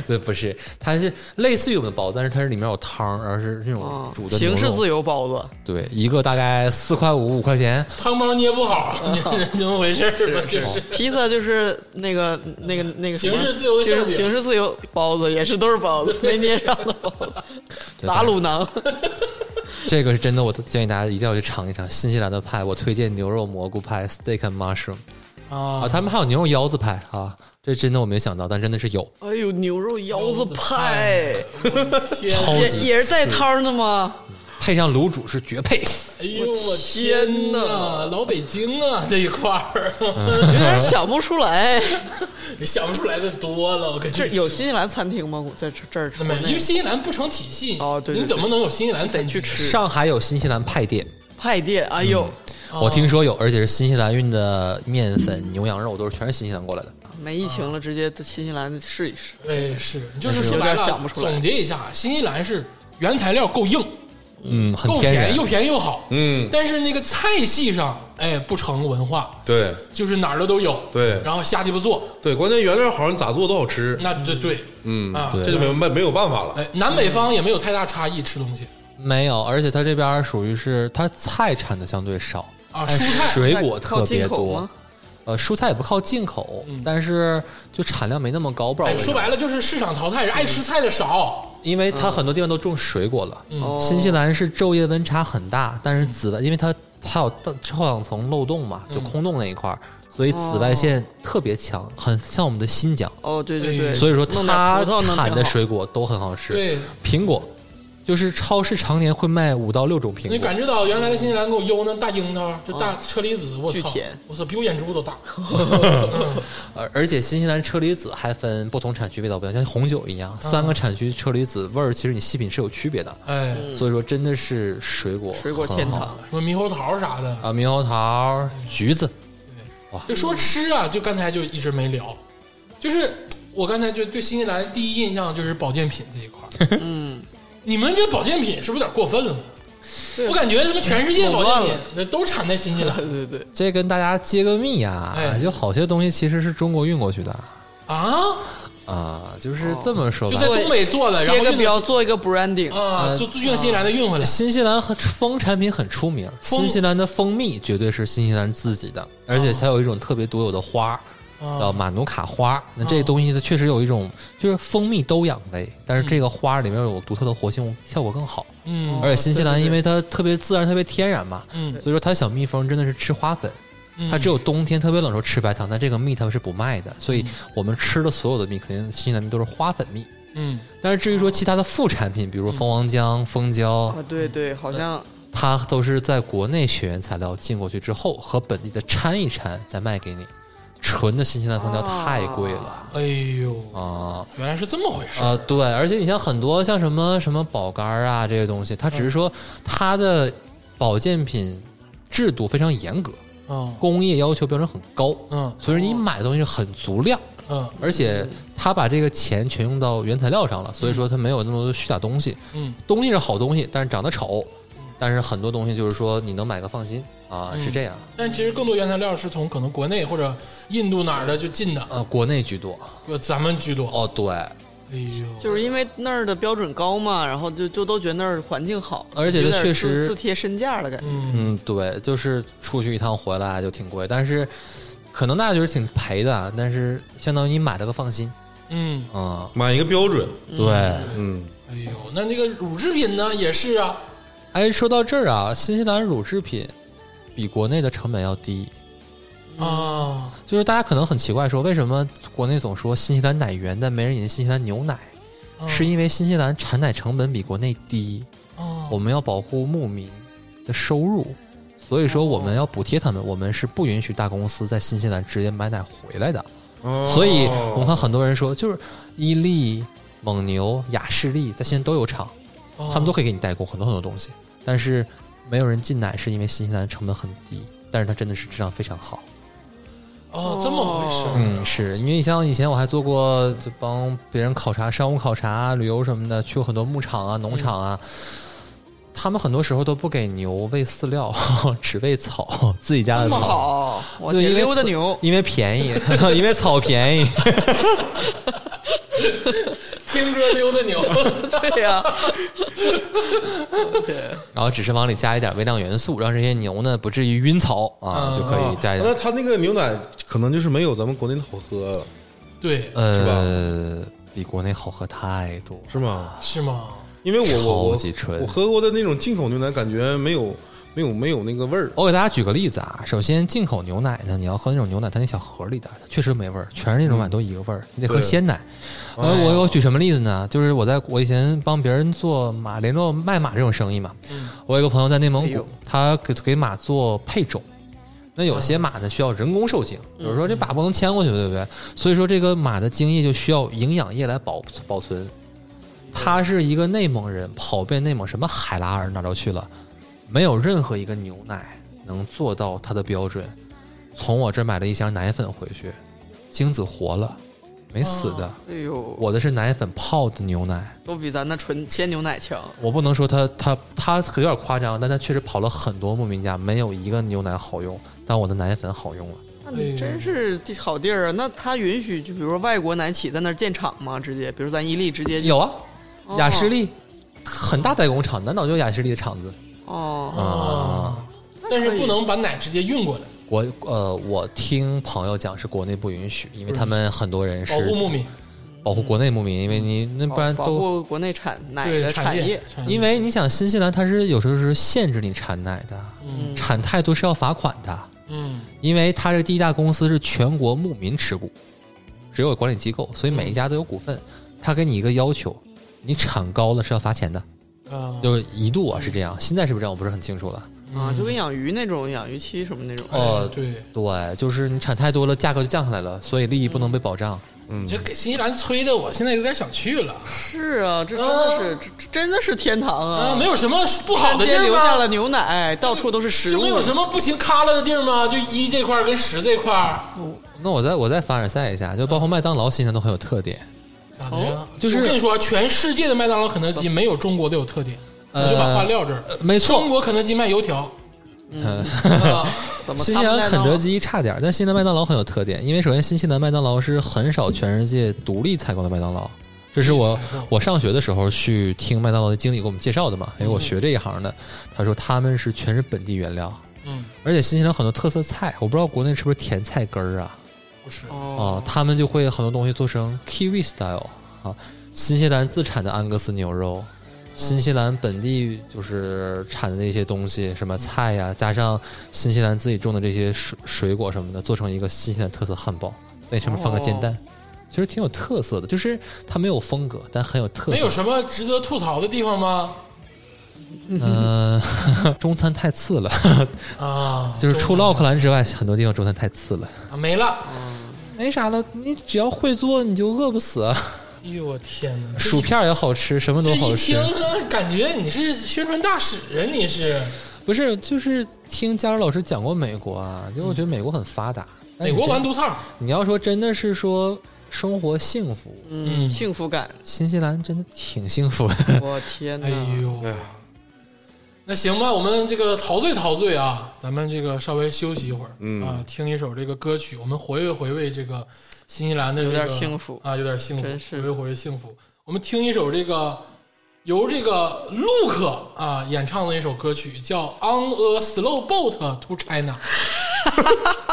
这不 是，它是类似于我们的包子，但是它是里面有汤儿，而是那种
啊
煮，的
形式
由。
自由包子，
对，一个大概四块五五块钱，
汤包捏不好， 你这怎么回事儿吧？这是
披萨就是那个那个那个什么
形式自由的
形
馅
式
饼
形式自由包子，也是都是包子，没捏上的包子，
对
打
反正
卤囊。
这个是真的，我建议大家一定要去尝一尝新西兰的派。我推荐牛肉蘑菇派 （steak and mushroom） 啊，
啊，
他们还有牛肉腰子派啊，这真的我没想到，但真的是有，
哎呦，牛肉腰子派
天，
超
也
级
也是带
刺
汤的吗？
配上卤煮是绝配。
哎呦我
哎天
呐，
哪嗯
老北京啊这一块儿，
有点想不出来。
你 想不出来的多了，我跟你
这
说
有新西兰餐厅吗？在这这儿吃
那没有，因为新西兰不成体系
哦对对
你怎么能有新西兰餐
去
厅？
吃
上海有新西兰派店，
派店，哎呦，
哦
我听说有，而且是新西兰运的面粉、牛羊肉都是全是新西兰过来的。
哦
没疫情了，直接新西兰试一试。
哎，是，你就是说
有
白
点
了，
想不出来
总结一下，新西兰是原材料够硬，
嗯，很
够
天
便
然
宜，又便宜又好。
嗯，
但是那个菜系上，哎，不成文化，
对
就是哪儿的都有。
对
然后瞎鸡巴做，
对，关键原料好，你咋做都好吃，
那这对，嗯啊，
对
这就没没没有办法了。
哎，南北方也没有太大差异，吃东西
没有，而且它这边儿属于是它菜产的相对少
啊
但
蔬菜
水果
靠
特别
进口
多
吗。
呃，蔬菜也不靠进口，
嗯
但是就产量没那么高，不知道
哎，
嗯
为什
说
么，
白了就是市场淘汰，人爱吃菜的少，
因为它很多地方都种水果了。
嗯
哦
新西兰是昼夜温差很大，但是紫外，
嗯
因为它它有大臭氧层漏洞嘛，就空洞那一块儿，所以紫外线特别强，很像我们的新疆。
哦，对对
哎
哦对，
所以说
弄点
它
葡萄能
产
挺
的
好
水果都很好吃。
对，
苹果就是超市常年会卖五到六种苹
你
果。
感觉到原来的新西兰给我邮那大樱桃，就大车厘子，我
哦巨
操
甜，
我操，比我眼珠都 大。嗯
而而且新西兰车厘子还分不同产区，味道不一样，像红酒一
嗯
样，三个产区车厘子味儿其实你细品是有区别的。
哎，
所以说，真的是水果
嗯水果天
很好
堂。
什么猕猴桃啥的，
啊，猕猴桃、橘子，
就
嗯
说吃啊，就刚才就一直没聊，就是我刚才就对新西兰第一印象就是保健品这一块儿。嗯， 你们这保健品是不是有点过分了？我感觉他妈全世界保健品那都产在新西 兰
对对对，
这跟大家揭个密啊
哎，
有好些东西其实是中国运过去的
啊，
啊，就是这么说
哦就
吧
在。东北做的，然
贴
后
个
运
标，呃
到
做一个 branding，
哦
啊，就就运到新西兰的运回来。
新西兰和蜂产品很出名，
蜂
新西兰的蜂蜜绝对是新西兰自己的，而且它有一种特别独有的花儿，
呃
叫
啊，
马努卡花。那这东西它确实有一种，就是蜂蜜都养胃，但是这个花里面有独特的活性，效果更好。
嗯
而且新西兰
对对对
因为它特别自然、特别天然嘛，
嗯，
所以说它小蜜蜂真的是吃花粉。
嗯
它只有冬天特别冷的时候吃白糖，但这个蜜它们是不卖的，所以我们吃的所有的蜜，肯定新西兰蜜都是花粉蜜。
嗯
但是至于说其他的副产品，比如说蜂王浆、蜂胶
啊，，对对，好像
它都是在国内血缘材料进过去之后，和本地的掺一掺再卖给你。纯的新西兰蜂胶太贵了
哎呦，
啊！
原来是这么回
呃
事
啊，对，而且你像很多像什么什么保肝儿啊这些东西，它只是说它的保健品制度非常严格，
嗯
工业要求标准很高，
嗯
所以说你买的东西是很足量，
嗯
而且他把这个钱全用到原材料上了，所以说他没有那么多虚假东西。
嗯
东西是好东西，但是长得丑，但是很多东西就是说你能买个放心啊，是这样。
但其实更多原材料是从可能国内或者印度哪儿的就进的，
呃，国内居多
呃咱们居多。
哦，对，
哎呦，
就是因为那儿的标准高嘛，然后就就都觉得那儿环境好，
而且
有
这
点
确
自
实
自贴身价的感觉。
嗯
嗯，对，就是出去一趟回来就挺贵，但是可能大家觉得挺赔的啊，但是相当于你买了个放心
嗯，
啊、
买一个标准，
对，
嗯，
哎呦，那那个乳制品呢也是啊，
哎，说到这儿啊，新西兰乳制品比国内的成本要低，
啊，
就是大家可能很奇怪说为什么国内总说新西兰奶源，但没人引新西兰牛奶，
嗯
是因为新西兰产奶成本比国内低，
啊
我们要保护牧民的收入。所以说，我
哦
们要补贴他们，我们是不允许大公司在新西兰直接买奶回来的。
哦
所以我们看很多人说，就是伊利、蒙牛、雅士利在现在都有厂，
哦
他们都可以给你代工很多很多东西，但是没有人进奶是因为新西兰成本很低，但是它真的是质量非常好。
哦这么回事，
嗯，是因为你像以前我还做过就帮别人考察、商务考察、啊旅游什么的，去过很多牧场啊、
嗯
农场啊。他们很多时候都不给牛喂饲料， 只喂草，自己家
那
的
么
草，
好，我
对
天
因为
溜达
草
牛，
因为便宜，因为草便宜。
听歌溜达牛，
对 呀、
然后只是往里加一点微量元素，让这些牛呢不至于晕草啊，
嗯
就可以加一
那
点。
它那个牛奶可能就是没有咱们国内的好喝了，
对，
呃，比国内好喝太多。
是吗？
是吗？
因为我我
超
我
级纯
我喝过的那种进口牛奶，感觉没有没有没有那个味儿。
我给大家举个例子啊，首先进口牛奶呢，你要喝那种牛奶，它那小盒里的确实没味儿，全是那种奶都一个味儿，你得喝
对
鲜奶。呃，我我举什么例子呢？就是我在我以前帮别人做马联络卖马这种生意嘛，我有个朋友在内蒙古，他给给马做配种。那有些马呢需要人工授精，比如说这把不能牵过去，对不对？所以说这个马的精液就需要营养液来保保存。他是一个内蒙人，跑遍内蒙什么海拉尔哪儿都去了，没有任何一个牛奶能做到他的标准。从我这儿买了一箱奶粉回去，精子活了，没死的。
哎呦，
我的是奶粉泡的牛奶，
都比咱那纯鲜牛奶强。
我不能说它它它有点夸张，但它确实跑了很多牧民家，没有一个牛奶好用，但我的奶粉好用了。
那你
哎
真是地好地儿啊！那他允许，就比如说外国奶企在那儿建厂吗？直接，比如咱伊利直接就
有啊，
哦
雅士利很大代工厂，南岛就雅士利的厂子
哦，
啊。
但是不能把奶直接运过来，
我呃，我听朋友讲是国内不允许，因为他们很多人是
保护牧民，
保护国内牧民，因为你那
保
不然
保
都
护国内产奶
对
的产
业，产
因为你想新西兰它是有时候是限制你产奶的，
嗯
产太多是要罚款的。
嗯
因为它是第一大公司，是全国牧民持股，只有管理机构，所以每一家都有股份。他给你一个要求，你产高了是要罚钱的，
啊
就是一度啊是这样，现在是不是这样我不是很清楚了。
啊，就跟养鱼那种养鱼期什么那种。
哦
对，
对，就是你产太多了，价格就降下来了，所以利益不能被保障。
你这给新西兰催的，我现在有点想去了
是啊，这真的是，这这真的是天堂
啊，
啊！
没有什么不好
山
的地
间
儿
留下了
吗？
牛奶，到处都是食
就
物
没。有什么不行旮旯的地儿吗？就一这块儿跟十这块儿，
那我再我再凡尔赛一下，就
嗯
包括麦当劳现在都很有特点，
咋的呀？
啊就是
哦我跟你说，啊全世界的麦当劳、肯德基没有中国的有特点，
呃
我就把话撂这儿。
没
中
错，嗯
国肯德基卖油条，嗯
啊怎么
新
他
西
们
兰
在啊那
肯德基差点儿，但新西兰麦当劳很有特点，因为首先新西兰麦当劳是很少全世界独立采购的麦当劳，这是我
采购
我上学的时候去听麦当劳的经理给我们介绍的嘛，
嗯
因为我学这一行的，他说他们是全是本地原料，
嗯，
而且新西兰很多特色菜，我不知道国内是不是甜菜根儿啊，
不是，
哦
哦，，
他们就会很多东西做成 Kiwi style 啊，新西兰自产的安格斯牛肉，新西兰本地就是产的那些东西，什么菜呀、加上新西兰自己种的这些水水果什么的，做成一个新西兰特色汉堡，在上面放个煎蛋，其实挺有特色的。就是它没有风格，但很有特色。
没有什么值得吐槽的地方吗？
嗯、 中餐太次 了，
啊，
就是除了
中
奥克兰之外，很多地方中餐太次了，
餐啊没了。
没啥了。你只要会做，你就饿不死啊。
哎呦我天哪，
薯片也好吃，什么
这
都
一
好吃
听。呢，感觉你是宣传大使啊，你是
不是，就是听佳茹老师嗯讲过美国啊，就我觉得美国很发达。
美
但是
国
真
完犊茬儿，
你要说真的是说生活幸福。
嗯
幸福感，
新西兰真的挺幸福的，
我天哪！
哎呦，
哎呀，
那行吧，我们这个陶醉陶醉啊，咱们这个稍微休息一会儿，
嗯
啊，听一首这个歌曲，我们回味回味这个新西兰的、这
有
个、
点幸福
啊，有点幸福，
真是
回味回味幸福。我们听一首这个由这个 Luke 啊演唱的一首歌曲，叫《On a Slow Boat to China》。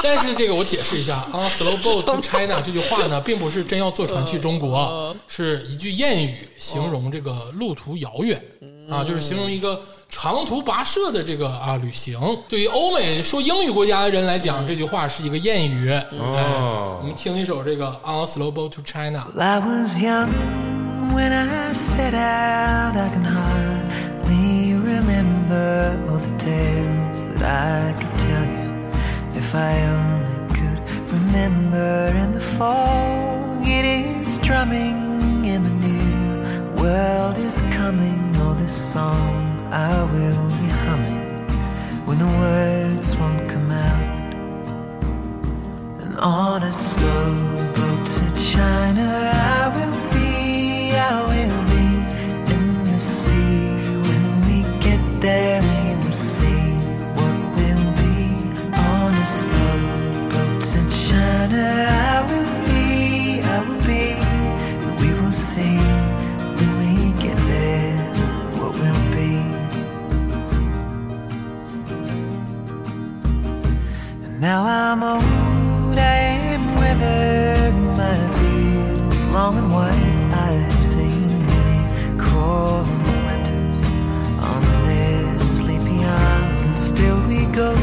但是这个我解释一下，On a slow boat to China 这句话呢，并不是真要坐船去中
嗯
国，啊是一句谚语，形容这个路途遥远
嗯
啊，就是形容一个长途跋涉的这个啊旅行。对于欧美说英语国家的人来
嗯
讲，这句话是一个谚语。
啊
哎，我们听一首这个 On a slow boat to China。
I was young when I set out. I can hardly remember all the tales that I could tell you if I only could remember. In the fog, it is drumming, and the new world is coming. All this song I will be humming when the words won't come out and on a slow boat to China I will be, I will be in the sea. When we get there, we will see what will be on a slow boat to China. I will be, I will be, and we will see when we get there what will be. Now I'm old, I am withered, my beard's long and white. I've seen many cruel winters on this sleepy isle, and still we go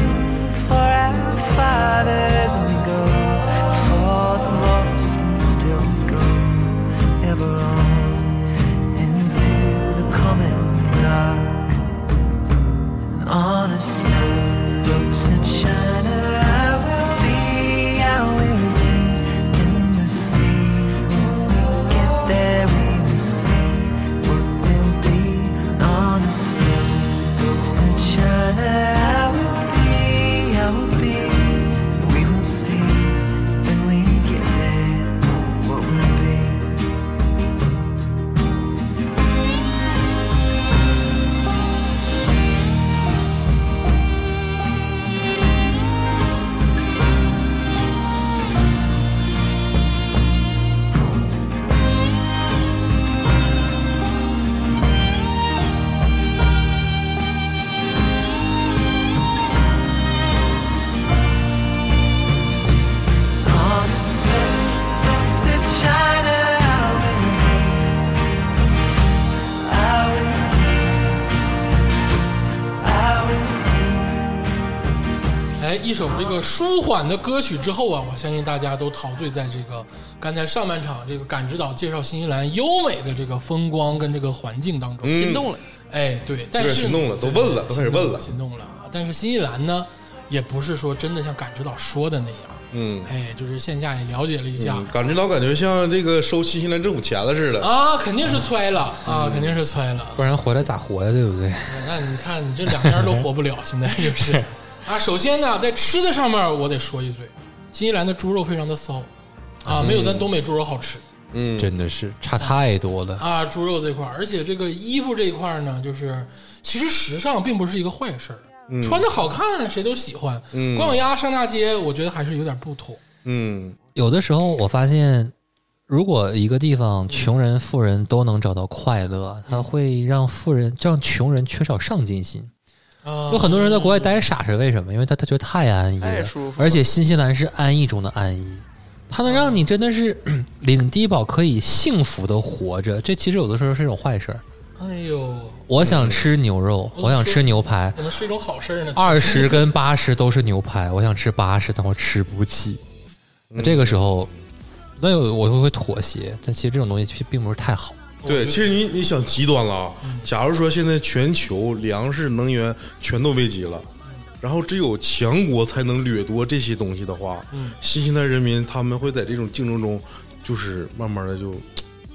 for our fathers, and we go for the lost, and still we go ever on into the common dark and on a slow boat and China. I will be, I will be in the sea. When we get there, we will see what will be on a slow boat and China. I will be, I will be. We will see when we get there what will be. I
哎，一首这个舒缓的歌曲之后啊，我相信大家都陶醉在这个刚才上半场这个感知岛介绍新西兰优美的这个风光跟这个环境当中。
心动了，
哎，对，但
嗯有
是
点心动了，都问了，都开始问了。
心动了。但是新西兰呢，也不是说真的像感知岛说的那样，
嗯，
哎，就是线下也了解了一下、
嗯感觉到感觉像这个收新西兰政府钱了似的。
啊，肯定是揣了、啊，肯定是揣了。
不然回来咋活呀？对不对？
那你看，你这两边都活不了，现在就是啊。首先呢，在吃的上面，我得说一嘴，新西兰的猪肉非常的骚啊，没有咱东北猪肉好吃
嗯
真的是差太多了。
啊。猪肉这块儿，而且这个衣服这一块儿呢，就是其实时尚并不是一个坏事儿，穿的好看谁都喜欢。
嗯
光脚丫上大街，我觉得还是有点不妥。
嗯，
有的时候我发现，如果一个地方穷人、富人都能找到快乐，它会让富人让穷人缺少上进心。
啊
有很多人在国外待傻是为什么？因为他他觉得太安逸
太
了
舒，服了
而且新西兰是安逸中的安逸，它能让你真的是 领低保可以幸福的活着。这其实有的时候是一种坏事儿。
哎呦，
我想吃牛肉，
嗯
我想吃牛排，
怎么是一种好事儿呢？
二十跟八十都是牛排，我想吃八十，但我吃不起。那这个时候，那有我就会妥协，但其实这种东西其实并不是太好。
对，其实你你想极端了啊。假如说现在全球粮食、能源全都危机了，然后只有强国才能掠夺这些东西的话，新西兰人民他们会在这种竞争中，就是慢慢的就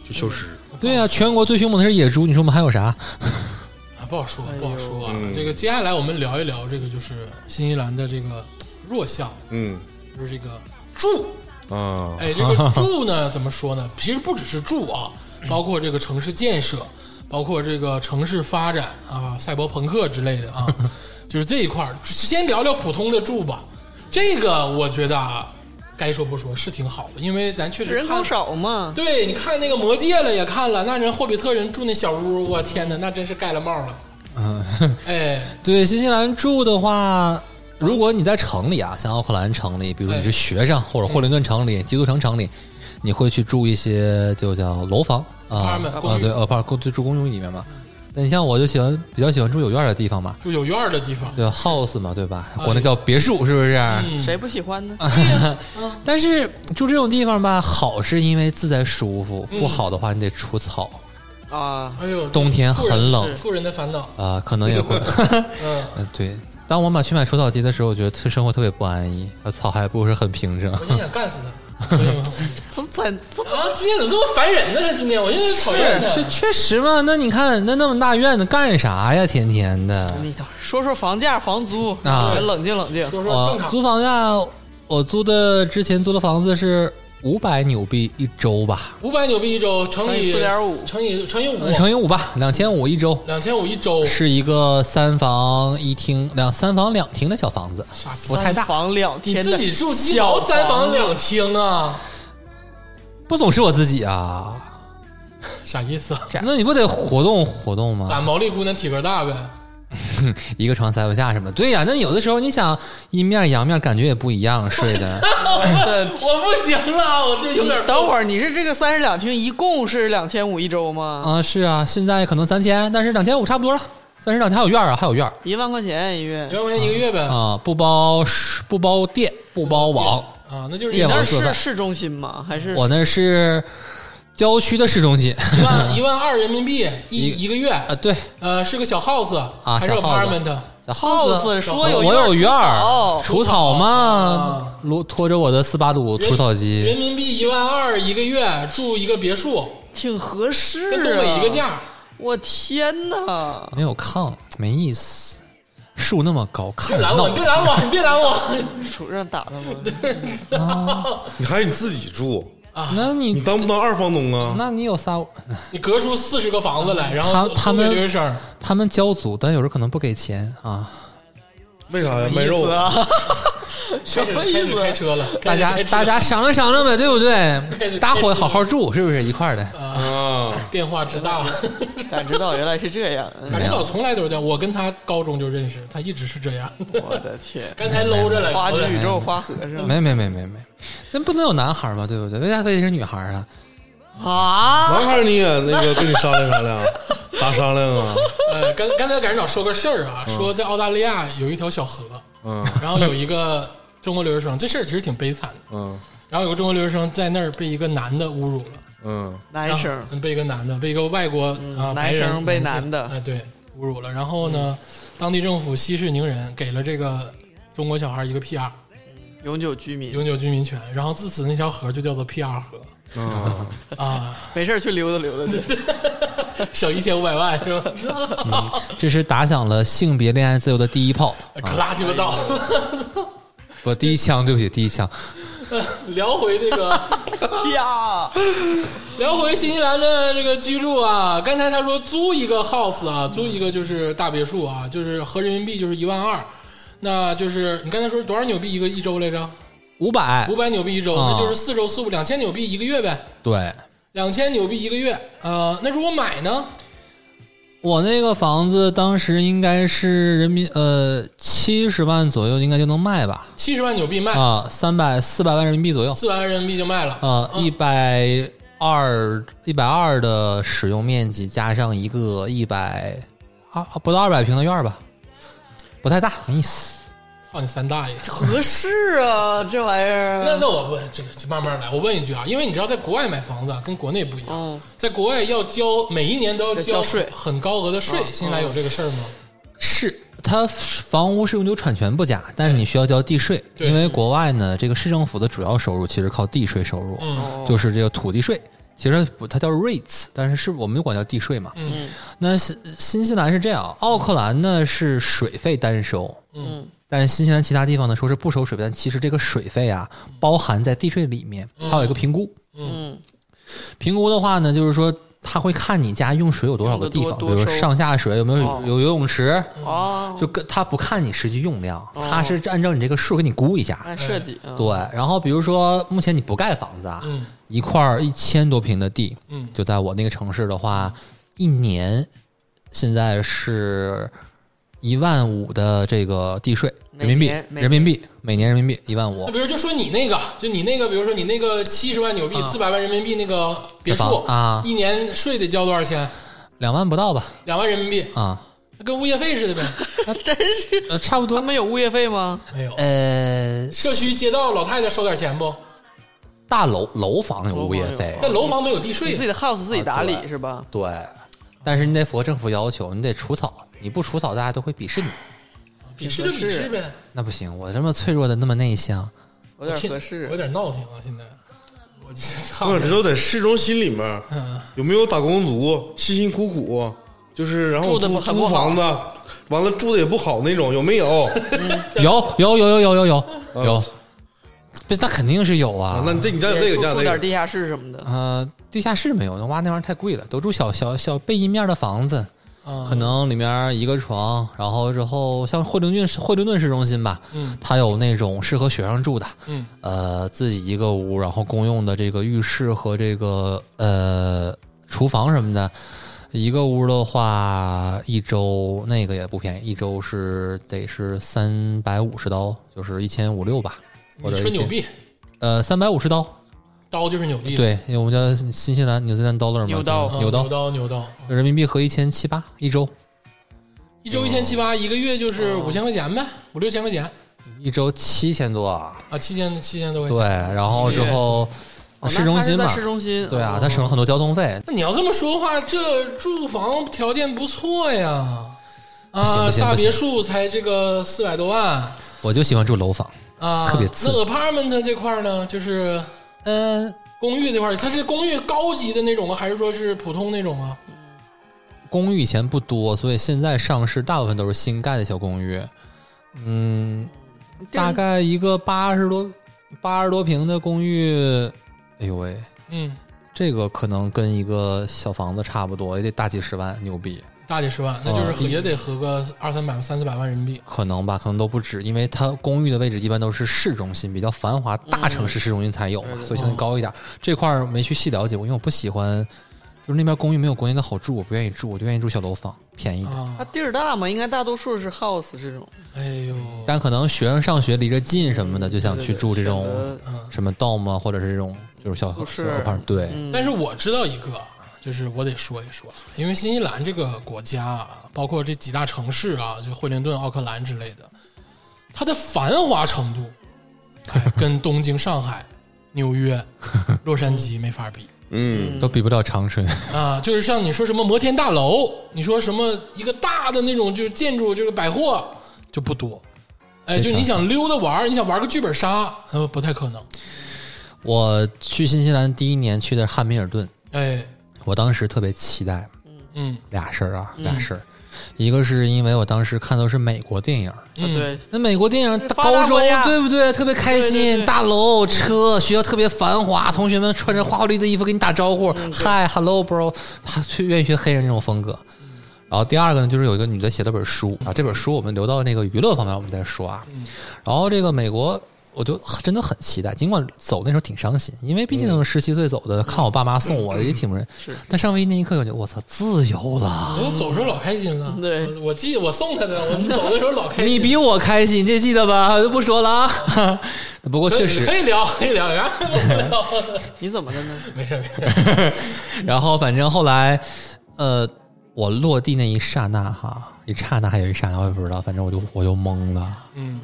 就消失。
对啊，全国最凶猛的是野猪，你说我们还有啥？
啊，不好说，不好说啊。
嗯
这个接下来我们聊一聊这个就是新西兰的这个弱项，
嗯，
就是这个住
啊，
哎，这 个住呢，怎么说呢？其实不只是住啊，包括这个城市建设，包括这个城市发展啊，赛博朋克之类的啊， 就是这一块儿。先聊聊普通的住吧，这个我觉得啊，该说不说是挺好的，因为咱确实
人口
看。
少嘛，
对，你看那个《魔戒》了，也看了，那人霍比特人住那小屋，我天哪，那真是盖了帽了。嗯，哎，
对，新西兰住的
嗯
话，如果你在城里啊，像奥克兰城里，比如说你
哎
是学生，
嗯
或者霍林顿城里、基督城城里，你会去住一些就叫楼房啊
Apartment，公
啊，
寓
对，呃，不是公就住公寓里面嘛。那你像我就喜欢比较喜欢住有院儿的地方嘛，
住有院儿的地方，
对 house 嘛，对吧？
哎
国内叫别墅，是不是？
嗯
谁不喜欢呢？
但是住这种地方吧，好是因为自在舒服，
嗯
不好的话你得除草，
啊，
哎呦，
冬天很冷
富人的烦恼，
啊、可能 也会。
嗯，
呃，对。当我妈去买除草机的时候，我觉得特生活特别不安逸，呃草还不是很平整。
我就想干死他。所以我
怎么怎怎么
啊，今天怎么这么烦人呢？今天我现在讨厌
这
他。
确实嘛，那你看那那么大院子干啥呀？天天的
你等会儿说说房价、房租，
啊
你冷静冷静。
说说
我
正常，
租房价，我租的之前租的房子是五百纽币一周吧，
五百纽币一周乘以
乘以4.5
乘以乘以五，
乘以五吧，两千五一周，
两千五一周，
是一个三房一厅两三房两厅的小房子，不太
三
大，
房两
你
天的
自己住鸡
小
毛三房
子
两厅啊，
不总是我自己啊，
啥意思 啊？
那你不得活动活动吗？
把毛利姑娘体格大 呗，
一个床塞不下什么？对呀、那有的时候你想阴面阳面感觉也不一样，睡的
我 我不行了，我这有
你
点
等会
儿，
儿，你是这个三室两厅一共是两千五一周吗？
啊、是啊，现在可能三千，但是两千五差不多了，三十两千还有院儿啊，还有院儿
一万块钱一月
一，万块钱一个月呗
啊、不包不包电不包网，
啊，那就是一
夜
你
王
那
万
四百
是市中心吗？还是
我那是郊区的市中心
一万一万二人民币一一个月，
啊，对，
呃，是个小 house
啊
还是
小 house
apartment？
小
house
子。
说有
我有
院
院儿
儿，除草
除草啊嘛，撸拖着我的斯巴鲁
人
除草
人
机，
民币一万二一个月，住一个别墅，
挺合适、啊，
跟东北一个。价。
我天哪！
没有炕，没意思，树那么高，看
别
着
拦我！
闹
你别拦我！ 你别拦我！
手让打他吗？
你还是你自己住，
那
你
你
当不当二房东啊？
那你有仨，
你隔出四十个房子来，然后
他他们
留一声儿，
他们交足，但有时候可能不给钱啊。
为啥呀？卖肉
意思 啊？什 么
开
意
始开
思？
车了，
大
开
家
始开车
大家商量商量呗，对不对？
始
搭伙好好住，是不是一块儿的？
啊？
变化之 大，
感知到原来是这样，嗯
感觉老从来都是这样。我跟他高中就认识，他一直是这样。
我的天！
刚才搂着来，
花
搂着
之
来
宇宙花和尚
没没没没没，咱不能有男孩嘛，对不对？为啥非得是女孩啊？
啊！
男孩儿你也那个跟你商量 商量，咋商量啊？
呃，刚刚才赶上老说个事儿啊，说在澳大利亚有一条小河，
嗯
然后有一个中国留学生，这事儿其实挺悲惨的。
嗯
然后有个中国留学生在那儿被一个男的侮辱了，
嗯
男生
嗯被一个男的，被一个外国啊白
嗯男
人
生被
性
男的嗯
哎对侮辱了。然后呢，当地政府息事宁人，给了这个中国小孩一个 PR
永久居民，
永久居民权，然后自此那条河就叫做 PR 河
啊，
啊，
没事儿去溜达溜达去。
省一千五百万是吧？
这是打响了性别恋爱自由的第一炮，
可拉鸡巴倒。
不，第一枪，对不起，第一枪。
聊回这个，
呀，
聊回新西兰的这个居住啊。刚才他说租一个 house 啊，租一个就是大别墅啊，就是合人民币就是一万二，那就是你刚才说多少纽币一个一周来着？
五百
五，百纽币一周，
啊
那就是四周四五两千纽币一个月呗，
对
两千纽币一个月。呃，那如果买呢？
我那个房子当时应该是人民呃七十万左右，应该就能卖吧？
七十万纽币卖，
啊，三百四百万人民币左右，
四百万人民币就卖了。
啊，一百二一百二的使用面积加上一个一百二啊不到二百平的院儿吧，不太大，没意思。
操你三大爷！
合适啊，这玩意
那
儿。
那我问这个慢慢来，我问一句啊，因为你知道在国外买房子啊跟国内不一样，
嗯，
在国外要交每一年都要
要交税
很高额的税，新西兰有这个事儿吗？
是它房屋是永久产权不假，但是你需要交地税，
对
因为国外呢，这个市政府的主要收入其实靠地税收入，
哦
嗯
就是这个土地税。其实不，它叫 rates，但是是我们就管叫地税嘛。
嗯
那新新西兰是这样，奥克兰呢是水费单收，
嗯，
但新西兰其他地方呢说是不收水费，但其实这个水费啊
嗯
包含在地税里面，还有一个评估。
嗯，
评估的话呢，就是说他会看你家用水有多少个地方，
用得
比
多多
如
收
上下水有没有
哦
有游泳池，
嗯
哦，
就跟他不看你实际用量，他是按照你这个数给你估一下。
按设计，嗯
对，然后比如说目前你不盖房子啊，
嗯
一块一千多平的地，
嗯
就在我那个城市的话，一年现在是一万五的这个地税，人民币
每年，每年
人民币，每年人民币一万五
那。比如就说你那个，就你那个，比如说你那个七十万纽币、四百万人民币那个别
啊这
墅
房啊
一年税得交多少钱？
两万不到吧？
两万人民币，
啊、
那跟物业费似 的呗。
真是
呃，差不
他
多。
们有物业费吗？
没有，
呃，
社区街道老太太收点钱不？
大楼楼房有物业费，
但楼房没有地税
哦你自
哎呀，
己的 house 自己打
啊
理
对
是吧？
对，但是你得符合政府要求，你得除草，你不除草，大家都会鄙视你。
鄙视就鄙视呗。
那不行，我这么脆弱的，那么内向，
有点
天
合
我
适
有，点闹挺啊，现在。我这操
我，想知道在市中心里面
嗯
有没有打工族辛辛苦苦，就是然后
住得
租
不很不
租
好
房子，完了住的也不好那种，有没 有？
有有有有有有有有
啊，
这那肯定是有
啊
啊。
那这你家有这个，
也
你家
住
有
住
这
点
个，
地下室什么的，
呃，地下室没有，那哇，那玩意儿太贵了，都住小小小背阴面的房子，
啊
可能里面一个床，然后之后像惠灵顿市惠灵顿市中心吧，
嗯
它有那种适合学生住的，
嗯，
呃，自己一个屋，然后公用的这个浴室和这个呃厨房什么的，一个屋的话，一周那个也不便宜，一周是得是三百五十刀，就是一千五六吧，或
你
者
说纽
1000，
币，
呃，三百五十刀，
刀就是纽币，
对，因为我们叫新西兰纽西兰 dollar 嘛，
纽刀
就是
嗯，扭
纽刀，
刀扭刀，
人民币合一千七八一周，
一周一千七八，一个月就是五千块钱呗，五六千块钱
一周七千多啊，
啊，七千七千多块
对，
钱。
然后之后
哦
市中心
那他
嘛
是在，市中心，
对啊
哦，
它省了很多交通费，
那你要这么说的话，这住房条件不错呀，
行
啊
不，行
大
不行
别墅才这个四百多万
我就喜欢住楼房。
啊，
特别刺
那
激
apartment 这块儿呢，就是
呃，
公寓这块儿，它是公寓高级的那种啊，还是说是普通那种啊？
公寓以前不多，所以现在上市大部分都是新盖的小公寓。嗯，
地儿
大概一个八十多八十多平的公寓，哎呦喂，
嗯，
这个可能跟一个小房子差不多，也得大几十万，牛逼，
大几十万，那就是
哦
合也得合个二三百、三四百万人民币。
可能吧，可能都不止，因为它公寓的位置一般都是市中心，比较繁华，大城市市中心才有嘛，
对对
所以相对高一点。这块儿没去细了解过，因为我不喜欢，就是那边公寓没有国内的好住，我不愿意住，我就愿意住小楼房，便宜一点。
啊
它，地儿大嘛，应该大多数是 house 这种，
哎呦，
但可能学生上学离着近什么的，就想
对
去
对
住这种
选择
什么 dom 啊，或者是这种就是小
不是
小块儿对，
但是我知道一个，啊就是我得说一说，因为新西兰这个国家啊，包括这几大城市啊，就惠灵顿、奥克兰之类的，它的繁华程度，哎，跟东京、上海、纽约、 洛杉矶没法比
嗯，
都比不了长春。
啊。就是像你说什么摩天大楼，你说什么一个大的那种就是建筑，就是百货就不多。哎，就
非常
你想溜达玩儿，你想玩个剧本杀，呃，不太可能。
我去新西兰第一年去的是汉密尔顿，
哎，
我当时特别期待
嗯
俩事儿啊，俩事儿，一个是因为我当时看都是美国电影。
啊
嗯，
对，
那美国电影
发达
高中
国家
对不啊对？特别开心，
对对对
大楼、车，学校特别繁华，同学们穿着花花绿的衣服跟你打招呼、嗨 h e l l o bro，他 去愿意学黑人这种风格。然后第二个呢，就是有一个女的写了本书啊，这本书我们留到那个娱乐方面我们再说啊。然后这个美国，我就真的很期待，尽管走那时候挺伤心，因为毕竟十七岁走的，看我爸妈送我也挺不人。但上飞机那一刻，感觉我操，自由了。
我走的时候老开心了。
对
我我记得我送他的，我走的时候老开心。
你比我开心，这记得吧？就不说了啊。 不过
可以
确实
可，以聊，可以聊，然后
你怎么了 呢？
没事没事，
然后反正后来，呃，我落地那一刹那哈，一刹那还有一刹那，我也不知道，反正我就我就懵了。
嗯，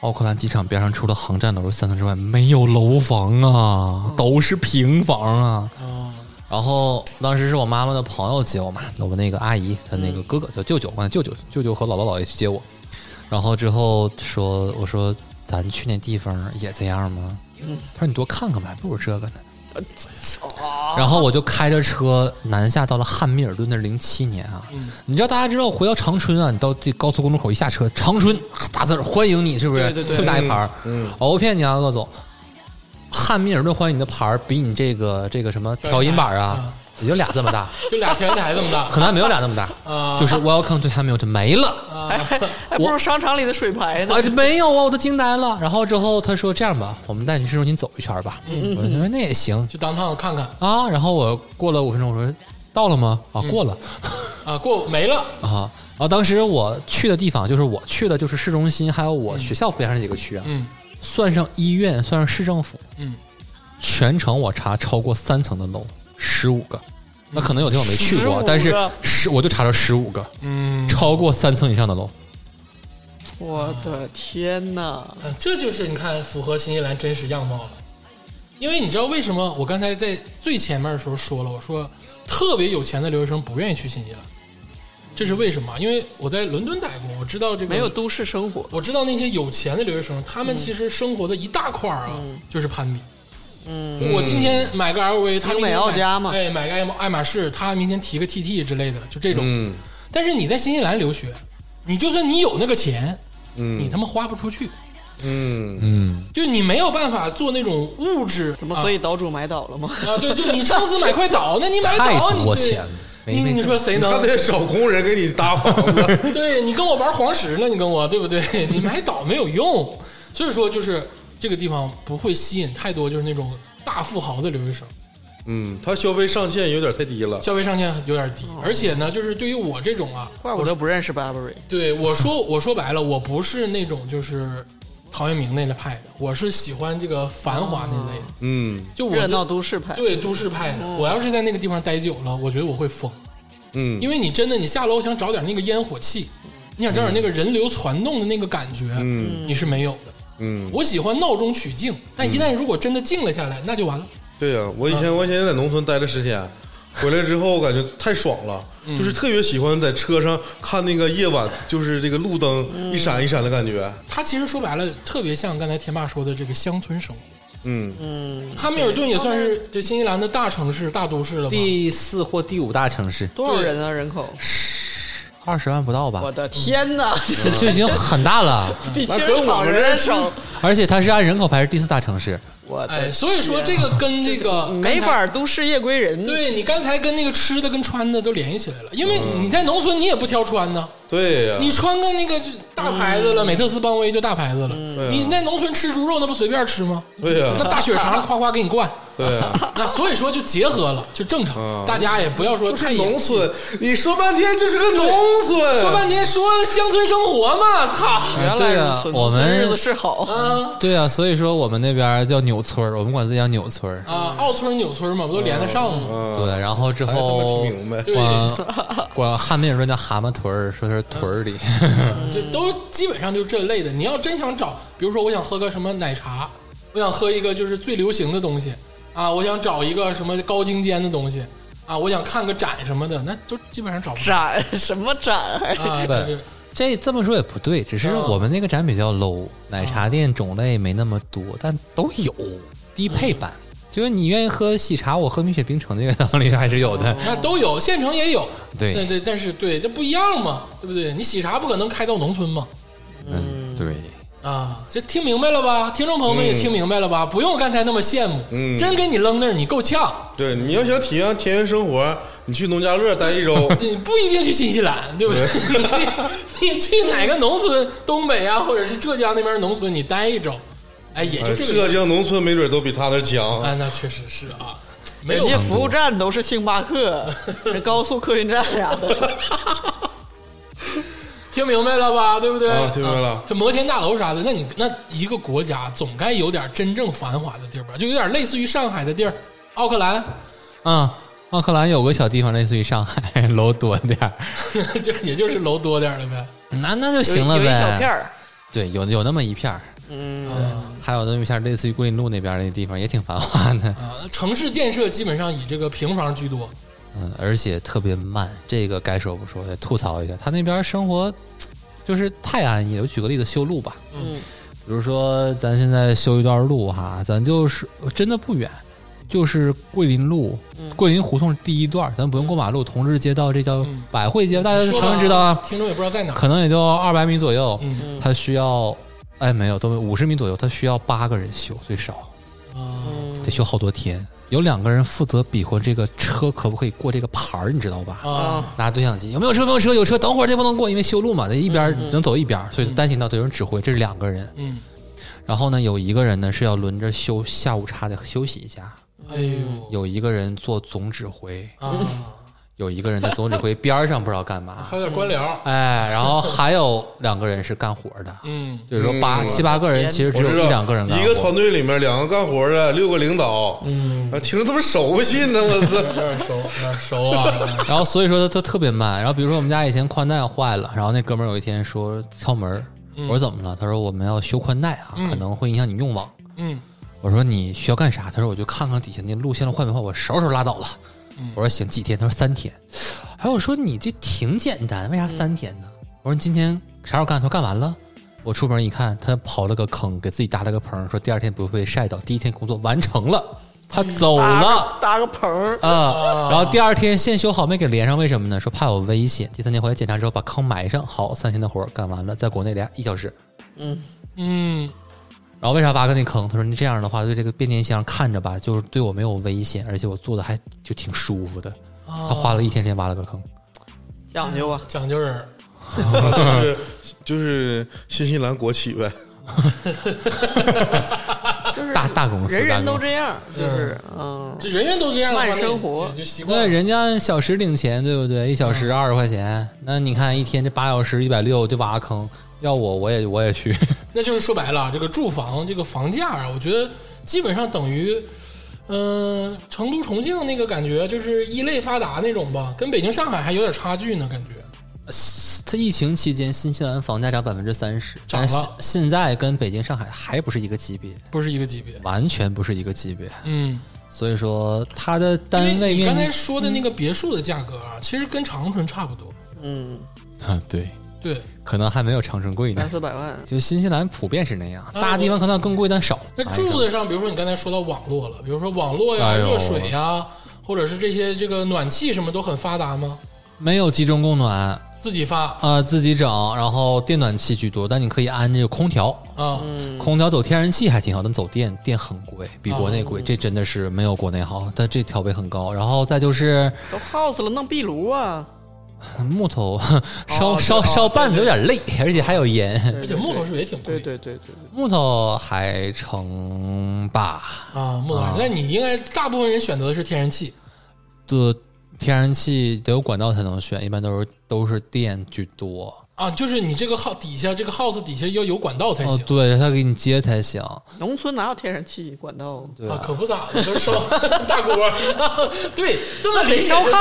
奥克兰机场边上除了航站楼三层之外，没有楼房啊，都是平房啊。然后当时是我妈妈的朋友接我嘛，我们那个阿姨她那个哥哥叫舅舅，我管她舅舅舅舅和姥姥姥爷去接我。然后之后说，我说
嗯呃
咱去那地方也这样吗？他说你多看看吧，还不如这个呢。然后我就开着车南下到了汉密尔顿，那零七年啊，
嗯
你知道大家知道回到长春啊，你到这高速公路口一下车，长春 啊大字儿欢迎你，是不是？
对对嗯对
特别大一牌儿，我不骗你啊，鄂总，汉密尔顿欢迎你的牌儿比你这个这个什么调音板儿啊，也就俩这么 大，
就俩调音台这么大
可能还没有俩那么大，
啊
就是 Welcome to Hamilton 没了。
啊，
还不如商场里的水牌呢
啊，。这没有啊，我都惊呆了。然后之后他说这样吧，我们带你市中心走一圈吧。我说那也行
去当趟看看
啊。然后我过了五分钟，我说到了吗？啊，过了、
啊，过没了
啊。然后当时我去的地方就是我去的就是市中心，还有我学校边上几个区啊，
嗯
算上医院，算上市政府，
嗯，
全程我查超过三层的楼，十五个。那可能有地方我没去
15
过，
个
但是十我就查了十五个，
嗯，
超过三层以上的楼。
我的天哪！
嗯这就是你看符合新西兰真实样貌了。因为你知道为什么我刚才在最前面的时候说了，我说特别有钱的留学生不愿意去新西兰，这是为什么？因为我在伦敦待过，我知道这个
没有嗯都市生活，
我知道那些有钱的留学生，他们其实生活的一大块儿啊，就是攀比。嗯，我今天买个 LV，他
英
明
美
天
澳
买
加嘛
对，买个爱马爱马仕，他明天提个 TT 之类的，就这种。
嗯
但是你在新西兰留学，你就算你有那个钱，
嗯
你他妈花不出去，
嗯，
嗯，
就你没有办法做那种物质。
怎么
啊
所以岛主买岛 了吗？
啊？对，就你撑死买块岛，那你买
太
岛，你
多
对
钱了没
你
没
你说谁能
他得找工人给你搭房 子，
对你跟我玩黄石呢，你跟我对不对？ 你买岛没有用，所以说就是这个地方不会吸引太多就是那种大富豪的留学生，
嗯，他消费上限有点太低了，
消费上限有点
哦
低，而且呢，就是对于我这种啊，
怪我都不认识 Burberry。
对我说我说白了，我不是那种就是陶渊明那类派的，我是喜欢这个繁华那类的，
嗯
就我
热闹
就
都市派，
对都市派的。我要是在那个地方待久了，我觉得我会疯。
嗯，
因为你真的你下楼想找点那个烟火气，你想找点那个人流攒动的那个感觉，
嗯
你是没有的。
嗯，
我喜欢闹中取静，但一旦如果真的静了下来，那就完了。
对呀、我以前我以前在农村待了十天，回来之后感觉太爽了，
嗯
就是特别喜欢在车上看那个夜晚，就是这个路
嗯
灯一闪一闪的感觉。
它其实说白了，特别像刚才天霸说的这个乡村生活。
嗯
汉密尔顿也算是这新西兰的大城市、大都市了吧？
第四或第五大城市，
多少人啊？人口？
二十万不到吧？
我的天哪！
这就已经很大了，
比
那
清
跟
水
我
港
们
人
这
少。
而且它是按人口排是第四大城市。
我的
哎，所以说这个跟这个
啊没
刚才
法儿都市夜归人。
对你刚才跟那个吃的跟穿的都联系起来了，因为
嗯
你在农村你也不挑穿呢，
对呀、
你穿个那个就大牌子
嗯
了，美特斯邦威就大牌子了。
对啊
你在农村吃猪肉那不随便吃吗？
对啊呀、
那大血肠夸夸给你 灌，
对呀、
那所以说就结合了，就正常。
嗯
大家也不要说
就是
太野
农村，你说半天就是个农村，啊
说半天说乡村生活嘛，操！
原来如此，
对啊我们
农村日子是 好。
啊
对啊，所以说我们那边叫纽村儿，我们管自己叫纽村儿。
啊，奥村纽村嘛，不都连得上吗？
嗯，
对，哦然后之
哎，他
后
没听明白，
对，
管 管汉密尔顿叫蛤蟆屯儿，说是屯儿里。
嗯
这都基本上就这类的。你要真想找，比如说我想喝个什么奶茶，我想喝一个就是最流行的东西啊，我想找一个什么高精尖的东西啊，我想看个展什么的，那就基本上找不着
展什么展？还
啊，
对
就是
这这么说也不对，只
嗯
是
啊
我们那个展比较 low，奶茶店种类没那么多，但都有低
嗯
配版。就是你愿意喝喜茶，我喝蜜雪冰城这个 道理还是有
哦
的。
那都有，县城也有。对
对，
对，但是对，这不一样嘛，对不对？你喜茶不可能开到农村嘛。
嗯，对，
啊，这听明白了吧？听众朋友们也听明白了吧？不用刚才那么羡慕，
嗯
真给你扔那儿，你够呛，
对，你要想体验田园生活，你去农家乐待一 周，哎
你不一定去新西兰，对不对？ 你你去哪个农村，东北啊，或者是浙江那边农村，你待一周，哎，也就
哎
这个
浙
样。
江农村没准都比他那强。
哎，那确实是啊，没
人
有
家服务站都是星 巴克、高速客运站啥的。
听明白了吧？对不对？
啊听明白了
啊这摩天大楼啥的，那你那一个国家总该有点真正繁华的地儿吧？就有点类似于上海的地儿，奥克兰，
啊、奥克兰有个小地方，类似于上海， 楼多点儿，
就也就是楼多点儿了呗。
那那就
有
行了
有
呗。
一小片儿，
对，有有那么一片儿，嗯，还有那么一片儿，类似于桂林路那边儿那地方也挺繁华的，
啊，城市建设基本上以这个平房居多。
嗯，而且特别慢，这个该说不说，得吐槽一下，他那边儿生活就是太安逸了。我举个例子，修路吧，
嗯，
比如说咱现在修一段路哈，咱就是真的不远，就是桂林路、
嗯
桂林胡同第一段，咱不用过马路，同志街道这叫
嗯
百汇街，大家
说
常
吧
常知道啊，
听众也不知道在哪儿。
可能也就二百米左右，
嗯
它需要，哎，没有，都五十米左右，它需要八个人修最少。
啊，
得修好多天。有两个人负责比划这个车可不可以过这个牌儿，你知道吧？
啊，
拿对讲机，有没有车？有没有车，有车，等会儿这不能过，因为修路嘛，得一边儿能走一边儿，所以单行道得有人指挥。这是两个人，
嗯，
然后呢，有一个人呢是要轮着休下午茶的休息一下，
哎呦，
有一个人做总指挥，
啊，
有一个人在总指挥边儿上不知道干嘛
还，有点官僚，
哎，然后还有两个人是干活的，
嗯，
就是说八
嗯
七八个人其实只
我
有
知
一
道
两个人干活，
一个团队里面两个干活的，六个领导，嗯，啊，听着这么熟悉呢，我 操！
有点熟，有点熟啊，
然后所以说他他特别慢。然后比如说我们家以前宽带坏了，然后那哥们儿有一天说敲门儿，我说怎么了？他说我们要修宽带啊，可能会影响你用网。
嗯，
我说你需要干啥？他说我就看看底下那路线坏没坏，我收拾收拾拉倒了。我说行，几天？他说三天。哎，我说你这挺简单，为啥三天呢？我说你今天啥时候干？他说干完了。我出门一看，他刨了个坑，给自己搭了个棚，说第二天不会被晒到。第一天工作完成了，他走了。
搭个棚儿，
啊，然后第二天线修好没给连上，为什么呢？说怕有危险。第三天回来检查之后把坑埋上，好，三天的活儿干完了，在国内俩一小时。
嗯，
然后为啥挖个那坑？他说你这样的话对这个变电箱看着吧，就是对我没有危险，而且我做的还就挺舒服的。他
他
花了一天时间挖了个坑，
讲究啊，
讲究人儿，
就是就是新西兰国企呗，
就是
大大公司，
人人
大
都
公司。
这样，就是嗯，
这人人都这样的话，
慢
那
生活
也就习惯
对，
了。
人家按小时领钱，对不对？一小时二十块钱，那你看一天这八小时一百六就挖个坑，要我我也我也 去。
那就是说白了，这个住房这个房价啊，我觉得基本上等于，嗯、成都、重庆那个感觉，就是一类发达那种吧，跟北京、上海还有点差距呢，感觉。
它疫情期间，新西兰房价涨百分之三十，
涨
但是
了
现现在跟北京、上海还不是一个级别，
不是一个级别。
完全不是一个级别。
嗯，
所以说，它的
因
单
为
位嗯
你刚
面
才
积，
说的那个别墅的价格啊，其实跟长春差不多。
嗯，
啊，对，
对，
可能还没有长春贵
三
呢。
四百万，
就新西兰普遍是那样，
哎
大地方可能更贵，但少。
那住的上，比如说你刚才说到网络了，比如说网络呀、
哎呦
热水呀，或者是这些这个暖气什么都很发达吗？
没有集中供暖啊、
自己发啊、
呃自己整，然后电暖气居多，但你可以安这个空调，
啊
嗯
嗯
空调走天然气还挺好，但走电电很贵，比国内
哦
贵，这真的是没有国内好，但这调配很高。然后再就是。
都 house 了，弄壁炉啊，
木头 烧、
哦对
烧
哦
烧拌子有点累，而且还有盐。
嗯而且木头是不是也挺贵
对
的？
对对对，
木头还成吧？
啊，木头是。那你应该大部分人选择的是天然气。
这天然气得有管道才能选，一般都是都是电居多。
啊，就是你这个号底下这个 house 底下要有管道才
哦
行、，
对，他给你接才行。
农村哪有天然气管道？
对
啊
吧，
可不咋的，都烧 大锅儿， 对，这么理
得
解
烧炕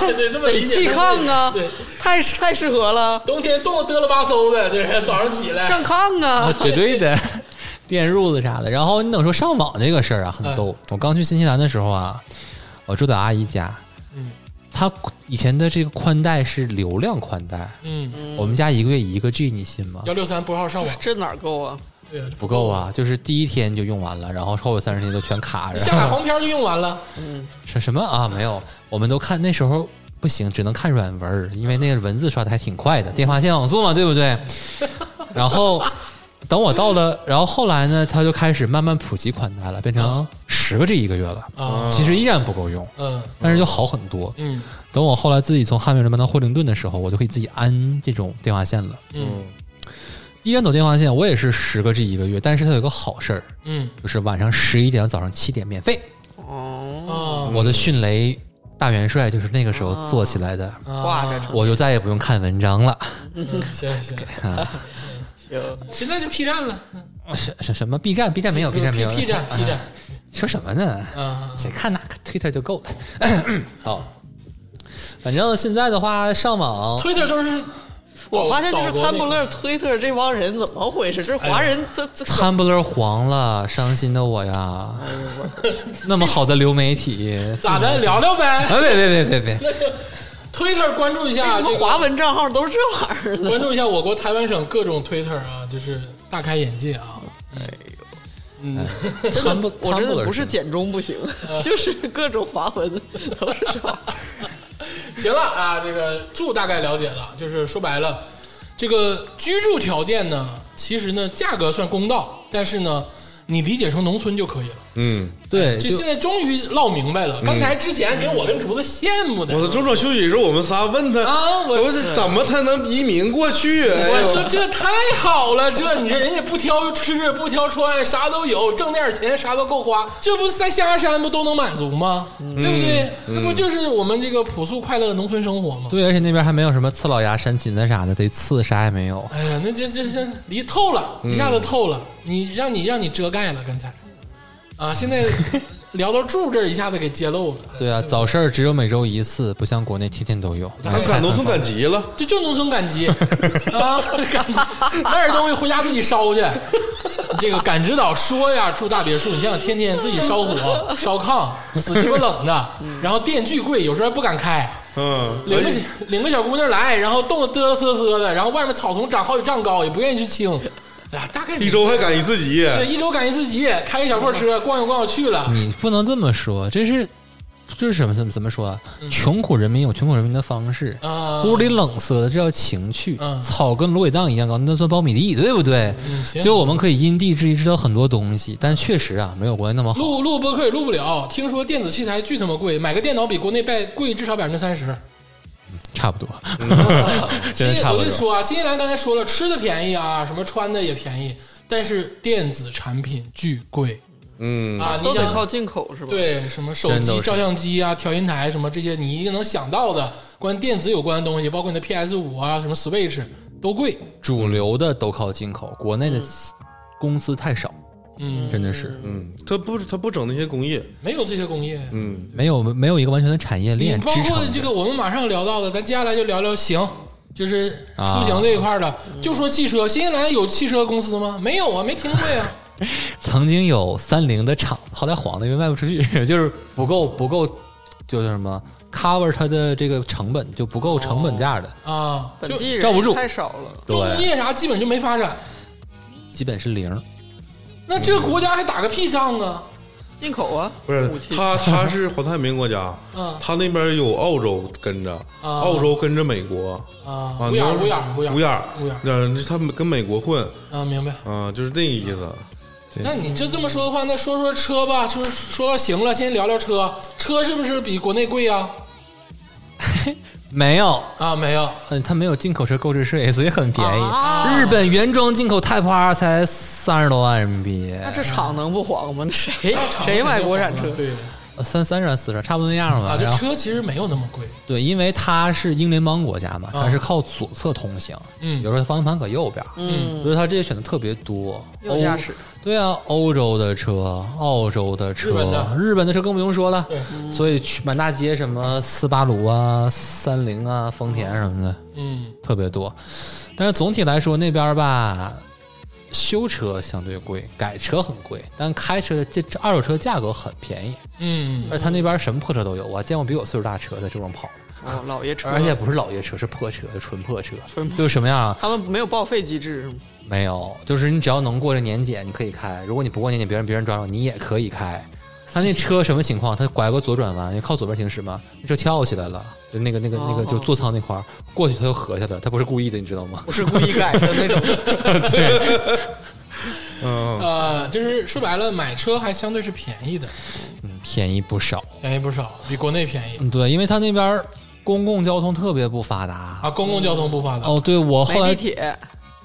对对，这么
得
理解
气炕啊
对，
太太适合了，
冬天冻得嘚了吧嗖的，对，早上起来
上炕
啊，
啊，
绝对的， 电褥子啥的。然后你等说上网这个事儿啊，很逗。
哎
我刚去新西兰的时候啊，我住在阿姨家，
嗯，
她以前的这个宽带是流量宽带，
嗯，
我们家一个月一个 G，你信吗？
幺六三拨号上网，
这哪儿够啊？
对，
不够啊，就是第一天就用完了，然后后三十天就全卡着。
下载黄片儿就用完了，
什什么啊？没有，我们都看那时候不行，只能看软文儿，因为那个文字刷的还挺快的，电话线网速嘛，对 不对？然后等我到了，然后后来呢，它就开始慢慢普及宽带了，变成十个 G 一个月了
啊
其实依然不够用，
嗯
但是就好很多。
嗯
等我后来自己从汉密尔顿搬到惠灵顿的时候，我就可以自己安这种电话线了。
嗯
依然走电话线，我也是十个 G 一个月，但是它有一个好事儿，
嗯
就是晚上十一点到早上七点免费。
哦，
啊
我的迅雷大元帅就是那个时候做起来的，
挂着成
我就再也不用看文章了。
行 行，
行，
现在就 P 站了
啊什什什么 B 站？B 站没有，B 站没哎有。啊
，P 站 P 站，
说什么呢？
啊
谁看那个 Twitter 就 够了。好，反正现在的话，上网
，Twitter 都是
我发现就是
他
潘
们
伯乐、推特这帮人怎么回事？这
哎
华人这这
Tumblr 黄了，伤心的我呀！那么哎好的流媒 体，
咋
嗯
的，聊聊呗
啊，别别别别别，
，Twitter 关注一
为
下
什
这
么
个
华文账号都是这玩意儿呢？
关注一下我国台湾省各种 Twitter 啊，就是大开眼界啊。哎呦，
哎，贪不
我
贪
真
不
的
而
不是
生
简中不行，
嗯
就是各种华文都是这玩意儿
行了啊，这个住大概了解了，就是说白了，这个居住条件呢，其实呢价格算公道，但是呢，你理解成农村就可以了。
嗯，
对，
这
就
现在终于唠明白了，刚才之前给我跟竹子羡慕的，
我的中场休息时，我们仨问他，
啊我
我是怎么才能移民过去？哎
我
呦
说这太好了，这你这人也不挑吃不挑穿，啥都有，挣点钱啥都够花，这不是在象牙山不都能满足吗？
嗯
对不对？那不就是我们这个朴素快乐的农村生活吗？
对，而且那边还没有什么刺老牙、山芹子啥的，这刺啥也没有。
哎呀，那这这这离透了，一下子透了，你让你让你遮盖了刚才，啊，现在聊到住这儿一下子给揭露了，
对啊，早市儿只有每周一次，不像国内天天都有。
俺赶农村赶集了，
这就农村赶集啊，赶集买点东西回家自己烧去。这个赶指导说呀，住大别墅，你想想天天自己烧火、烧炕，死鸡巴冷的，然后电锯贵，有时候还不敢开。
嗯，
领个
哎
小领个小姑娘来，然后冻得嘚瑟瑟的，然后外面草丛长好几丈高，也不愿意去清。哎呀，大概
一周还赶一次集，
对，一周赶一次集，开个小破车逛悠逛悠去了。
你不能这么说，这是这是什么怎么怎么说啊？穷苦人民有穷苦人民的方式，
嗯啊
嗯屋里冷色的这叫情趣，
嗯
草跟芦苇荡一样高，那算苞米地，对不对？
行嗯
就我们可以因地制宜知道很多东西，但确实啊，没有国内那么好。
录录播客也录不了，听说电子器材巨他妈贵，买个电脑比国内拜贵至少百分之三十。
差不多，
新
真的差
我
不
跟你
多。
说啊，新西兰刚才说了，吃的便宜啊，什么穿的也便宜，但是电子产品巨贵
嗯，
啊！ 你
都得
想
靠进口是吧？，
对什么手
真都
机、
是
照相机啊、调音台什么这些，你一定能想到的关于电子有关的东西，包括你的 PS 五啊、什么 Switch 都贵。
主流的都靠进口，国内的公司太少，
嗯，
真的是
嗯，他不他不整那些工业，
没有这些工业。
嗯，
没有没有一个完全的产业
你
链支
包括
撑
这
着。
个我们马上聊到的，咱接下来就聊聊行，就是
啊
出行这一块儿的。就说汽车，新西兰有汽车公司吗？没有啊，没听过呀。
曾经有三菱的厂，后来黄了，因为卖不出去， 就是不够不够，就是什么 cover 它的这个成本就不够成本价的，
啊，
本
就
地人
罩不住
太少了。
重工业啥基本就没发展。
基本是零。
那这国家还打个屁仗啊！
进口啊，
不是
武器
他他是环太平洋国家
嗯，
他那边有澳洲跟着，
啊
澳洲跟着美国
啊，
啊，
无眼
你
儿
要
无眼儿无眼
无
眼
眼儿
无眼儿
嗯他们跟美国混
啊，明白。
啊，就是那个意思。
那你这这么说的话，那说说车吧，就是说到行了，先聊聊车，车是不是比国内贵呀？
没有，
啊，没有，
嗯，它没有进口车购置税，所以很便宜。
啊
日本原装进口 Type R 才三十多万人民币，
那这厂能不黄吗？那
哎
谁
那厂
谁买国产车？
啊对
三三十万、四十，差不多那样吧。
啊，这
然后
车其实没有那么贵。
对，因为它是英联邦国家嘛，它是靠左侧通行，
嗯
有时候方向盘搁右边，
嗯，
所以它这些选择特别多。
右驾驶
对啊，欧洲的车、澳洲的车、
日本的
本的车更不用说了
对。
嗯
所以去满大街什么斯巴鲁啊、三菱啊、丰田什么的
嗯
特别多。但是总体来说，那边儿吧，修车相对贵，改车很贵，但开车的这这二手车价格很便宜。
嗯
哎
而且他那边儿什么破车都有，我还见过比我岁数大车在这种跑，
哦，老爷车，
而且不是老爷车，是破车，嗯纯破车，就是什么样啊？
他们没有报废机制是吗？
没有，就是你只要能过这年检，你可以开；如果你不过年检，别人别人抓着你也可以开。他那车什么情况？他拐个左转弯，你靠左边行驶嘛，那车跳起来了，就那个那个那个，就座舱那块儿过去，他就合下来，他不是故意的，你知道吗？
不是故意改的那种。
嗯，
呃，就是说白了，买车还相对是便宜的，
嗯，便宜不少。
便宜不少，比国内便宜
嗯，对，因为他那边儿公共交通特别不发达。
啊。公共交通不发达，
哦，对，我后
没地
来
铁，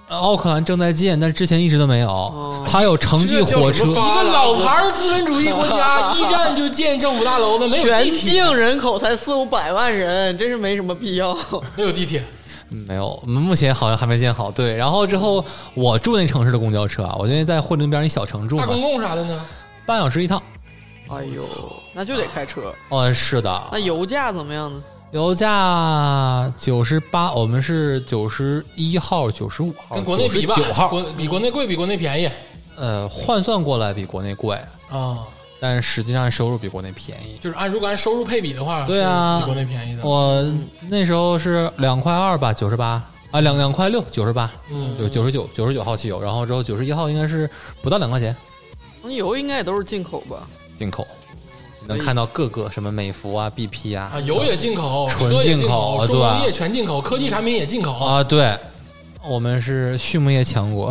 奥克兰正在建，但之前一直都没
哦
有。它有城际
这叫
火
什
车
么，
一
发
个
达
老牌儿资本主义国 家，一战就建政府大楼的，没有地
全
铁，
境人口才四五百万人，真是没什么必要。
没有地铁。
嗯没有，目前好像还没建好。对，然后之后我住那城市的公交车啊，我因为在惠灵边儿一小城住
大
嘛，
公共啥的呢？
半小时一趟。
哎呦，那就得开车。
哦，是
那
呃
的，
油价怎么样呢？
油价九十八，我们是九十一号、九十五
哦
号、
跟国内比吧，
九号，
国比国内贵，比国内便宜
呃，换算过来比国内贵，
啊。
但实际上收入比国内便宜。
就是按如果按收入配比的话，
对
是
啊
比国内便宜的。
我那时候是两块二吧，九十八啊，两两块六，九十八，
嗯
有九十九，九十九号汽油，然后之后九十一号应该是不到两块钱，
那油应该也都是进口吧？
进口，能看到各个什么美孚啊、BP 啊
啊，油也进口，
纯
车也
进
进
口啊对
中
吧
成业全进口，科技产品也进口。
啊，对，我们是畜牧业强国，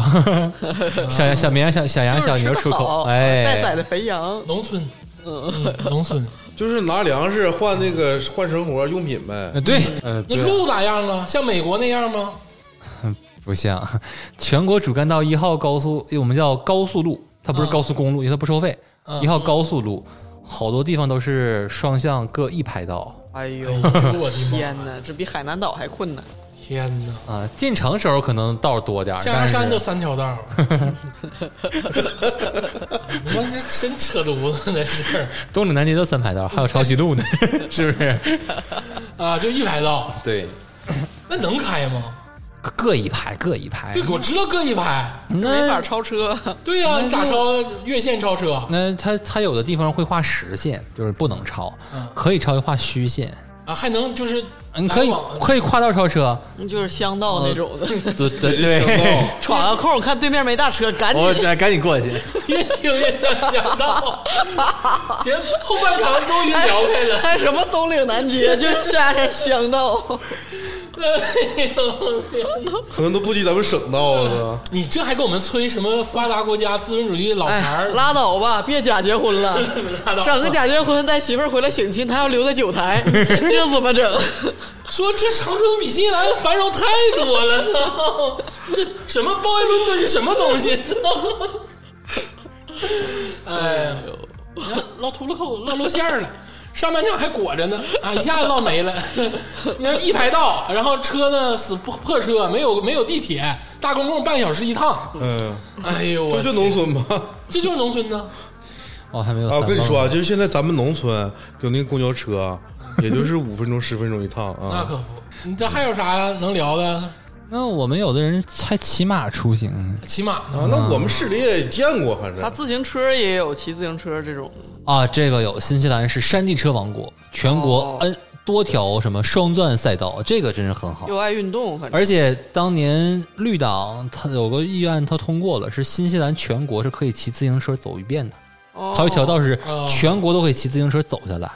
小小绵羊、小小羊、
就是
小
吃
牛
得
出口，
好，待宰
哎，
的肥羊，
农村，嗯，农村，
就是拿粮食换那个换生活用品呗。
呃对，呃，
那
对
路咋样了？像美国那样吗？
不像全国主干道一号高速，我们叫高速路，它不是
嗯
高速公路，因为它不收费，
嗯
一号高速路。好多地方都是双向各一排道
哎呦
哎呦我 的妈！
天哪，这比海南岛还困难。
天哪！
啊、进城时候可能道儿多点儿，
象牙
但是
山都三条道儿，我这真扯犊子那是
东岭南街都三排道，还有抄袭路呢， 是不是？
啊，就一排道，
对，
那能开吗？
各一排，各一排
对，。我知道各一排。
没
那
法超车，
对呀、你咋超越线超车？
那它它有的地方会画实线，就是不能超，
嗯
可以超就画虚线。
啊，还能就是
你可以
来往
可以跨道超车，
就是乡道那种的，
对对
想
对，
到
嗯闯个空，看对面没大车，赶紧
我得赶紧过去。
越听越像想到。行，后半场终于聊开了。
哎还什么东岭南 街，就是下山乡道，
哎呦
可能都不及咱们省道呢。
你这还给我们吹什么发达国家资本主义老牌
哎
儿？，
拉倒吧，别假结婚 了，
拉倒
整个假结婚带媳妇儿回来省亲，他要留在九 台，这怎么整？
说这长春比新西兰繁荣太多了，操！ 这什么鲍威伦顿是什么东 西？操！哎呀，你看落秃噜口，落露馅儿了。上半场还裹着呢，啊，一下子落 没了。你看一排道，然后车呢死破破车，没有没有地铁，大公共半小时一趟。
嗯，
哎呦我
不就 农村吗？
这就是农村呢，
哦，还没有
啊，
三
我
蹦。
跟你说啊，就是现在咱们农村有那个公交车，也就是五分钟、十分钟一趟
那
啊。
可不。你这还有啥能聊的？
那我们有的人还骑马出行呢
骑马呢？
啊，那我们市里也见过，反
他
正
自行车也有骑自行车这种，
啊，这个有新西兰是山地车王国，全国
哦
N 多条什么双钻赛道，这个真是很好。
又爱运动，反正
而且当年绿党他有个议案，他通过了，是新西兰全国是可以骑自行车走一遍的。
哦
还有一条道是
哦
全国都可以骑自行车走下来。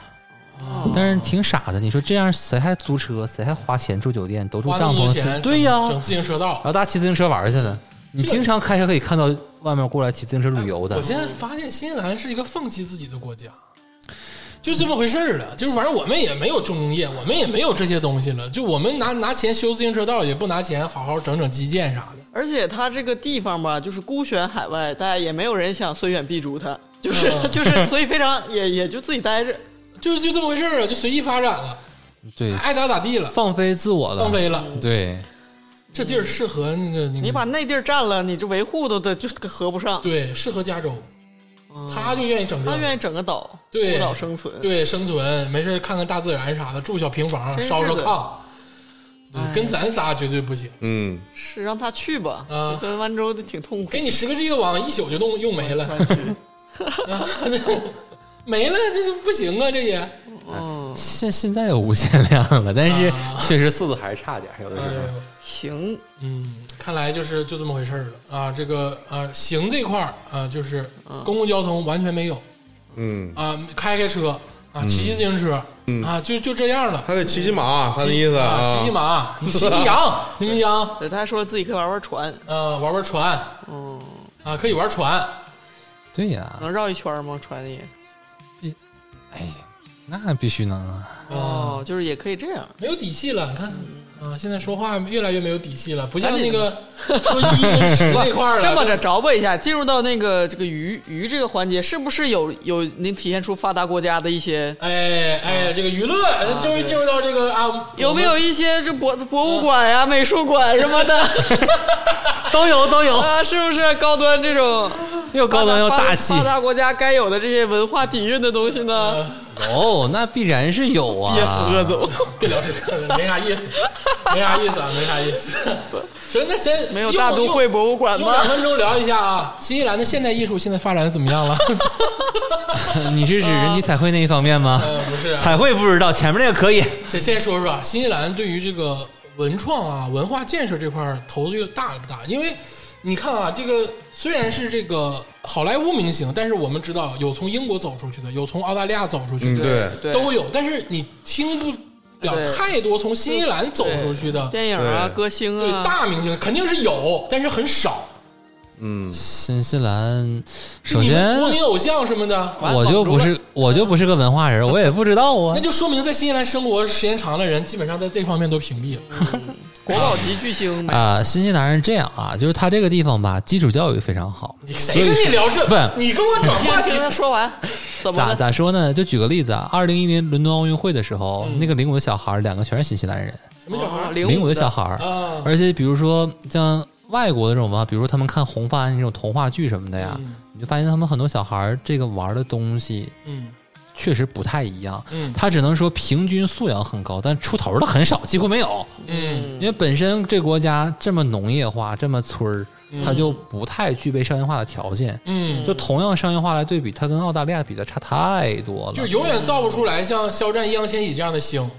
但是挺傻的，你说这样谁还租车，谁还花钱住酒店，都住
花那
帐
么多
篷
钱，
自？对呀、
整
然
自行车道。
后大家骑自行车玩去了。你
这哎
经常开车可以看到外面过来骑自行车旅游的
我。现在发现新西兰是一个放弃自己的国家，就这么回事儿了。就是反正我们也没有重工业，我们也没有这些东西了。就我们拿拿钱修自行车道，也不拿钱好好整整基建啥的。
而且他这个地方吧，就是孤悬海外，大家也没有人想虽远必逐他，就是、
嗯
就是，所以非常也也就自己待着。
就就这么回事儿啊，就随意发展了，
对，
爱咋咋地了，
嗯放飞自我了。
哎放。飞了。
对，
这地儿适合那个那个，
你把那地儿占了，你这维护都得就合不上。
对适合加州，他就愿意整这
哦他
个，
愿意整个岛，
对
孤岛生存。
啊对生存，没事儿看看大自然啥的，住小平房，
真是
烧烧
的哎
炕。对，跟咱仨绝对不行。
嗯，
是让他去吧，
啊
跟温州的挺痛苦
给。你十个 G 的网，一宿就弄用没了。啊， 没了，这是不行啊，这也。
嗯，
现现在有无限量了，但是确实速度还是差点，有的时
啊哎
候。
呦
行，
嗯，看来就是就这么回事儿了啊。这个啊，行这块儿啊，就是
嗯
公共交通完全没有
嗯，
啊，开开车啊，骑骑自行车啊，就就这样了。
还得骑骑马，他的嗯意思
啊，骑骑 马，你骑骑羊，行不行？
对他还说自己可以玩玩船，
啊，玩玩船
嗯，
啊，可以玩船。
对呀、
能绕一圈吗？船也
哎呀，那必须能啊。
嗯
哦，就是也可以这样。
没有底气了，你看
嗯
啊，现在说话越来越没有底气了，不像那个说一 跟十那块儿了。
这么着着吧一下，进入到那个这个鱼鱼这个环节，是不是有有能体现出发达国家的一些？
哎
啊
哎，这个娱乐终于进入到这个啊，
有没有一些这博博物馆呀、美术馆什么的，
都有都有，
啊，是不是高端这种
又高端又大气
发，达发达国家该有的这些文化底蕴的东西呢？
有哦那必然是有啊。
也死恶总，
别聊这个 了，没啥 意思，没啥意思啊，没啥意思。行，那先
没有大都会博物馆
用两
吗？
分钟聊一下啊，新西兰的现代艺术现在发展的怎么 样了？
你是指人体彩绘那一方面吗？
呃，不是，
彩绘不知道，前面那个可以。
先先说说啊，新西兰对于这个文创啊、文化建设这块儿投入大不大？因为你看啊，这个虽然是这个好莱坞明星，但是我们知道有从英国走出去的，有从澳大利亚走出去
嗯，
的，
对
对，
都有。但是你听不了
对
太多从新西兰走出去的，
电影啊、
对
歌星
对
啊，
大明星肯定是有，但是很少。
嗯，
新西兰，首
你
先
们国民偶像什么的，
完
我就不是我就不是个文化人，我也不知道啊
那。就说明在新西兰生活时间长的人，基本上在这方面都屏蔽了。
国宝级巨星没
啊、新西兰人这样啊，就是他这个地方吧，基础教育非常好。
你谁跟
所以
你
说
聊这？
不
你跟我转话
听
题
听，他说完，怎么
咋
了？
咋说呢？就举个例子啊，二零一零伦敦奥运会的时候，
嗯
那个领舞的小孩儿两个全是新西兰人，
什么小孩
啊
儿？
领舞
的
的小孩儿，
啊，
而且比如说像外国的这种文化，比如说他们看红发那种童话剧什么的呀，你就发现他们很多小孩儿这个玩儿的东西
嗯
确实不太一样。
嗯
他只能说平均素养很高，但出头的很少，几乎没有。
嗯，
因为本身这国家这么农业化，这么村儿，它就不太具备商业化的条件。
嗯，
就同样商业化来对比，它跟澳大利亚比的差太多了。
就永远造不出来像肖战、易烊千玺这样的星。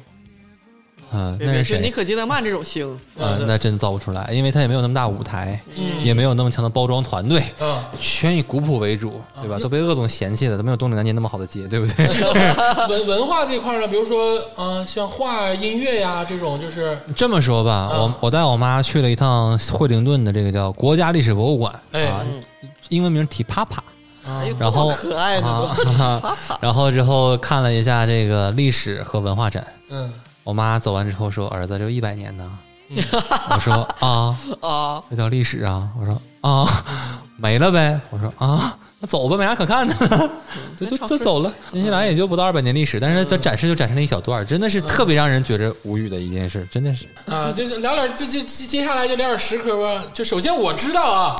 嗯，
别
那是
别是尼
谁？
可基德曼这种星，
嗯、那真造不出来，因为它也没有那么大舞台，
嗯
也没有那么强的包装团队，
啊，
全以古朴为主，
啊
对吧？都被鄂总嫌弃了，都没有东岭南街那么好的街，对不对？
文文化这块儿呢，比如说，嗯、像画、音乐呀这种，就是，
这么说吧，
啊
我我带我妈去了一趟惠灵顿的这个叫国家历史博物馆，
哎
啊，英文名 Tipapa。
哎呦，
然
嗯
后
这么可爱呢，
啊，然后之后看了一下这个历史和文化展。
嗯
我妈走完之后说：“儿子，这一百年呢。我说：“啊，
都 啊，
这叫历史啊。”我说：“啊， 没了呗。”我说：“啊，那走吧，没啥可看的，
嗯
就就就走了。”新西兰也就不到二百年历史，但是它展示就展示了一小段儿，真的是
嗯
特别让人觉着无语的一件事，真的是。
啊，就是聊点，这这接接下来就聊点实科吧。就首先我知道啊，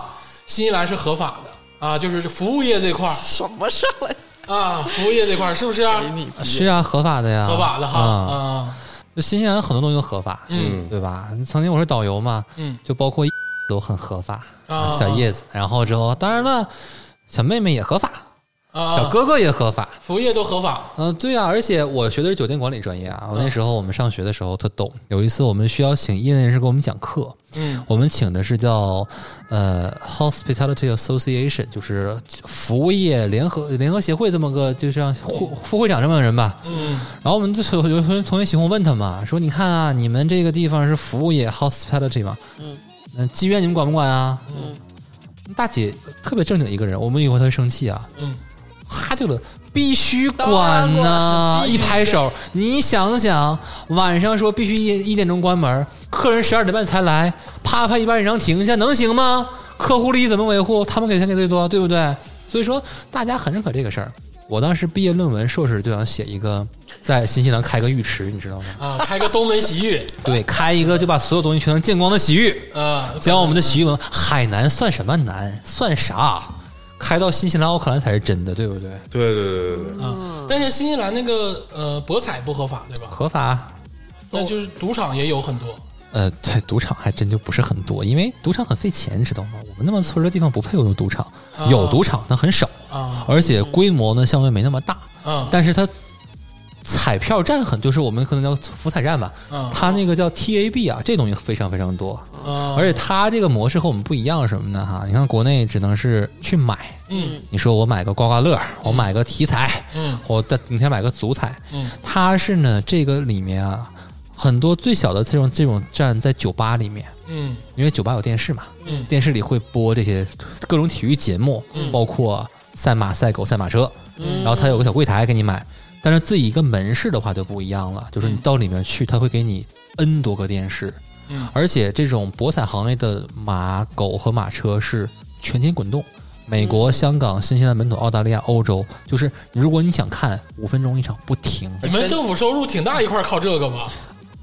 新西兰是合法的啊，就是服务业这块儿
什么上来？
啊，服务业这块儿是不是啊？
给你
是啊，合法的呀，
合法的哈
啊
啊，
就新西兰很多东西都合法，
嗯
对吧？曾经我是导游嘛，
嗯
就包括 都很合法，
啊
小叶子，然后之后当然了，小妹妹也合法，
啊，
小哥哥也合法，
服务业都合法，
嗯、对啊，而且我学的是酒店管理专业啊，我那时候我们上学的时候特逗，有一次我们需要请业内人士给我们讲课，
嗯
我们请的是叫呃 Hospitality Association，就是服务业联合联合协会这么个，就像副副会长这么个人吧，
嗯
然后我们就有有同同学喜欢问他嘛，说你看啊，你们这个地方是服务业 hospitality 嘛，
嗯，
那妓院你们管不管啊？
嗯，
大姐特别正经一个人，我们以为她会生气啊，
嗯，
哈对了，必须管
当然
呐、
管
一拍手，你想想，晚上说必须一一点钟关门，客人十二点半才来，啪啪一巴掌让停下，能行吗？客户利益怎么维护？他们给钱给最多，对不对？所以说大家很认可这个事儿。我当时毕业论文硕士就想写一个在新西兰开个浴池，你知道吗？
啊，开个东门洗浴
对，开一个就把所有东西全都见光的洗浴，
啊，
讲我们的洗浴文化。海南算什么南？算啥？开到新西兰、奥克兰才是真的，对不对？
对对对对对，
啊，但是新西兰那个呃博彩不合法对吧？
合法。
那就是赌场也有很多，
呃，对，赌场还真就不是很多，因为赌场很费钱，知道吗？我们那么村儿的地方不配有赌场，有赌场但很少，
啊
而且规模呢相对没那么大，
嗯
但是它彩票站很，就是我们可能叫福彩站吧，
嗯
它那个叫 TAB 啊，这东西非常非常多，
啊，
而且它这个模式和我们不一样什么呢？哈，你看国内只能是去买，
嗯
你说我买个刮刮乐，我买个体彩，
嗯
我再明天买个足彩，
嗯
它是呢这个里面啊，很多最小的这种这种站在酒吧里面，
嗯
因为酒吧有电视嘛，
嗯
电视里会播这些各种体育节目，包括赛马、赛狗、赛马车，
嗯
然后它有个小柜台给你买。但是自己一个门市的话就不一样了，就是你到里面去，它会给你 N 多个电视，
嗯
而且这种博彩行业的马、狗和马车是全天滚动。美
嗯
国、香港、新西兰本土、澳大利亚、欧洲，就是如果你想看五分钟一场不停，
你们政府收入挺大一块儿靠这个吧？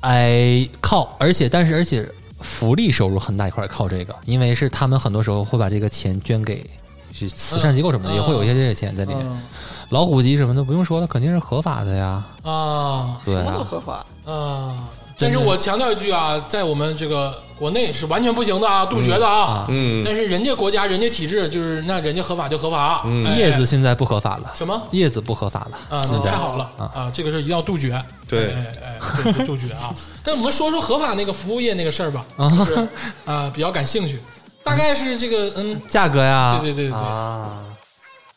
哎，靠！而且，但是，而且，福利收入很大一块儿靠这个，因为是他们很多时候会把这个钱捐给是慈善机构什么
嗯
的，也会有一些这些钱在里面。
嗯
老虎机什么的不用说了，肯定是合法的呀。
啊
对
什么都
啊，
合法，
啊！但是我强调一句啊，在我们这个国内是完全不行的啊，杜绝的啊。
嗯，
但是人家国家、人家体制就是那人家合法就合法，
嗯
哎
叶子现在不合法了，
什么？
叶子不合法了。
啊，那太好了啊！这个事儿一定要杜绝，
对
哎哎，哎
嗯
对杜绝啊！但我们说说合法那个服务业那个事儿吧，就是啊，比较感兴趣。大概是这个，嗯，
价格呀，
对对对对对
啊，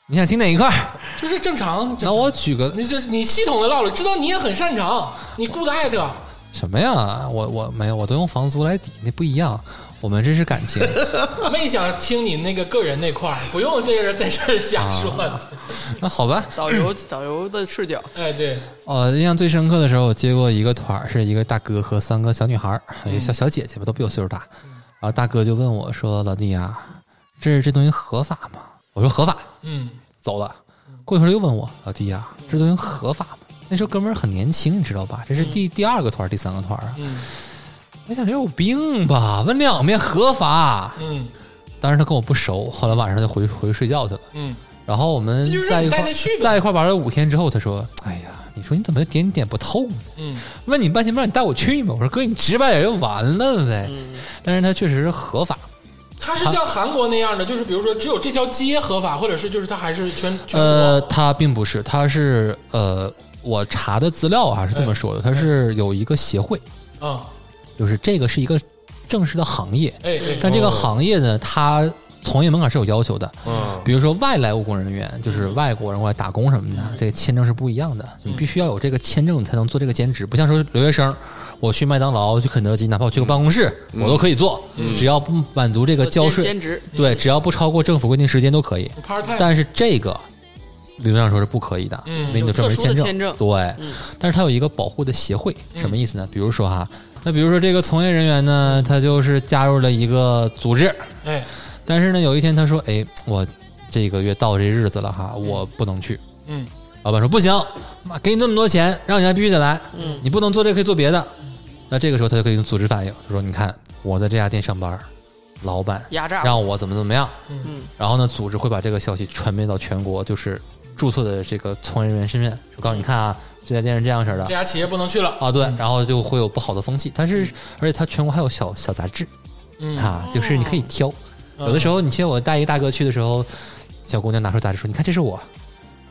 你想听哪一块儿？
就是正常。
那我举个
你这你系统的唠了，知道你也很擅长，你 good at，
什么呀？我我没有，我都用房租来抵，那不一样。我们这是感 情，
没想听你那个个人那块儿，不用在这儿在这儿瞎说的。
那好吧。
导游导游的视角，
哎，对，
哦，印象最深刻的时候，我接过一个团儿，是一个大哥和三个小女孩儿，一个小小姐姐吧，都比我岁数大。然后大哥就问我说：“老弟呀、这这东西合法吗？”我说：“合法。
嗯，”
走了。过一会儿又问我：“老弟呀、啊这东西合法吗？”那时候哥们儿很年轻，你知道吧？这是第、第二个团儿，第三个团儿啊。
嗯
我想这有病吧？问两遍合法，
嗯
当时他跟我不熟，后来晚上他就回回去睡觉去了。
嗯，
然后我们
就是
在
你
一
带
块
他去呗
在一块玩了五天之后，他说：“哎呀，你说你怎么点点不透呢？
嗯
问你半天不让你带我去吗？”我说：“哥，你直白点就完了呗。
嗯
但是他确实是合法，
他是像韩国那样的，就是比如说只有这条街合法，或者是就是他还是全全
呃，
国。
他并不是，他是呃，我查的资料啊是这么说的，他是有一个协会，
嗯，
就是这个是一个正式的行业，
哎哎，
但这个行业呢，它从业门槛是有要求的，
嗯，
比如说外来务工人员，就是外国人过来打工什么的，这个签证是不一样的，你必须要有这个签证你才能做这个兼职，不像说留学生，我去麦当劳、去肯德基，哪怕我去个办公室，我都可以做，只要不满足这个交
兼
税
兼，职，
对，只要不超过政府规定时间都可以。
part time，
但是这个理论上说是不可以的，
嗯
因为你有专门
有特殊的
证。
签证嗯
对，但是它有一个保护的协会，什么意思呢？比如说哈，那比如说这个从业人员
嗯
呢，他就是加入了一个组织，
哎，
但是呢，有一天他说：“哎，我这个月到这日子了哈，我不能去。”
嗯，
老板说：“不行，妈给你那么多钱，让你来必须得来，
嗯
你不能做这个可以做别的。”那这个时候他就可以跟组织反映，他说：“你看我在这家店上班，老板
压榨，
让我怎么怎么样。”
嗯，
然后呢，组织会把这个消息传遍到全国，就是注册的这个从业人员身份，就告诉你看啊，这家店是这样式的
这。家企业不能去了。
啊，对，然后就会有不好的风气，但是而且它全国还有小小杂志
嗯，
啊，就是你可以挑，
嗯
有的时候，你记得我带一个大哥去的时候，小姑娘拿出杂志说：“你看，这是我。”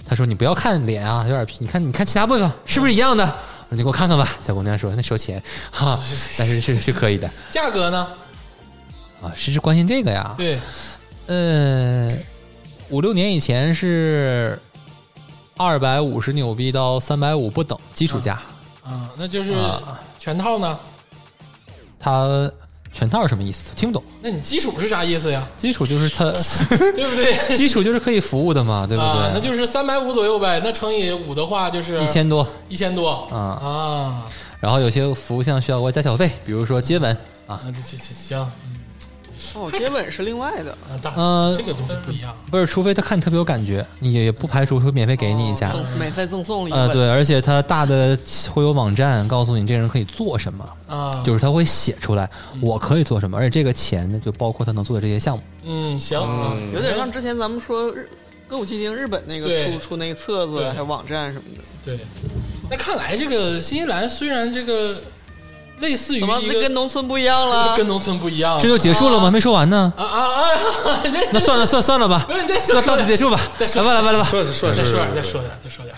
她说：“你不要看脸啊，有点皮。你看，你看其他部分是不是一样的？”我说：“你给我看看吧。”小姑娘说：“那收钱 哈、但是是是可以的
价格呢？
啊，是是关心这个呀。
对，
呃，五六年以前是二百五十纽币到三百五不等基础价，
啊，那就是
啊
全套呢。
它全套是什么意思？听不懂。
那你基础是啥意思呀？
基础就是它，
对不对？
基础就是可以服务的嘛，对不对？
啊，那就是三百五左右呗。那乘以五的话，就是
一千多。
一千多啊
啊然后有些服务项需要额外加小费，比如说接吻啊，
啊！这这这行
哦，接吻是另外的，
啊，大
呃
这个东西不一样。
不是，除非他看你特别有感觉，你也不排除说免费 给你一下。
啊
赠免费赠送了一
呃，
份，
对，而且他大的会有网站告诉你这人可以做什么，
啊，
就是他会写出来我可以做什么，而且这个钱呢就包括他能做的这些项目。
嗯，行，
有点像之前咱们说日歌舞伎町日本那个
对
出出那个册子
对
还有网站什么的，
对。那看来这个新西兰虽然这个类似于
怎么
一
这跟
个
农村不一样了？
跟农村不一样，
啊这就结束了吗？没说完呢。
啊啊啊！
那
那
算了算算了 吧
不是你再，说
那到此结束吧。
再说
来吧来吧来吧。
算是算
再
是
说点，再说点，再说点。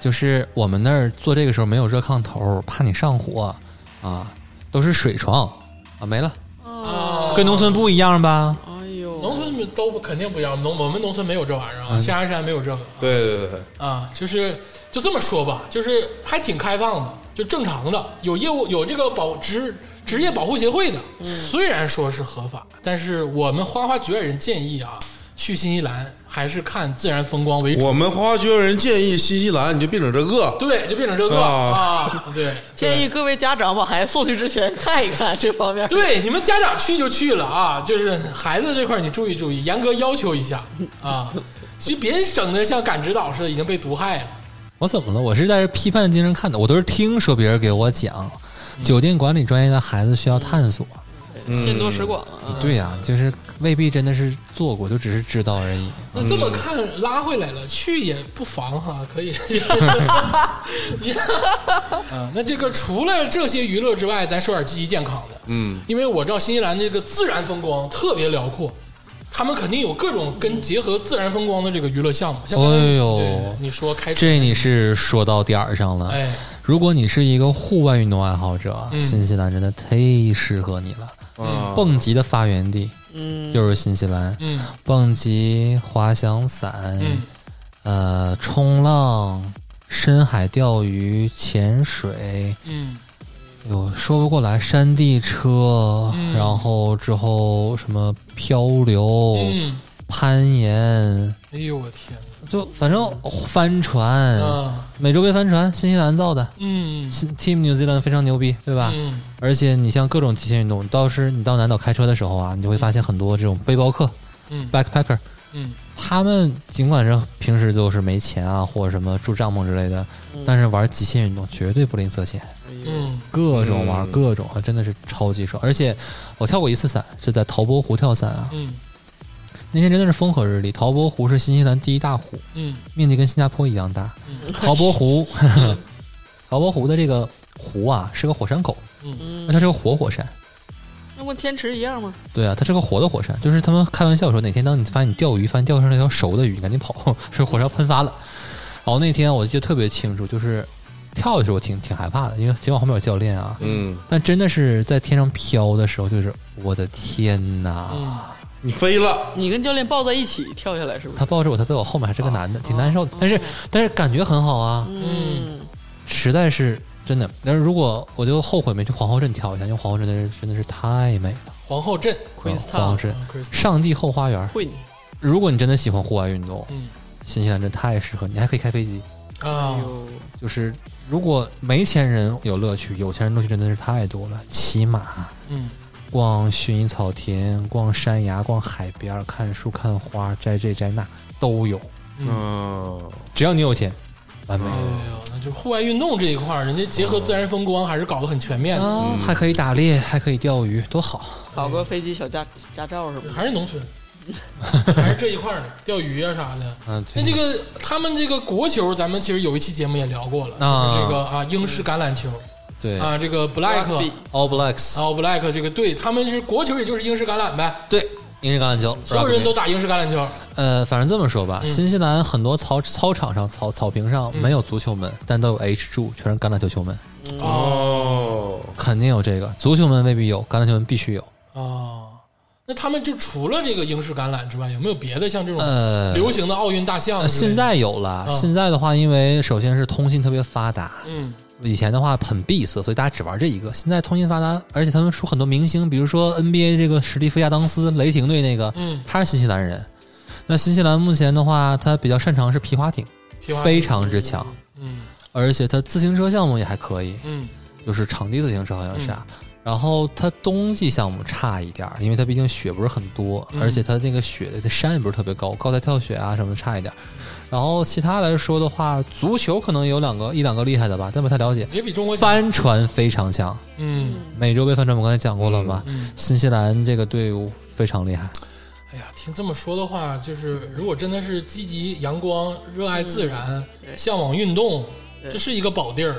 就是我们那儿做这个时候没有热炕头，怕你上火啊，都是水床啊，没了，
啊，
哦跟农村不一样吧？
哎呦，
农村都不肯定不一样，农我们农村没有这玩意儿
嗯
啊，象牙山没有这个
对对对，
啊，就是就这么说吧，就是还挺开放的，就正常的，有业务有这个保职职业保护协会的，
嗯
虽然说是合法，但是我们花花局外人建议啊，去新西兰还是看自然风光为主，
我们花花局有人建议新西兰，你就别整这个，
对，就变成这个
啊
啊，对。
建议各位家长把孩子送去之前看一看这方面。
对，你们家长去就去了啊，就是孩子这块儿你注意注意，严格要求一下啊，就别整的像赶指导似的已经被毒害了。
我怎么了？我是在这批判精神看的，我都是听说别人给我讲，酒店管理专业的孩子需要探索。嗯
见多识广啊！
对呀、就是未必真的是做过，就只是知道而已。
那这么看拉回来了，去也不妨哈，可以。啊，那这个除了这些娱乐之外，咱说点积极健康的。嗯，因为我知道新西兰这个自然风光特别辽阔，他们肯定有各种跟结合自然风光的这个娱乐项目。像刚才
哎呦
对你说开车，
这你是说到点儿上了。
哎，嗯
如果你是一个户外运动爱好者，新西兰真的忒适合你了。
啊，
蹦极的发源地，嗯，又是新西兰，
哦嗯
蹦极、滑翔伞，
嗯
呃，冲浪、深海钓鱼、潜水，
嗯
有说不过来，山地车，
嗯
然后之后什么漂流、
嗯，
攀岩，
哎呦我天哪，
就反正帆船，
啊
美洲杯帆船，新西兰造的。
嗯
新 Team New Zealand 非常牛逼，对吧？
嗯
而且你像各种极限运动，到时你到南岛开车的时候啊，你就会发现很多这种背包客
嗯
（backpacker），
嗯
他们尽管是平时都是没钱啊，或者什么住帐篷之类的，但是玩极限运动绝对不吝啬钱，
嗯
各种玩
嗯
各种啊，真的是超级爽。而且我跳过一次伞，是在陶波湖跳伞啊，
嗯
那天真的是风和日丽。陶波湖是新西兰第一大湖，
嗯
面积跟新加坡一样大。
嗯
陶 波湖，陶波湖的这个湖啊是个火山口，
嗯
那它是个活火山。
那不天池一样吗？
对啊，它是个活的火山，就是他们开玩笑说，哪天当你发现你钓鱼，发现钓上了一条熟的鱼，赶紧跑， 是火山喷发了。然后那天我记得特别清楚，就是跳的时候我挺挺害怕的，因为尽管后面有教练啊，
嗯，
但真的是在天上飘的时候，就是我的天呐！
嗯，
你飞了，
你跟教练抱在一起跳下来是不是？
他抱着我，他在我后面，还是
哦
个男的，挺难受的，但是但是感觉很好啊，
嗯，
实在是真的。但是如果我就后悔没去皇后镇跳一下，因为皇后镇真的是真的是太美了，
皇后镇，
皇后
Queenstown
镇
嗯，Queenstown
上帝后花园。
会你
如果你真的喜欢户外运动，
嗯
新西兰真太适合你，还可以开飞机。
啊，
有
就是如果没钱人有乐趣，有钱人乐趣真的是太多了。骑马、
嗯
逛薰衣草田、逛山崖、逛海边、看树、看花、摘这摘那都有，
嗯，
嗯，
只要你有钱，完美。
哎呦，那就是户外运动这一块儿，人家结合自然风光还是搞得很全面的，
啊，还可以打猎，还可以钓鱼，多好！
考个飞机小驾驾照是不是？
还是农村，还是这一块儿的，钓鱼啊啥的。
嗯、
那这个他们这个国球，咱们其实有一期节目也聊过了，
啊
就是这个啊英式橄榄球
对、
啊，这个 black
Rugby
All Blacks，、
然后 black 这个队，他们是国球，也就是英式橄榄呗，
对，英式橄榄球，
所有人都打英式橄榄球。
呃，反正这么说吧，
嗯
新西兰很多操操场上、草草坪上没有足球门，
嗯
但都有 H 柱，全是橄榄球球门，
哦，
肯定有这个。足球门未必有，橄榄球门必须有。
哦，那他们就除了这个英式橄榄之外，有没有别的像这种
呃，
流行的奥运大项
呃
之类
现
的？
在有了。
嗯
现在的话，因为首先是通信特别发达，
嗯
以前的话很闭塞，所以大家只玩这一个。现在通信发达，而且他们出很多明星，比如说 NBA 这个史蒂夫亚当斯，雷霆队那个，
嗯，
他是新西兰人。那新西兰目前的话，他比较擅长是皮划艇，
皮划艇
非常之强，
嗯
而且他自行车项目也还可以。
嗯
就是场地自行车好像是啊。然后它冬季项目差一点儿，因为它毕竟雪不是很多，
嗯
而且它那个雪的山也不是特别高，高台跳雪啊什么的差一点儿。然后其他来说的话，足球可能有两个一两个厉害的吧，但不太了解。
也比中国强
帆船非常强，
嗯
美洲杯帆船我刚才讲过了嘛，
嗯，
新西兰这个队伍非常厉害。
哎呀，听这么说的话，就是如果真的是积极、阳光、热爱自然、
嗯对
向往运动，
对
这是一个宝地儿。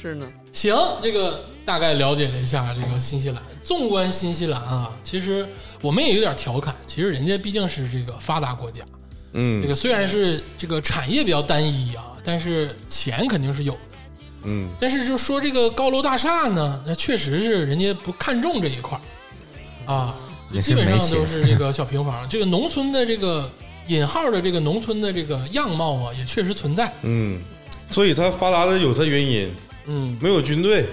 是呢，
行，这个大概了解了一下这个新西兰。纵观新西兰啊，其实我们也有点调侃，其实人家毕竟是这个发达国家，这
嗯
个虽然是这个产业比较单一啊，但是钱肯定是有的。
嗯，
但是就说这个高楼大厦呢，那确实是人家不看重这一块儿啊，
也是
基本
没
上
钱
都是 这个小平房。这个农村的这个引号的这个农村的这个样貌啊，也确实存在。
嗯，所以它发达的有它原因，
嗯，
没有军队，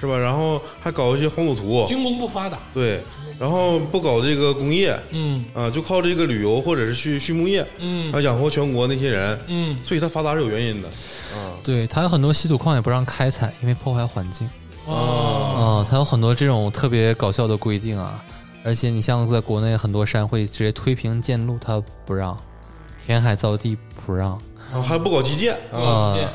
是吧？然后还搞一些黄土图，
军工不发达。
对，然后不搞这个工业
嗯
啊，就靠这个旅游或者是畜畜牧业
嗯
啊养活全国那些人，
嗯，
所以它发达是有原因的啊。
对，它有很多稀土矿也不让开采，因为破坏环境。
哦，
哦，它有很多这种特别搞笑的规定啊，而且你像在国内很多山会直接推平建路，它不让；填海造地不让。
啊还不搞基建啊，
我见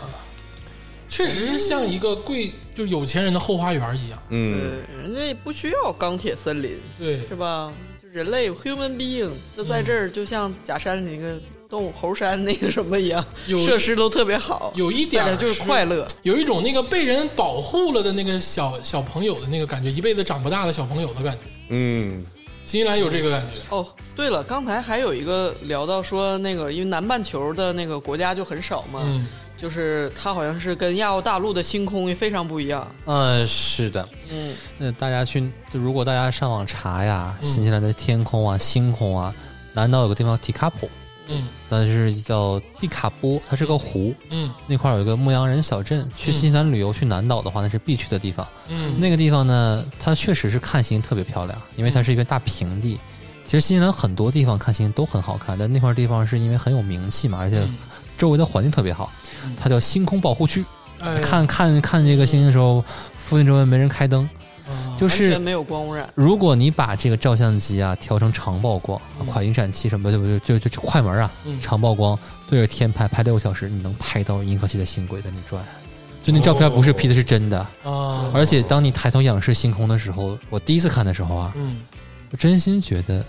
确实是像一个贵就是有钱人的后花园一样。
嗯，
呃，人家也不需要钢铁森林
对
是吧？就人类 human being 就在这儿，就像假山里那个动物猴山那个什么一样，
有
设施都特别好，
有一点
大
儿
家就是快乐。
有一种那个被人保护了的那个小小朋友的那个感觉，一辈子长不大的小朋友的感觉。
嗯，
新西兰有这个感觉，
哦，对了，刚才还有一个聊到说那个，因为南半球的那个国家就很少嘛，
嗯
就是它好像是跟亚欧大陆的星空也非常不一样。
嗯，是的，
嗯，
那大家去，就如果大家上网查呀，新西兰的天空啊、星空啊，南岛有个地方叫 Tekapo，
嗯
但是叫蒂卡波，它是个湖，
嗯
那块儿有一个牧羊人小镇。去新西兰旅游，去南岛的话，那是必去的地方。
嗯
那个地方呢，它确实是看星特别漂亮，因为它是一片大平地。其实新西兰很多地方看星都很好看，但那块地方是因为很有名气嘛，而且
嗯
周围的环境特别好，它叫星空保护区。
哎，
看看看这个星星的时候，附近周围没人开灯，
啊
就
完
是
全没有光污染。
如果你把这个照相机啊调成长曝光、啊快影闪器什么的，就就就就快门啊，
嗯
长曝光对着天拍拍六个小时，你能拍到银河系的星轨在那
哦
转。就那照片不是 P 的，是真的。
啊，
而且当你抬头仰视星空的时候，我第一次看的时候啊，
嗯
我真心觉得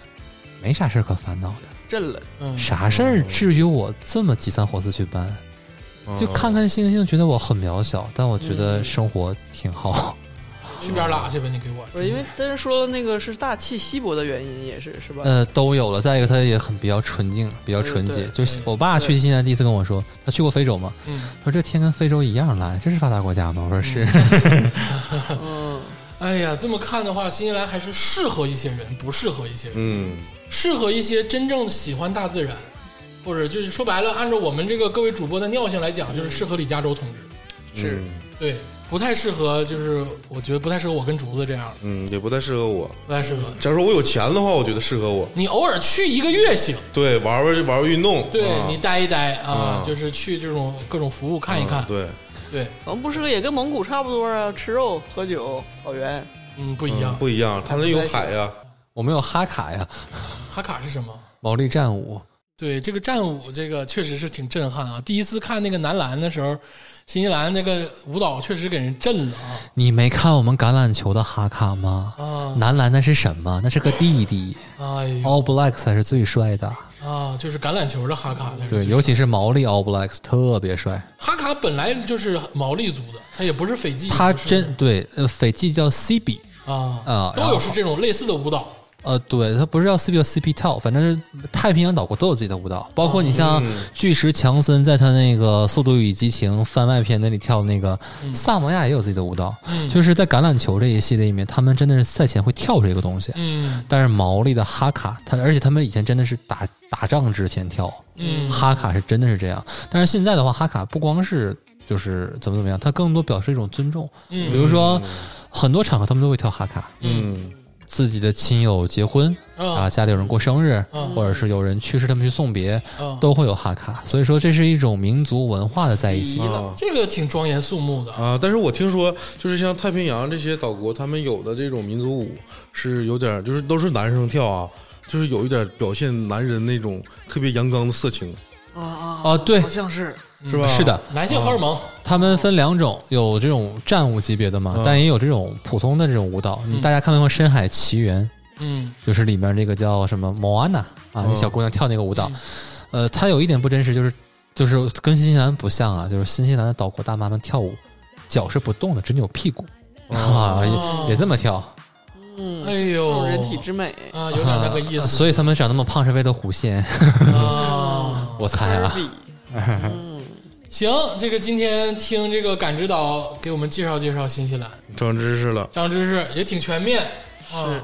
没啥事儿可烦恼的，
震了，
嗯，
啥事儿至于我这么急三火四去搬？
啊
嗯
就看看星星，觉得我很渺小，但我觉得生活挺好。
嗯去边拉去吧，你给我，
不是因为在这说了那个是大气稀薄的原因，也是是吧？
嗯
呃，都有了。再一个，它也很比较纯净，比较纯洁。
对
就是
对
我爸去新西兰第一次跟我说，他去过非洲嘛，
嗯，
他说这天跟非洲一样蓝，这是发达国家吗？我说是。
嗯，
哎呀，这么看的话，新西兰还是适合一些人，不适合一些人，
嗯，
适合一些真正喜欢大自然，或者就是说白了，按照我们这个各位主播的尿性来讲，就是适合李嘉洲同志，
是
对，不太适合，就是我觉得不太适合我跟竹子这样，
嗯，也不太适合我。
不太适合。
假如说我有钱的话，我觉得适合我。
你偶尔去一个月行，
对，玩玩玩玩运动，
对
啊
你待一待啊，
嗯
就是去这种各种服务看一
啊
看，
对，
对，
反正不适合也跟蒙古差不多啊，吃肉、喝酒、草原。
嗯，不
不
一样。
不一样。他那有海啊呀，
我们有哈卡呀，
哈卡是什么？
毛利战舞，
对，这个战舞，这个确实是挺震撼啊！第一次看那个男篮的时候，新西兰那个舞蹈确实给人震了啊！
你没看我们橄榄球的哈卡吗？
啊
男篮那是什么？那是个弟弟
哎呦
，All Blacks 才是最帅的。
啊，就是橄榄球的哈卡才是
对，
最嗯
尤其是毛利 All Blacks 特别帅。
哈卡本来就是毛利族的，他也不是斐济，
他
不是
真对，呃，斐济叫 CB
啊
啊
都
然后
有是这种类似的舞蹈。
呃，对，它不是叫 CP 叫 CP t 反正是太平洋岛国都有自己的舞蹈，包
哦
括你像
嗯
巨石强森在他那个《速度与激情》番外篇那里跳那个，
嗯
萨摩亚也有自己的舞蹈，就是在橄榄球这一系列里面，他们真的是赛前会跳这个东西。
嗯
但是毛利的哈卡，他而且他们以前真的是打打仗之前跳，
嗯
哈卡是真的是这样。但是现在的话，哈卡不光是就是怎么怎么样，它更多表示一种尊重，比
嗯
如说很多场合他们都会跳哈卡，
嗯
自己的亲友结婚
啊
啊，家里有人过生日，
嗯
或者是有人去世，他们去送别，
啊，
都会有哈卡。所以说，这是一种民族文化的在一
嗯
起。
啊
这个挺庄严肃穆的。
啊！但是我听说，就是像太平洋这些岛国，他们有的这种民族舞是有点，就是都是男生跳啊，就是有一点表现男人那种特别阳刚的色情，
啊
哦
啊
啊对
好像是
是吧？
是的，
男性荷尔蒙，
他们分两种，有这种战舞级别的嘛，但也有这种普通的这种舞蹈。你大家看没看过《深海奇缘》？
嗯
就是里面那个叫什么 Moana
哦
啊，那小姑娘跳那个舞
嗯
蹈，呃，它有一点不真实，就是就是跟新西兰不像啊，就是新西兰的岛国大妈们跳舞，脚是不动的，只扭屁股
哦
啊，也也这么跳，
哎
嗯这
呦，
种人体之美，
啊，有点那个意
啊
思。
所以他们长那么胖是为了弧 线，
啊，
我猜啊。
比
行，这个今天听这个感知岛给我们介绍介绍新西兰，
长知识了，
长知识也挺全面。啊、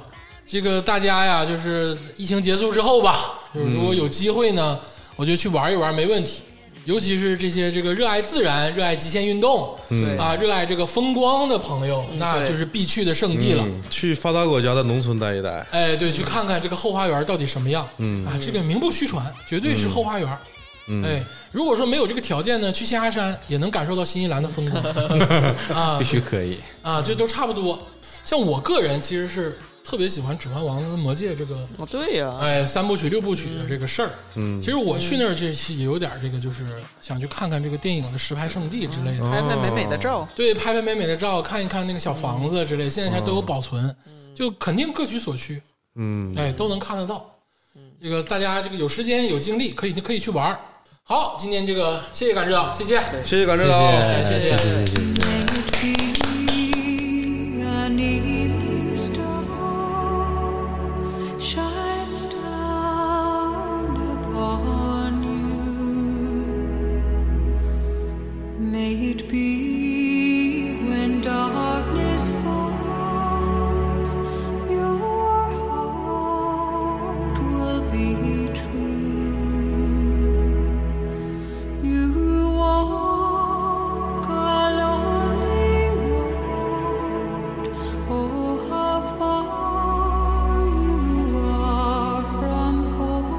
这个大家呀，就是疫情结束之后吧，就是如果有机会呢，我就去玩一玩，没问题。尤其是这些这个热爱自然、热爱极限运动、
对
啊，热爱这个风光的朋友，那就是必去的圣地了。
嗯，去发达国家的农村待一待，
哎，对，去看看这个后花园到底什么样。嗯啊，这个名不虚传，绝对是后花园。嗯，哎，如果说没有这个条件呢，去象牙山也能感受到新西兰的 风光啊
必须可以，
啊，这都差不多。像我个人其实是特别喜欢《指环王》跟《魔戒》这个
哦，对呀，
哎三部曲六部曲的这个事儿。嗯，其实我去那儿这期也有点这个，就是想去看看这个电影的实拍圣地之类的。
拍拍美美的照，
对，拍拍美美的照，看一看那个小房子之类，现在还都有保存，就肯定各取所需，
嗯，
哎，都能看得到。这个大家这个有时间有精力，可以可以去玩儿好，今天这个谢谢感知导，谢谢。
谢谢感知
谢
岛。
谢
谢
谢
谢谢谢谢谢。
An evening star shines down upon you. Oh,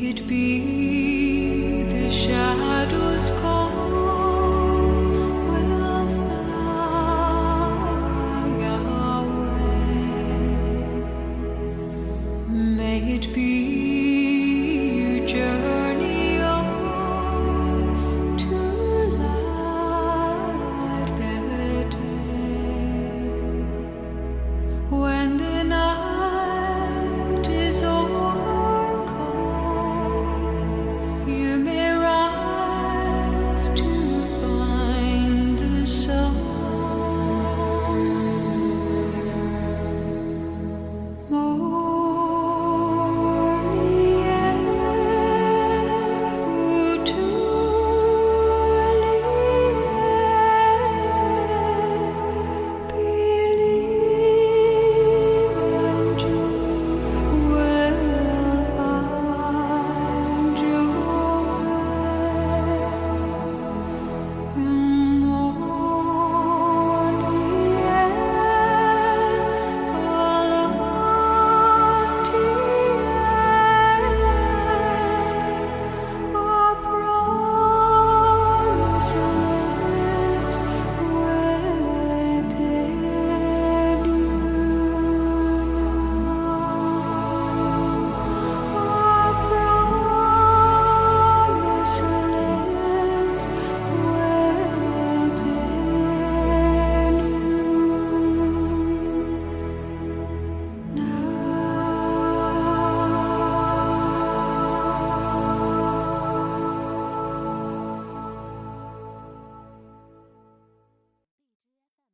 it be the shadows call will fly away? May it be